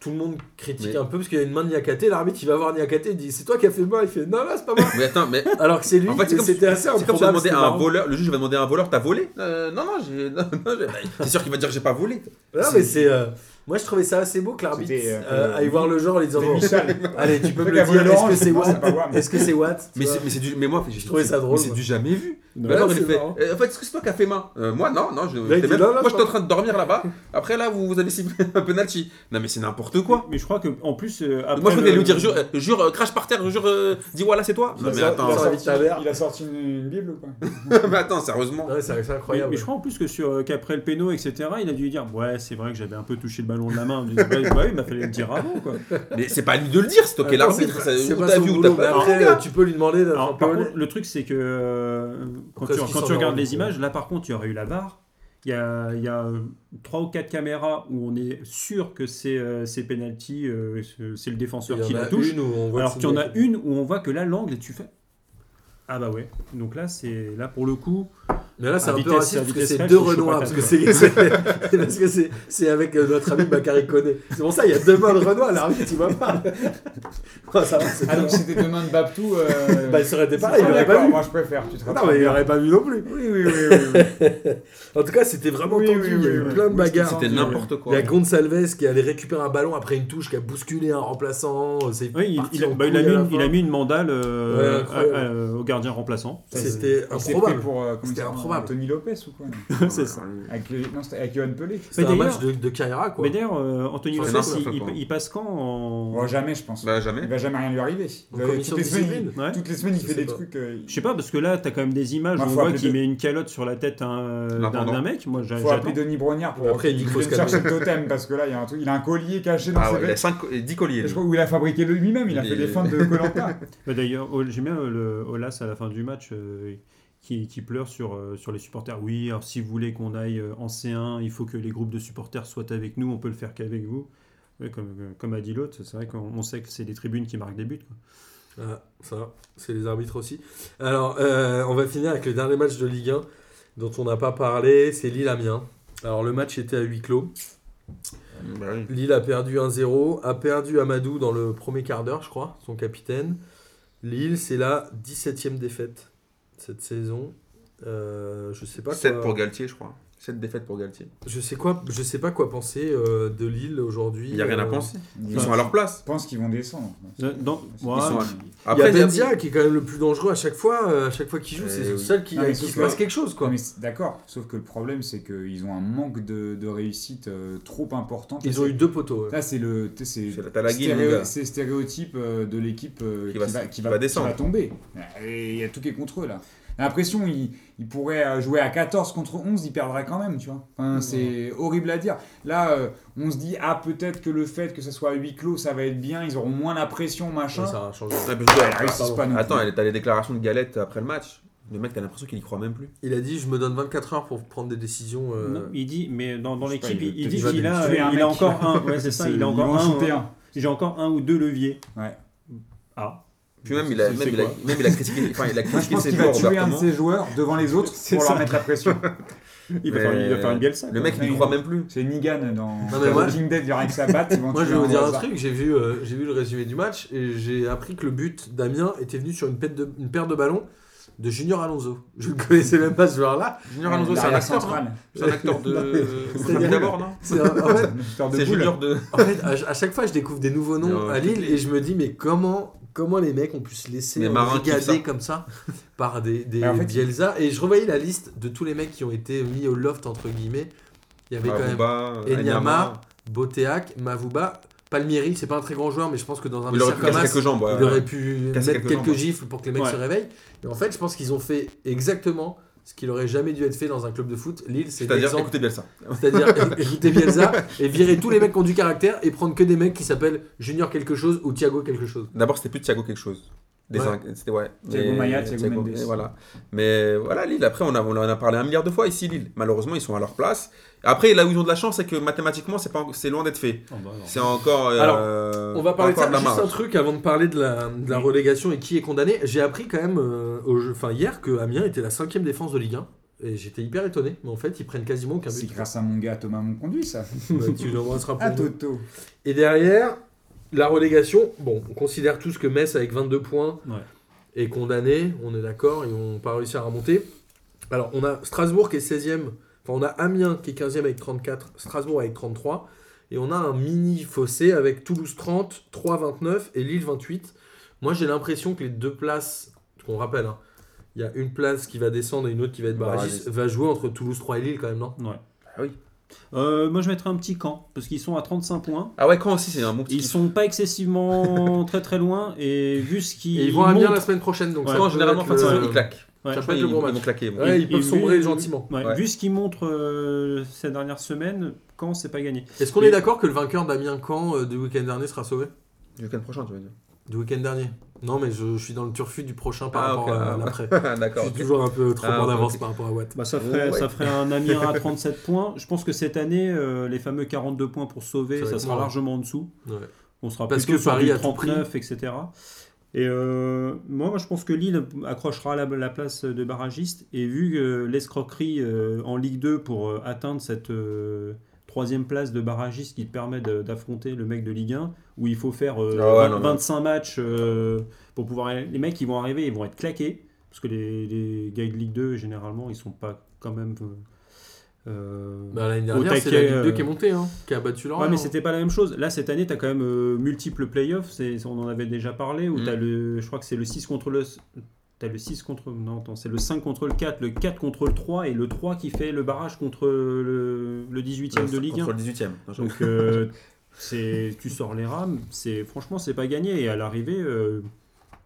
Tout le monde critique Mais- un peu parce qu'il y a une main de Niakaté. L'arbitre, il va voir Niakaté, il dit C'est toi qui as fait le main. Il fait Non, non, c'est pas moi. Mais attends, mais. Alors que c'est lui, En fait, c'est et comme- c'était assez C'est comme si improbable. on demandait c'était à un marrant. voleur, le juge va demander à un voleur, t'as volé Euh, Non, non, j'ai. non, non, j'ai- bah, c'est sûr qu'il va dire que j'ai pas volé. Non, mais c'est. euh, Moi, je trouvais ça assez beau que l'arbitre C'était, euh, euh, aille voir le genre en lui disant C'est Bon, Michel. Allez, tu peux Le me gars le dire. volant, Est-ce que je c'est pense, c'est pas Watt grave, mais- Est-ce que c'est Watt Mais Tu c'est vois mais c'est du. Mais moi, j'ai trouvais ça drôle, Mais c'est moi. du jamais vu. non. Bah Ouais, non, c'est il fait, marrant. euh, en fait, est-ce que c'est toi qui as fait main Euh, Moi, non, non, je, Là, il j'étais dit, même- là, là, moi, je j'étais en train de dormir là-bas. Après, là, vous, vous avez sifflé un penalty. Non, mais c'est n'importe quoi. Mais je crois que en plus. euh, après moi, je le- voulais lui dire, jure, euh, jure, euh, crache par terre, jure, euh, dis voilà, c'est toi. Il Non, a mais sorti- attends, il a Ça sorti- invite la verre. Il a sorti une, une Bible ou quoi mais attends, sérieusement. Ouais, c'est c'est Mais, incroyable. mais je crois en plus que sur euh, qu'après le péno, etc., il a dû lui dire Ouais, c'est vrai que j'avais un peu touché le ballon de la main. Il dit, Ouais, bah oui, il m'a fallu le dire avant. Quoi. Mais c'est pas à lui de le dire, c'est toi qui es Attends, l'arbitre. c'est- c'est- c'est Ou pas t'as son vu ou t'as boulot, mais pas vu. après, les gars. tu peux lui demander d'être un Alors, peu par honnête. contre, le truc, c'est que euh, quand Parce tu, qu'ils quand sont tu regardes dans les le- images, là par contre, tu aurais eu la barre. Il y a, il y a 3 ou 4 caméras où on est sûr que c'est euh, c'est penalty, euh, c'est- c'est le défenseur Il y qui en a la touche. une où on voit Alors que qu'il y en a c'est- une où on voit que là, l'angle, et tu fais. Ah bah ouais. Donc là, c'est là pour le coup. Mais là, c'est à un peu vitesse- raciste à parce que vitesse c'est réelle, deux je suis Renois. pas Parce que d'accord. c'est c'est- parce que c'est- c'est avec euh, notre ami Bakary Koné. C'est pour ça, il y a deux mains de Renoir. L'arbitre, il voit pas. Ouais, ça va, c'est Ah, bien. donc c'était demain de Babtou. euh, Bah, il serait été c'est- pareil, il ah, l'aurait d'accord, pas vu. Moi, je préfère. Tu te Non, mais il rattrapes. aurait pas vu non plus. Oui, oui, oui. oui, oui. En tout cas, c'était vraiment Oui, tendu. oui, il y a oui, eu oui. plein de Oui, bagarres. C'était n'importe Il y quoi. a Gonsalves qui allait récupérer un ballon après une touche qui a bousculé un remplaçant. c'est Oui, il, parti il a, en bah, il a couille à mis la une, il a fin. mis une mandale euh, Ouais, incroyable. à- à- au gardien remplaçant. Ça, C'était il s'est improbable. pris pour, euh, comment C'était il s'appelle improbable. Anthony Lopez ou quoi C'est ça. Avec, le- non, c'était avec Johan Pelé. C'est un d'ailleurs- match de, de Kaira, quoi. Mais d'ailleurs, euh, Anthony Sur Lopez, les marques, il, ça, il- quoi. il passe quand en... Oh, jamais, je pense. Bah, Il jamais. va jamais rien lui arriver. En Vous avez- commission toutes, les semaines, discipline. il- Ouais. toutes les semaines, il Je fait sais des pas. trucs. euh, il- Je sais pas, parce que là, t'as quand même des images Bah, où on faut voit appeler qu'il deux. met une calotte sur la tête hein, d'un L'intendant. d'un mec. Moi, j'a- faut appeler j'attends. Denis Brognard pour Après, il dit qu'il qu'il faut vienne se calmer. chercher le totem parce que là, il y a un truc. Il a un collier caché dans Ah ses ouais, il a vêtements. cinq co- et 10 colliers. Je crois où il a fabriqué le lui-même. Il a Il fait est- des feintes de Colanta. Bah, D'ailleurs, Ol- j'aime bien euh, le Olas à la fin du match euh, qui, qui pleure sur, euh, sur les supporters. Oui, alors si vous voulez qu'on aille euh, en C1, il faut que les groupes de supporters soient avec nous, on peut le faire qu'avec vous. Ouais, comme, euh, comme a dit l'autre, c'est vrai qu'on on sait que c'est des tribunes qui marquent des buts. quoi. Ah, ça, c'est les arbitres aussi. Alors, euh, on va finir avec le dernier match de Ligue 1 dont on n'a pas parlé, c'est Lille-Amiens. Alors, le match était à huis clos. Bah oui. Lille a perdu 1-0, a perdu Amadou dans le premier quart d'heure, je crois, son capitaine. Lille, c'est la 17ème défaite cette saison. Euh, je sais pas 7 quoi- pour Galtier, je crois. 7 défaites pour Galtier. je sais quoi, je sais pas quoi penser euh, de Lille aujourd'hui. Il n'y a rien à Euh, penser. Ils Ils sont à leur place. Je pense qu'ils vont descendre. Dans- dans- Non, ouais, sont à- Il y a Ben il y a- Benzia qui est quand même le plus dangereux à chaque fois, euh, à chaque fois qu'il joue, Euh, c'est oui. le seul qui, Non, mais à qui sauf se que- passe quelque chose quoi. mais c'est- D'accord, sauf que le problème c'est qu'ils ont un manque de, de réussite euh, trop important. Ils ont eu deux poteaux. ouais. Là, c'est le tu sais, C'est la c'est Talagui, stéréo- mon gars. c'est le stéréotype euh, de l'équipe euh, Qui qui, va- va, qui va descendre. tomber. Et il y a tout qui est contre eux là. J'ai l'impression ils ils pourraient euh, jouer à 14 contre 11, ils perdraient quand même, tu vois. Enfin, c'est horrible à dire. Là, euh, on se dit ah peut-être que le fait que ça soit à huis clos, ça va être bien, ils auront moins la pression, machin. Ouais, ça a changé. Ouais, parce que, Ils réussissent pardon. pas non Attends, plus. elle- t'as les déclarations de Galette après le match. Le mec, t'as l'impression qu'il y croit même plus. Il a dit je me donne 24 heures pour prendre des décisions. euh, non, il dit, mais dans, dans Je sais pas, l'équipe, il veut il, il peut-être dit va qu'il a, tuer un il mec. a encore un. Ouais, c'est ça, il a Ils vont encore en un. shooter hein. un. J'ai encore un ou deux leviers. Ouais. Ah. Puis même, il a, C'est- même, c'est il a, quoi même il a critiqué, enfin, il Moi, a je critiqué pense ses qu'il va joueurs tuer un de ouvertement. ses joueurs devant les autres C'est pour ça. leur mettre la pression. Il va, Mais- faire, il va faire une Bielsa. Le quoi. mec, il y croit même plus. C'est Nigan dans Non, mais moi- Walking Dead, il y aura que ça batte. ils vont Moi, je tuer vais vous dire un hasard. truc. J'ai vu, euh, j'ai vu le résumé du match et j'ai appris que le but d'Amiens était venu sur une, paire de, une paire de ballons de Junior Alonso. Je ne connaissais même pas ce joueur-là. Junior Alonso, c'est un L'arrière acteur. hein. central. C'est un acteur de. C'est- C'est d'abord, non C'est un- en fait, Acteur de C'est boule. Junior de. en fait, à, à chaque fois, je découvre des nouveaux noms Non, à Lille et je me dis, mais comment, comment les mecs ont pu se laisser Les marins kiffent ça. regarder comme ça par des, des Mais en fait, Bielsa Et je revoyais la liste de tous les mecs qui ont été mis au loft, entre guillemets. Il y avait quand même Aruba, Enyama, Enyama. Boteac, Mavuba, Palmieri, c'est pas un très grand joueur, mais je pense que dans un Il aurait match pu casser quelques jambes. ouais, il aurait ouais. pu Casser mettre quelques quelques jambes. gifles pour que les mecs Ouais. se réveillent. Et en fait, je pense qu'ils ont fait exactement ce qu'il aurait jamais dû être fait dans un club de foot. Lille, c'est C'est-à-dire, l'exemple. écoutez bien ça. C'est-à-dire écouter Bielsa et virer tous les mecs qui ont du caractère et prendre que des mecs qui s'appellent Junior quelque chose ou Thiago quelque chose. D'abord, c'était plus Thiago quelque chose. Des Ouais. cinq- C'était ouais. Thiago Mais- Maia, Thiago Mendes. et Voilà. Mais voilà, Lille, après, on, a, on en a parlé un milliard de fois ici, Lille. Malheureusement, ils sont à leur place. Après, là où ils ont de la chance, c'est que mathématiquement, c'est pas en- c'est loin d'être fait. Oh, bah, non. C'est encore. euh, On va parler de encore ça. la Juste un marge. truc avant de parler de la, de la relégation et qui est condamné. J'ai appris quand même euh, au jeu, enfin hier que Amiens était la cinquième défense de Ligue 1 et j'étais hyper étonné. Mais en fait, ils prennent quasiment Ah aucun C'est but. grâce à mon gars Thomas Monconduit, ça. Bah, tu l'embrasseras pour À nous. Toto. Et derrière, la relégation, bon, on considère tous que Metz avec 22 points Ouais. est condamné, on est d'accord, ils n'ont pas réussi à remonter. Alors, on a Strasbourg qui est 16e, enfin, on a Amiens qui est 15e avec 34, Strasbourg avec 33, et on a un mini fossé avec Toulouse 30, 3 29 et Lille 28. Moi, j'ai l'impression que les deux places, qu'on rappelle, hein, il y a une place qui va descendre et une autre qui va être barragiste, va jouer entre Toulouse 3 et Lille quand même, non Bah Euh, moi, je mettrais un petit camp parce qu'ils sont à 35 points. Ah ouais, quand aussi, c'est un bon petit. Ils sont pas excessivement très très loin et vu ce qu'ils Et ils vont à Amiens montrent- la semaine prochaine, donc Ouais. ça Quand peut généralement, être fin de le- saison, ils claquent. Ouais. Ça peut Ils être le gros ils match. vont claquer. ils vont- Ouais, Et- ils peuvent et sombrer vu- gentiment. Ouais, Ouais. Vu ce qu'ils montrent euh, ces dernières semaines, quand c'est pas gagné. Est-ce qu'on Mais- est d'accord que le vainqueur d'Amiens Caen euh, du week-end dernier sera sauvé Du week-end prochain, tu veux dire. Du week-end dernier Non, mais je, je suis dans le turfu du prochain par Ah, rapport ok, à ah, l'après. Ah, Je D'accord. suis ok. toujours un peu trop Ah, en ok, avance ok. par rapport à Watt. Bah, ça ferait, Oh, Ouais. ça ferait un Amiens à 37 points. Je pense que cette année, euh, les fameux 42 points pour sauver, Ça va ça être sera moins. largement en dessous. Ouais. On sera Parce plutôt que sur Paris du a tout 39, etc. Et euh, moi, moi, je pense que Lille accrochera la, la place de barragiste. Et vu euh, l'escroquerie euh, en Ligue 2 pour euh, atteindre cette euh, troisième place de barragiste qui te permet de- d'affronter le mec de Ligue 1, où il faut faire euh, Ah ouais, non, 20 mais- 25 matchs euh, pour pouvoir. aller- Les mecs, ils vont arriver, ils vont être claqués. Parce que les, les gars de Ligue 2, généralement, ils sont pas quand même. euh, euh, Bah, L'année Au dernière, c'est la taquet, Ligue 2 euh, qui est montée, hein, qui a battu Ouais, Lorient. mais c'était pas la même chose. Là, cette année, tu as quand même euh, multiples playoffs. c'est- On en avait déjà parlé. Où Mm. t'as le, je crois que c'est le 6 contre le. T'as le 6 contre. Non, attends, c'est le 5 contre le 4, le 4 contre le 3 et le 3 qui fait le barrage contre le, le 18e de Ligue 1. Contre le 18 e Donc euh, c'est tu sors les rames, c'est franchement c'est pas gagné et à l'arrivée euh,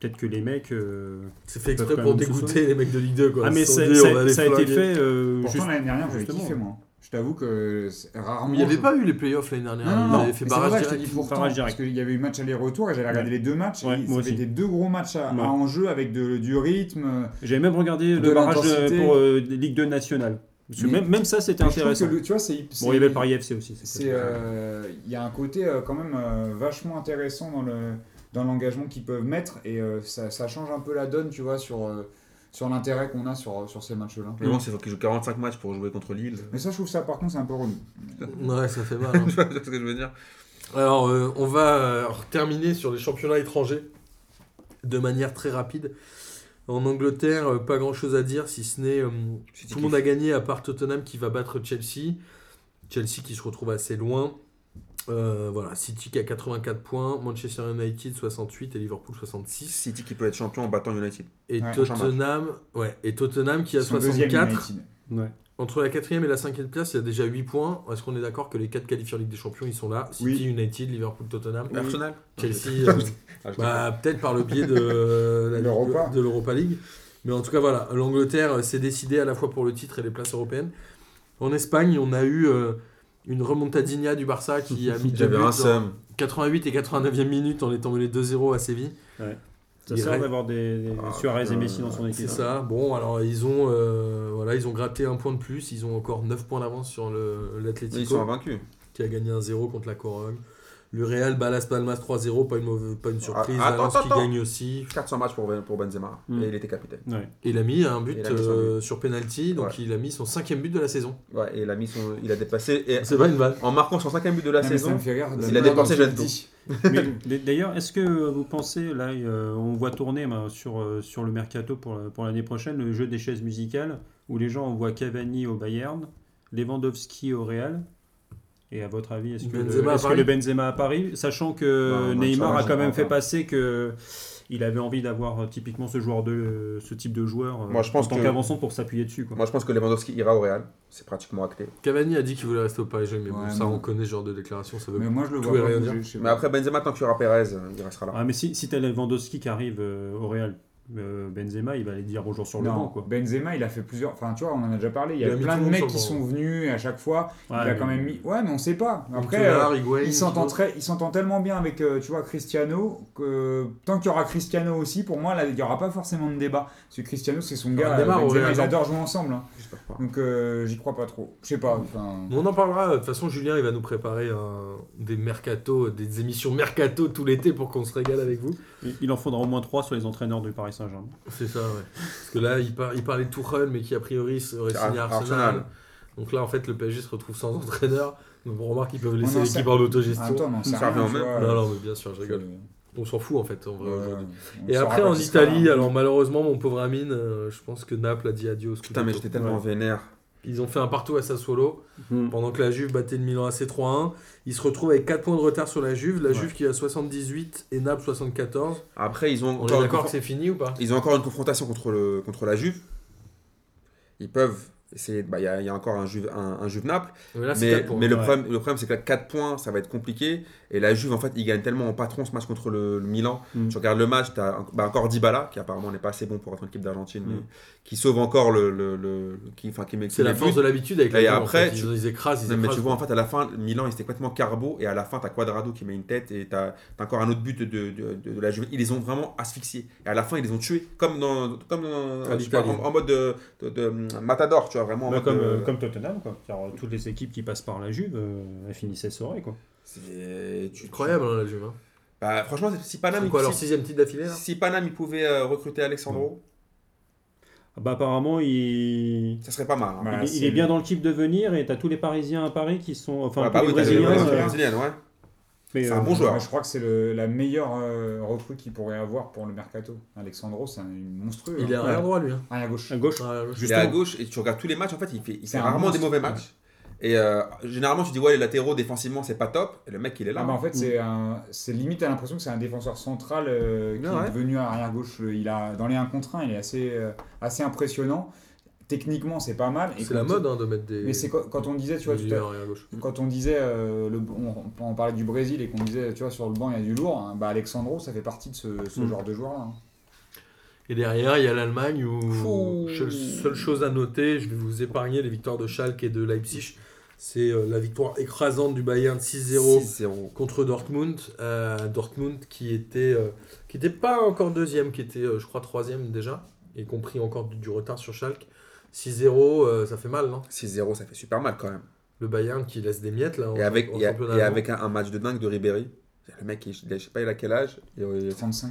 peut-être que les mecs euh, C'est fait Peuvent exprès quand pour même se dégoûter sauver. les mecs de Ligue 2 quoi. Ah mais Ils se ça, sont dit, ça- on va les ça a été flinguer. fait euh, Pourtant, juste- l'année dernière, j'avais justement. kiffé, moi. Je t'avoue que c'est- rarement. Mais Il n'y avait je- pas eu les playoffs l'année dernière. hein. Non, non, Ils non. avaient mais fait c'est pour ça barrage que je t'ai direct. dit pourtant, Barrage direct. parce qu'il y avait eu match aller-retour et j'allais regarder les deux matchs. Ouais, et moi C'était aussi. deux gros matchs à, à Ouais. enjeu avec de- du rythme. J'avais même regardé De le barrage euh, l'intensité. pour euh, Ligue 2 nationale. Parce que Mais- même, même ça c'était Mais je trouve que intéressant. le- tu vois, c'est. c'est- Bon, il y avait le Paris FC aussi. c'est c'est, clair. euh, Il y a un côté euh, quand même euh, vachement intéressant dans le dans l'engagement qu'ils peuvent mettre et euh, ça, ça change un peu la donne, tu vois, sur, euh, sur l'intérêt qu'on a sur, sur ces matchs-là. Mais bon, c'est faut qu'ils jouent 45 matchs pour jouer contre Lille. Mais ça, je trouve ça par contre, c'est un peu relou. Ouais, ça fait mal. hein. Tu vois ce que je veux dire Alors, euh, on va euh, terminer sur les championnats étrangers de manière très rapide. En Angleterre, euh, pas grand chose à dire si ce n'est euh, City tout le qui- monde a gagné à part Tottenham qui va battre Chelsea. Chelsea qui se retrouve assez loin. Euh, voilà, City qui a 84 points, Manchester United 68 et Liverpool 66. City qui peut être champion en battant United. Et, Ouais, Tottenham, ouais, et Tottenham qui a Ils sont deuxième, 64. United. Ouais. Entre la quatrième et la cinquième place, il y a déjà 8 points. Est-ce qu'on est d'accord que les 4 qualifiés en Ligue des Champions, ils sont là City, Oui. United, Liverpool, Tottenham, Arsenal Chelsea. euh, Ah, je Bah, peut-être par le biais de euh, la Ligue- L'Europa. de l'Europa League. Mais en tout cas, voilà, l'Angleterre euh, s'est décidée à la fois pour le titre et les places européennes. En Espagne, on a eu euh, une remontadinha du Barça qui a mis deux J'avais buts un en seum. 88 et 89e minute en étant mené 2-0 à Séville. Ça il sert reste- euh, d'avoir des, des Ah, Suarez et Messi dans son C'est équipe. ça. Bon, alors ils ont, euh, voilà, ils ont gratté un point de plus. Ils ont encore 9 points d'avance sur le- Ils sont l'Atlético invaincus. qui a gagné 1-0 contre la Corogne. Le Real bat Las Palmas 3-0, pas une, mauvaise- pas une surprise. Ah, attends, Valence qui attends. gagne aussi. 400 matchs pour, Ben- pour Benzema. Mm. Et il était capitaine. Ouais. Et Il a mis un but Il a mis son euh, sur penalty, donc Ouais. il a mis son cinquième but de la saison. Ouais, et il a, mis son... il a dépassé. Et C'est pas une vanne. en marquant son cinquième but de la Non, mais ça saison, me fait rire. il a dépensé je jeune Mais d- D'ailleurs, est-ce que vous pensez, là, euh, on voit tourner ben, sur, euh, sur le mercato pour, euh, pour l'année prochaine le jeu des chaises musicales où les gens envoient Cavani au Bayern, Lewandowski au Real et à votre avis, est-ce que, Benzema le, à est-ce que Paris le Benzema à Paris, sachant que Bah, Non, non, Neymar ça, a je quand même comprends fait pas. passer que il avait envie d'avoir euh, typiquement ce joueur de euh, ce type de joueur euh, Moi, je pense en tant que- qu'avançant pour s'appuyer dessus quoi. moi je pense que Lewandowski ira au Real. C'est pratiquement acté. Cavani a dit qu'il voulait rester au Paris Saint-Germain, mais bon, Ouais, ça mais- on connaît ce genre de déclaration, ça veut Mais moi, je le Tout vois et pas. rien donc dire. je- je sais Mais pas. après Benzema, tant qu'il y aura Perez, euh, il restera là. Ah mais si, si t'as Lewandowski qui arrive euh, au Real, euh, Benzema, il va aller dire bonjour sur le Non, banc quoi. Benzema, il a fait plusieurs. Enfin, tu vois, on en a déjà parlé. Il y Il a, a mis plein tout de le mecs monde qui sur le sont banc. venus et à chaque fois. il Ouais, a quand mais- même mis. Ouais, mais on sait pas. Donc, Après, Telar, euh, Higuain, il s'entend Giroud. très- il s'entend tellement bien avec, euh, tu vois, Cristiano que tant qu'il y aura Cristiano aussi, pour moi, là, il n'y aura pas forcément de débat. Parce que Cristiano, c'est son gars. débat, euh, on Benzema, verra. ils adorent jouer ensemble. hein. J'espère pas. Donc, euh, j'y crois pas trop. Je sais pas. Enfin, Mais On en parlera, euh, de toute façon Julien il va nous préparer un- des mercato, des émissions mercato tout l'été pour qu'on se régale avec vous. Il- Il en faudra au moins 3 sur les entraîneurs du Paris Saint-Germain. C'est ça, ouais. Parce que là il, par- il parlait de Tourelle, mais qui a priori serait C'est signé à Ar- Arsenal. Arsenal. Donc là en fait le PSG se retrouve sans entraîneur, donc on remarque qu'ils peuvent On laisser en l'équipe sait- en en même temps, autogestion. on en sait Ça rien, revient tu au même. vois. Non, non, mais bien sûr, je rigole. Euh, On s'en fout en fait en vrai ouais, aujourd'hui. on Et saura après pas en qui sera là. Italie, alors malheureusement mon pauvre Amine, euh, je pense que Naples a dit adieu. au Putain, mais Scudetto. j'étais tellement Ouais. vénère. Ils ont fait un partout à Sassuolo Hmm. Mm. pendant que la Juve battait le Milan AC 3-1. Ils se retrouvent avec 4 points de retard sur la Juve, la Juve qui a 78 et Naples 74. Après, ils ont On encore est une d'accord que conf- c'est fini ou pas Ils ont encore une confrontation contre, le, contre la Juve. Ils peuvent essayer. bah, Il y, a- il y a encore un Juve, un, un Juve Naples. Mais là c'est mais 4 points. mais le ouais. problème, le problème c'est que là, 4 points, ça va être compliqué. Et la Juve, en fait, ils gagnent tellement en patron ce match contre le, le Milan. Mm. Tu regardes le match, tu as encore Dybala, qui apparemment n'est pas assez bon pour être en équipe d'Argentine, Mm. mais qui sauve encore le. le, le- qui, enfin, qui met- qui C'est la met force but. de l'habitude avec Et la Juve, en après, fait. tu- ils, ils écrasent, ils Non, mais écrasent. tu vois, en fait, à la fin, Milan, ils étaient complètement carbo, et à la fin, t'as Quadrado qui met une tête, et t'as t'as encore un autre but de, de, de- de la Juve. Ils les ont vraiment asphyxiés. Et à la fin, ils les ont tués, comme dans, comme dans- Comme tu vois, l'Italie. en, en mode de, de- de Matador, tu vois, vraiment. en Ah, Bah, mode comme, de- euh, comme Tottenham, quoi. Car, euh, toutes les équipes qui passent par la Juve, euh, elles finissaient soirée, quoi. C'est tu- Incroyable hein, la Juve. hein. Bah, franchement, si Panam, C'est il- quoi leur si, sixième titre d'affilée là si Paname, il pouvait euh, recruter Alexandro, Ah Bah, apparemment, il... ça serait pas mal. hein. Bah, il, est- il c'est- est bien dans le clip de venir et t'as tous les Parisiens à Paris qui sont. Enfin, Ah tous bah les oui, t'as les Brésiliens. Brésiliens, euh, Brésiliennes, ouais. mais, C'est euh, un bon joueur. Ouais, je crois que c'est le- la meilleure euh, recrue qu'il pourrait avoir pour le mercato. Alexandro, c'est un monstrueux. Il est hein. arrière droit lui. hein. Ah, à gauche. À gauche. Ouais, ouais. Il est à gauche, et tu regardes tous les matchs, en fait, il fait, il C'est fait un rarement des monstre. mauvais matchs. Et euh, généralement, tu dis, ouais, les latéraux défensivement, c'est pas top. Et le mec, il est là. Ah bah en fait, c'est un- c'est limite à l'impression que c'est un défenseur central euh, qui Ah Ouais, ouais. est devenu arrière gauche. Il a dans les 1 contre 1, il est assez euh, assez impressionnant. Techniquement, c'est pas mal. Et C'est quand- la mode hein, de mettre des. Mais c'est quand quand on disait, tu vois, tout à à gauche. quand on disait, euh, le, on, on parlait du Brésil et qu'on disait, tu vois, sur le banc, il y a du lourd, hein, bah Alexandro, ça fait partie de ce, ce Hmm. Mm. genre de joueur-là. hein. Et derrière, il y a l'Allemagne où. Fou. che- Seule chose à noter, je vais vous épargner les victoires de Schalke et de Leipzig. C'est euh, la victoire écrasante du Bayern 6-0 6-0. contre Dortmund. Euh, Dortmund qui était, euh, qui était pas encore deuxième, qui était, euh, je crois, troisième déjà, et compris encore du, du retard sur Schalke. 6-0, euh, ça fait mal, non 6-0, ça fait super mal quand même. Le Bayern qui laisse des miettes là. en- Et avec, en et, championnat et allemand. avec un, un match de dingue de Ribéry. Le mec, il, je sais pas il a quel âge. Et, euh, 35.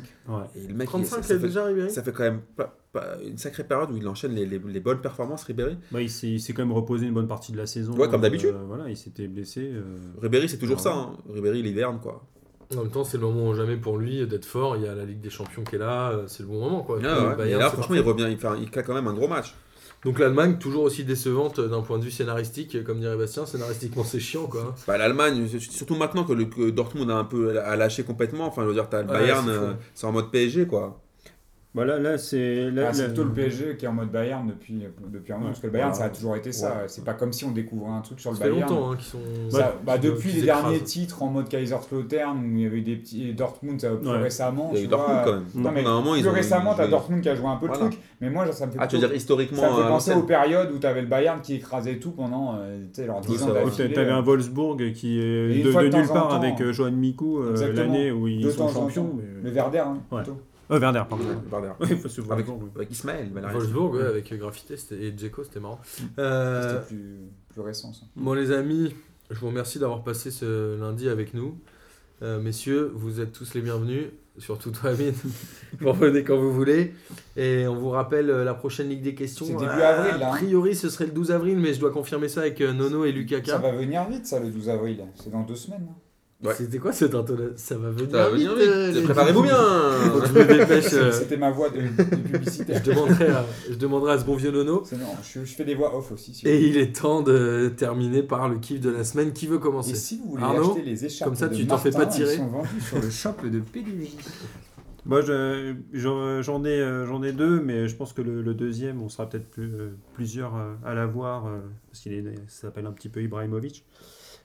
et le mec, il- 35, ça, c'est ça fait, déjà arrivé. ça fait quand même pas- pas- une sacrée période où il enchaîne les, les- les bonnes performances, Ribéry. Bah, il s'est il s'est quand même reposé une bonne partie de la saison. Ouais, comme Euh, d'habitude. voilà, il s'était blessé. euh, Ribéry, c'est toujours Ouais. ça. hein. Ribéry, il hiverne, quoi. En même temps, c'est le moment ou jamais pour lui d'être fort. Il y a la Ligue des Champions qui est là, euh, c'est le bon moment. Quoi. Ouais, Le Ah ouais. Bayern, Et là, c'est franchement, il parfait. revient, il, fait un- il claque quand même un gros match. Donc l'Allemagne, toujours aussi décevante euh, d'un point de vue scénaristique, euh, comme dirait Bastien, scénaristiquement c'est chiant. Quoi. hein. Bah, L'Allemagne, c'est- surtout maintenant que, le, que Dortmund a un peu a lâché complètement. Enfin, je veux dire, t'as le Ouais, Bayern, c'est fou. euh, c'est en mode PSG, quoi. Bah, là, là c'est. là- Ah, là- c'est plutôt le PSG qui est en mode Bayern depuis, depuis un moment, Ouais. parce que le Bayern, Voilà. ça a toujours été ça. Ouais. C'est pas comme si on découvrait un truc sur le Ça fait Bah, Bayern. longtemps hein, qu'ils sont. Ça- qu'ils- bah, qu'ils- depuis qu'ils les écrasent. derniers titres en mode Kaiserslautern, où il y avait des petits. et Dortmund, ça, plus Ouais. récemment. Il y a tu eu Dortmund vois. quand même. Non, Non, mais Dortmund, à un moment, plus ils ont- récemment, ils t'as ont- Dortmund qui a joué un peu le Voilà. truc, mais moi, ça me fait, Ah, tu plutôt- veux dire ça historiquement. me fait à penser l'ancienne. aux périodes où t'avais le Bayern qui écrasait tout pendant euh, tu sais, leurs 10 ça ans va. Oh, t'a- d'affilée. euh, T'avais un Wolfsburg qui est Et une de, fois de de temps nulle en part temps, avec euh, Johan Mikou euh, Exactement. l'année où ils De sont temps en champions. temps. mais- Le Verder, hein, Ouais. plutôt. Euh, Werder, pardon. Werder. Ouais, il faut se voir Avec, encore, oui. avec Ismaël, Valérien. Wolfsburg, ouais, avec Graffité c'était- et Dzeko, c'était marrant. C'était Euh, plus, plus récent, ça. Bon les amis, je vous remercie d'avoir passé ce lundi avec nous. Euh, messieurs, vous êtes tous les bienvenus, surtout toi Amine. vous revenez quand vous voulez. Et on vous rappelle euh, la prochaine Ligue des questions. C'est début Ah, avril, là, A hein. priori ce serait le 12 avril, mais je dois confirmer ça avec euh, Nono et Ça Lukaka. va venir vite, ça, le 12 avril. C'est dans deux semaines. hein. Ouais. C'était quoi cette intonation Ça va venir, Ça va venir vite, euh, vite. les- Préparez-vous Faut que bien. je me dépêche. euh, C'était ma voix de, de publicitaire. je, demanderai à, je demanderai à ce bon vieux Nono. C'est- non, je, je fais des voix off aussi. Si vous Et voulez. il est temps de terminer par le kiff de la semaine. Qui veut Et commencer si vous voulez Arnaud, acheter les écharpes comme ça, de tu t'en fais pas Martin, tirer. Elles sont vendues sur le shop de PDJ. Moi, je- je- j'en ai, euh, j'en ai deux, mais je pense que le, le deuxième, on sera peut-être plus, euh, plusieurs euh, à l'avoir, euh, parce qu'il est- ça s'appelle un petit peu Ibrahimovic.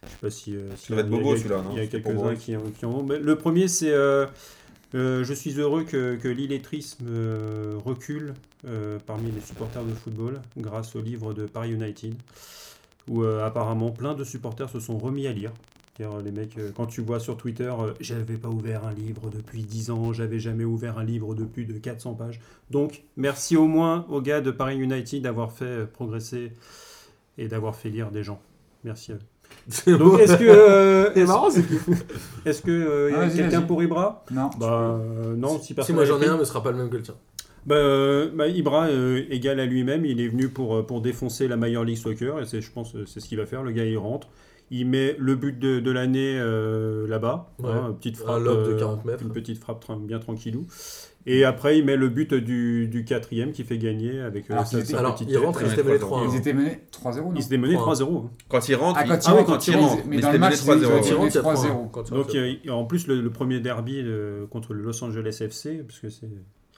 Je sais pas si. euh, si Ça va être il y a bobo, quelques- celui-là, non Il y a C'est pour quelques-uns Boris. qui, en- qui en ont. Mais le premier, c'est. euh, euh, je suis heureux que, que l'illettrisme euh, recule euh, parmi les supporters de football grâce au livre de Paris United, où euh, apparemment plein de supporters se sont remis à lire. C'est-à-dire, euh, Les mecs, euh, quand tu vois sur Twitter, euh, j'avais pas ouvert un livre depuis 10 ans, j'avais jamais ouvert un livre de plus de 400 pages. Donc, merci au moins aux gars de Paris United d'avoir fait euh, progresser et d'avoir fait lire des gens. Merci à eux. Donc, est-ce que. euh, C'est est-ce- marrant, c'est Est-ce que euh, y a Ah, vas-y, quelqu'un vas-y. pour Ibra Non. tu Bah, euh, non, si Si personne. moi n'avait j'en ai pris. un, mais ce sera pas le même que le tien. Bah, euh, bah, Ibra euh, égal à lui-même, il est venu pour, euh, pour défoncer la Major League Soccer et c'est, je pense euh, c'est ce qu'il va faire. Le gars il rentre, il met le but de, de l'année euh, là-bas, Ouais. hein, petite frappe, Un lob de 40 mètres. une petite frappe tra- bien tranquillou. Et après il met le but du, du quatrième qui fait gagner avec euh, Alors sa- qu'il était- sa Alors, petite Ah, il tête. rentre et Ouais, c'était les trois 3. vois. hein. Ils étaient menés 3-0, non Il se démenait hein. Trois. 3-0. Quand il rentre, Ah, quand il- il ah ouais, rentre, quand quand il il rentre. rentre, mais Mais dans c'était le mené match, 3-0. ils ont tiré. hein. 3-0. Donc euh, en plus le, le premier derby euh, contre le Los Angeles FC, parce que c'est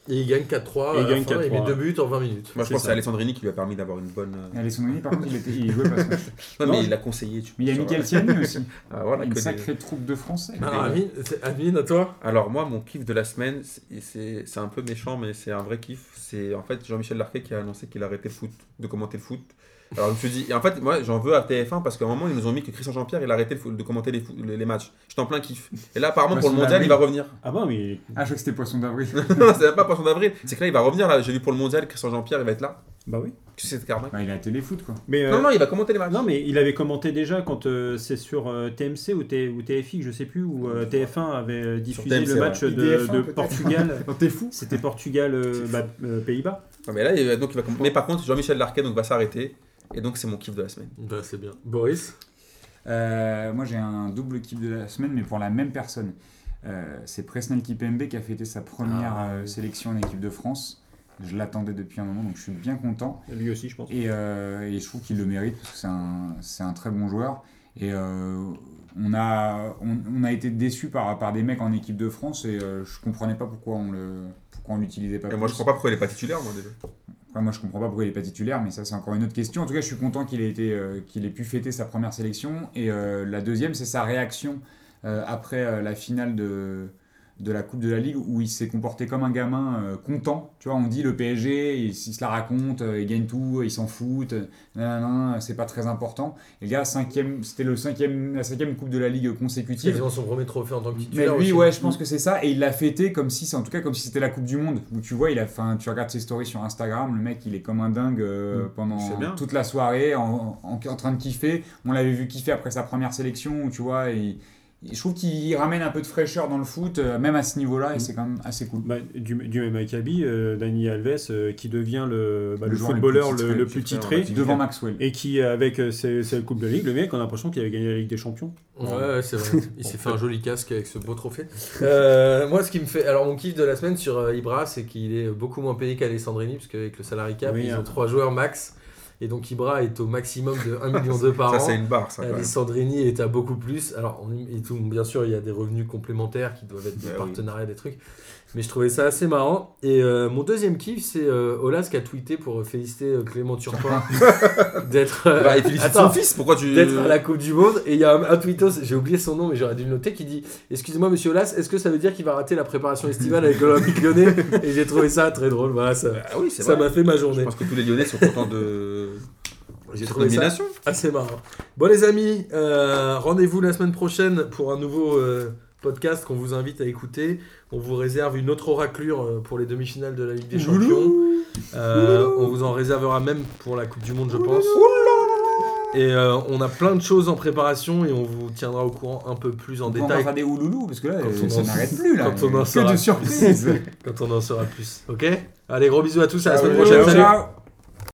Et il gagne 4-3. Et il à la gagne fin, Il 4-3. met deux buts en 20 minutes. Moi, je C'est pense que c'est ça. Alessandrini qui lui a permis d'avoir une bonne. euh, Et Alessandrini, par contre, il, était, il jouait pas. ce match. Non, Non, mais je- il l'a conseillé. tu- Mais il y a sur- Michael Tiani aussi. Ah, voilà, Une que des- sacrée troupe de Français. Alors, Ah, Amine, c'est- Amine, à toi Alors moi, mon kiff de la semaine, c'est- c'est c'est un peu méchant, mais c'est un vrai kiff. C'est en fait Jean-Michel Larquet qui a annoncé qu'il arrêtait le foot, de commenter le foot. Alors je me suis dit, et en fait, moi j'en veux à TF1 parce qu'à un moment ils nous ont mis que Christian Jean-Pierre il arrêtait le foot- de commenter les, foot- les, les matchs. J'étais en plein kiff. Et là apparemment pour Poisson le mondial il va revenir. ah ben mais Ah, je crois que c'était Poisson d'avril. non, c'est même pas poisson d'avril. C'est que là il va revenir là. J'ai vu pour le mondial Christian Jean-Pierre il va être là. bah oui. Qu'est-ce que c'est karma Bah, il a téléfoot, quoi. Mais euh, Non non il va commenter les matchs. Non, mais il avait commenté déjà quand euh, c'est sur euh, TMC ou, T- ou TFI, je sais plus, où euh, TF1 avait euh, diffusé TMC, le match ouais. de, IDF1 de peut-être. Portugal. Oh, Non, t'es fou C'était Portugal, euh, bah, euh, Pays-Bas. Non, mais là il va- donc il va. comm- Mais par contre Jean-Michel Larquet donc va s'arrêter. Et donc c'est mon kiff de la semaine. Bah, C'est bien. Boris Euh, moi, j'ai un double kiff de la semaine, mais pour la même personne. Euh, c'est Presnel Kipembe qui a fêté sa première Ah. euh, sélection en équipe de France. Je l'attendais depuis un moment, donc je suis bien content. Lui aussi, je pense. Et, euh, et je trouve qu'il le mérite parce que c'est un, c'est un très bon joueur. Et euh, on, a, on, on a été déçus par, par des mecs en équipe de France et euh, je comprenais pas pourquoi on le pourquoi on l'utilisait pas. Et moi, je plus. crois pas pourquoi il est pas titulaire, moi, déjà. Après, moi, je comprends pas pourquoi il est pas titulaire, mais ça, c'est encore une autre question. En tout cas, je suis content qu'il ait, été, euh, qu'il ait pu fêter sa première sélection. Et euh, la deuxième, c'est sa réaction euh, après euh, la finale de, de la Coupe de la Ligue, où il s'est comporté comme un gamin euh, content. Tu vois, on dit le PSG, il, il se la raconte, euh, il gagne tout, il s'en fout, euh, nanana, c'est pas très important. Et le gars, cinquième- c'était le cinquième, la cinquième Coupe de la Ligue C'est consécutive. quasiment son premier trophée en tant que Mais titulaire. lui, aussi. hein. ouais, je pense que c'est ça. Et il l'a fêté comme si, c'est en tout cas, comme si c'était la Coupe du Monde. Où tu vois, il a, enfin, tu regardes ses stories sur Instagram, le mec, il est comme un dingue euh, pendant Mm. C'est bien. toute la soirée, en, en, en train de kiffer. On l'avait vu kiffer après sa première sélection, où tu vois, il- il- je trouve qu'il ramène un peu de fraîcheur dans le foot, euh, même à ce niveau-là, et Mm. c'est quand même assez cool. Bah, du, du même acabit, euh, Dani Alves, euh, qui devient le, bah, Le le joueur le footballeur plus le, titré, le le plus titré, titré, ouais. Devant Maxwell. et qui, avec euh, ses- cette Coupe de Ligue, le mec, on a l'impression qu'il avait gagné la Ligue des Champions. Ouais, ouais, c'est vrai. Il s'est fait un joli casque avec ce beau trophée. Euh, moi, ce qui me fait. Alors, mon kiff de la semaine sur euh, Ibra, c'est qu'il est beaucoup moins payé qu'Alessandrini, parce qu'avec le salarié cap, Oui, ils hein. ont trois joueurs max. Et donc, Ibra est au maximum de 1 million de par Ça, an. c'est une barre, Eh, ça, quand même. Alessandrini est à beaucoup plus. Alors, on- et tout, bien sûr, il y a des revenus complémentaires qui doivent être des Bah oui. partenariats, des trucs. Mais je trouvais ça assez marrant. Et euh, mon deuxième kiff, c'est euh, Olas qui a tweeté pour féliciter euh, Clément Turpin d'être. euh, Bah, et félicite attends, son fils, pourquoi tu. d'être à la Coupe du Monde. Et il y a un, un tweetos, j'ai oublié son nom, mais j'aurais dû le noter, qui dit Excusez-moi, monsieur Olas, est-ce que ça veut dire qu'il va rater la préparation estivale avec l'Olympique lyonnais Et j'ai trouvé ça très drôle. Voilà, ça Ah oui, c'est ça vrai. m'a fait ma Je journée. pense que tous les Lyonnais sont contents de. J'ai cette trouvé ça nomination. assez marrant. Bon, les amis, euh, rendez-vous la semaine prochaine pour un nouveau euh, podcast qu'on vous invite à écouter. On vous réserve une autre oraclure euh, pour les demi-finales de la Ligue des Champions. Euh, on vous en réservera même pour la Coupe du Monde, je pense. Et euh, on a plein de choses en préparation et on vous tiendra au courant un peu plus en On va détail faire des ouloulous, parce que là, Quand euh, on ça en- n'arrête plus, là. quand on en que saura de plus. surprises. quand on en saura plus. Ok Allez, gros bisous à tous, à la semaine Ciao, prochaine. Salut ciao.